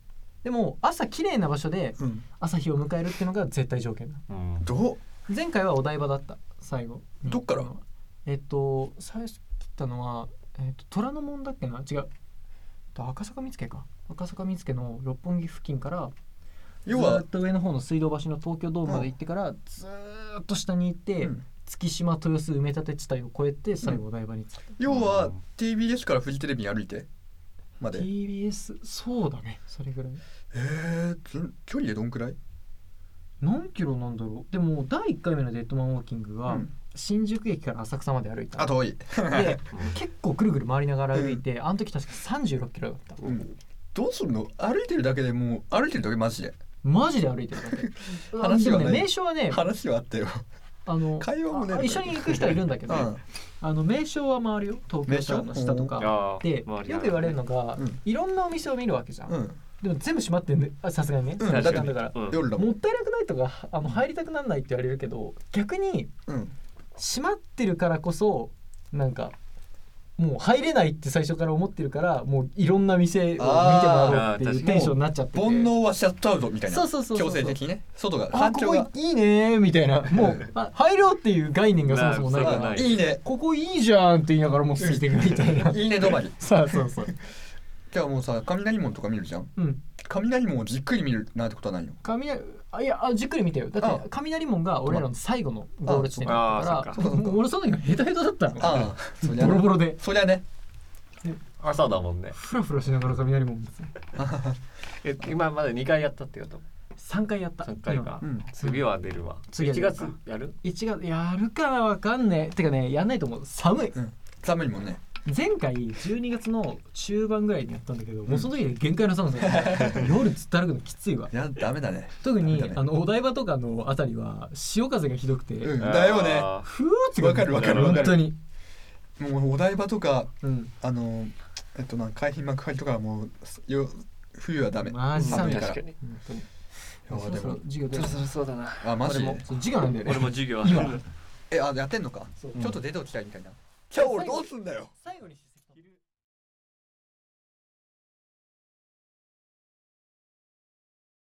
[SPEAKER 3] でも朝綺麗な場所で
[SPEAKER 1] うん
[SPEAKER 3] 朝日を迎えるっていうのが絶対条件だ
[SPEAKER 2] うん
[SPEAKER 1] どう
[SPEAKER 3] 前回はお台場だった最後に
[SPEAKER 1] どっから
[SPEAKER 3] えっと最初切ったのは、えっと、虎ノ門だっけな違うえっと赤坂見附か赤坂見附の六本木付近から
[SPEAKER 1] 要
[SPEAKER 3] ず
[SPEAKER 1] は
[SPEAKER 3] ーっと上の方の水道橋の東京ドームまで行ってから、ずーっと下に行って、
[SPEAKER 1] うん
[SPEAKER 3] 月島豊洲埋め立て地帯を越えて最後お台場に着く、
[SPEAKER 1] 要は
[SPEAKER 2] うん
[SPEAKER 1] TBS からフジテレビに歩いてまで
[SPEAKER 3] TBS そうだねそれぐらい
[SPEAKER 1] えー、ず距離でどんくらい、
[SPEAKER 3] 何キロなんだろうでも第1回目のデッドマンウォーキング
[SPEAKER 1] う
[SPEAKER 3] は、
[SPEAKER 1] ん、
[SPEAKER 3] 新宿駅から浅草まで歩いた
[SPEAKER 1] あ遠い、
[SPEAKER 3] で結構ぐるぐる回りながら歩いて、あの時確か3 6キロだった
[SPEAKER 1] うん、どうするの歩いてるだけでもう歩いてるだけマジで
[SPEAKER 3] マジで歩いてるだけ
[SPEAKER 1] 話はない
[SPEAKER 3] でもね名所はね
[SPEAKER 1] 話はあったよ、
[SPEAKER 3] あの
[SPEAKER 1] 会話もね
[SPEAKER 3] あ一緒に行く人はいるんだけど、
[SPEAKER 1] うん、
[SPEAKER 3] あの名所は回るよ東京タワーの下とか
[SPEAKER 2] あ
[SPEAKER 3] でよく言われるのが、
[SPEAKER 1] うん
[SPEAKER 3] いろんなお店を見るわけじゃん、
[SPEAKER 1] うん、
[SPEAKER 3] でも全部閉まってんねあさすがにね、
[SPEAKER 1] うん
[SPEAKER 3] 時間
[SPEAKER 2] だ
[SPEAKER 3] だから、
[SPEAKER 1] 夜だも
[SPEAKER 3] も
[SPEAKER 1] ん
[SPEAKER 3] っ、たいなくないとかあの入りたくなんないって言われるけど逆に
[SPEAKER 1] うん、
[SPEAKER 3] 閉まってるからこそなんかもう入れないって最初から思ってるからもういろんな店を見て回ろうって
[SPEAKER 2] あーあー確
[SPEAKER 3] い
[SPEAKER 2] か
[SPEAKER 3] う
[SPEAKER 2] に
[SPEAKER 3] テンションになっちゃってて
[SPEAKER 1] 煩悩はシャットアウトみたいな
[SPEAKER 3] そうそうそうそう
[SPEAKER 1] 強制的にね外が
[SPEAKER 3] あ
[SPEAKER 1] 環
[SPEAKER 3] こ
[SPEAKER 1] 境
[SPEAKER 3] こ
[SPEAKER 1] が
[SPEAKER 3] いいねーみたいなもうあ入ろうっていう概念がそもそもないか
[SPEAKER 2] な
[SPEAKER 3] ら
[SPEAKER 2] い
[SPEAKER 1] いいね
[SPEAKER 3] ここいいじゃんって言いながらもう過ぎていくみたいな
[SPEAKER 1] いいね止まり
[SPEAKER 3] さあ そうそう
[SPEAKER 1] じゃあもうさ雷門とか見るじゃん
[SPEAKER 3] うん
[SPEAKER 1] 雷門をじっくり見るなんてことはないよ
[SPEAKER 3] 雷あいやあじっくり見てよだ
[SPEAKER 1] あ
[SPEAKER 3] って雷門が俺らの最後のゴール地点だったか
[SPEAKER 2] あ
[SPEAKER 3] ら
[SPEAKER 2] そう
[SPEAKER 1] かあそうかそうか
[SPEAKER 3] もう俺その時ヘタヘタだったの
[SPEAKER 1] ああそりゃ
[SPEAKER 3] ボロ
[SPEAKER 1] ね
[SPEAKER 3] ボロで
[SPEAKER 1] そりゃね
[SPEAKER 2] 朝だもんね
[SPEAKER 3] フラフラしながら雷門
[SPEAKER 2] え今まで2回やったってこと
[SPEAKER 3] 3回やった
[SPEAKER 2] 3回か
[SPEAKER 1] うん
[SPEAKER 2] 次は出るわ
[SPEAKER 3] 次
[SPEAKER 2] 1
[SPEAKER 3] は出るか
[SPEAKER 2] 月やる
[SPEAKER 3] 1月やるかなわかんねえてかねやんないと思う寒い
[SPEAKER 1] 寒いもんね
[SPEAKER 3] 前回12月の中盤ぐらいにやったんだけど、もうその時で限界の寒さだっ た夜ずっと歩くのきついわ
[SPEAKER 1] いやダメだね
[SPEAKER 3] 特に、
[SPEAKER 1] ダメだね
[SPEAKER 3] あのお台場とかのあたりは潮風がひどくて、
[SPEAKER 1] うんだよね
[SPEAKER 2] あ
[SPEAKER 3] ふーって感じ
[SPEAKER 1] わかるわかるわかる
[SPEAKER 3] 本当に、
[SPEAKER 1] もうお台場とか
[SPEAKER 3] うん、
[SPEAKER 1] あのえっとな海浜幕張とかはもうよ冬はダメ
[SPEAKER 3] マジ
[SPEAKER 1] 寒
[SPEAKER 3] 寒い
[SPEAKER 1] い
[SPEAKER 2] ー
[SPEAKER 1] か
[SPEAKER 3] から
[SPEAKER 2] 確
[SPEAKER 1] い
[SPEAKER 2] か
[SPEAKER 1] や
[SPEAKER 2] に
[SPEAKER 3] 本当にそろ
[SPEAKER 1] で
[SPEAKER 3] そろ
[SPEAKER 1] も
[SPEAKER 3] 授業
[SPEAKER 2] そろ
[SPEAKER 3] 出る
[SPEAKER 2] そろそうだな
[SPEAKER 1] あマジ
[SPEAKER 3] 俺もそう授業なんだよね
[SPEAKER 2] 俺も授業ある
[SPEAKER 3] 今
[SPEAKER 1] えあやってんのか
[SPEAKER 3] そう
[SPEAKER 1] ちょっと出ておきたいみたいなじゃあ俺どうすんだよ
[SPEAKER 3] 最後に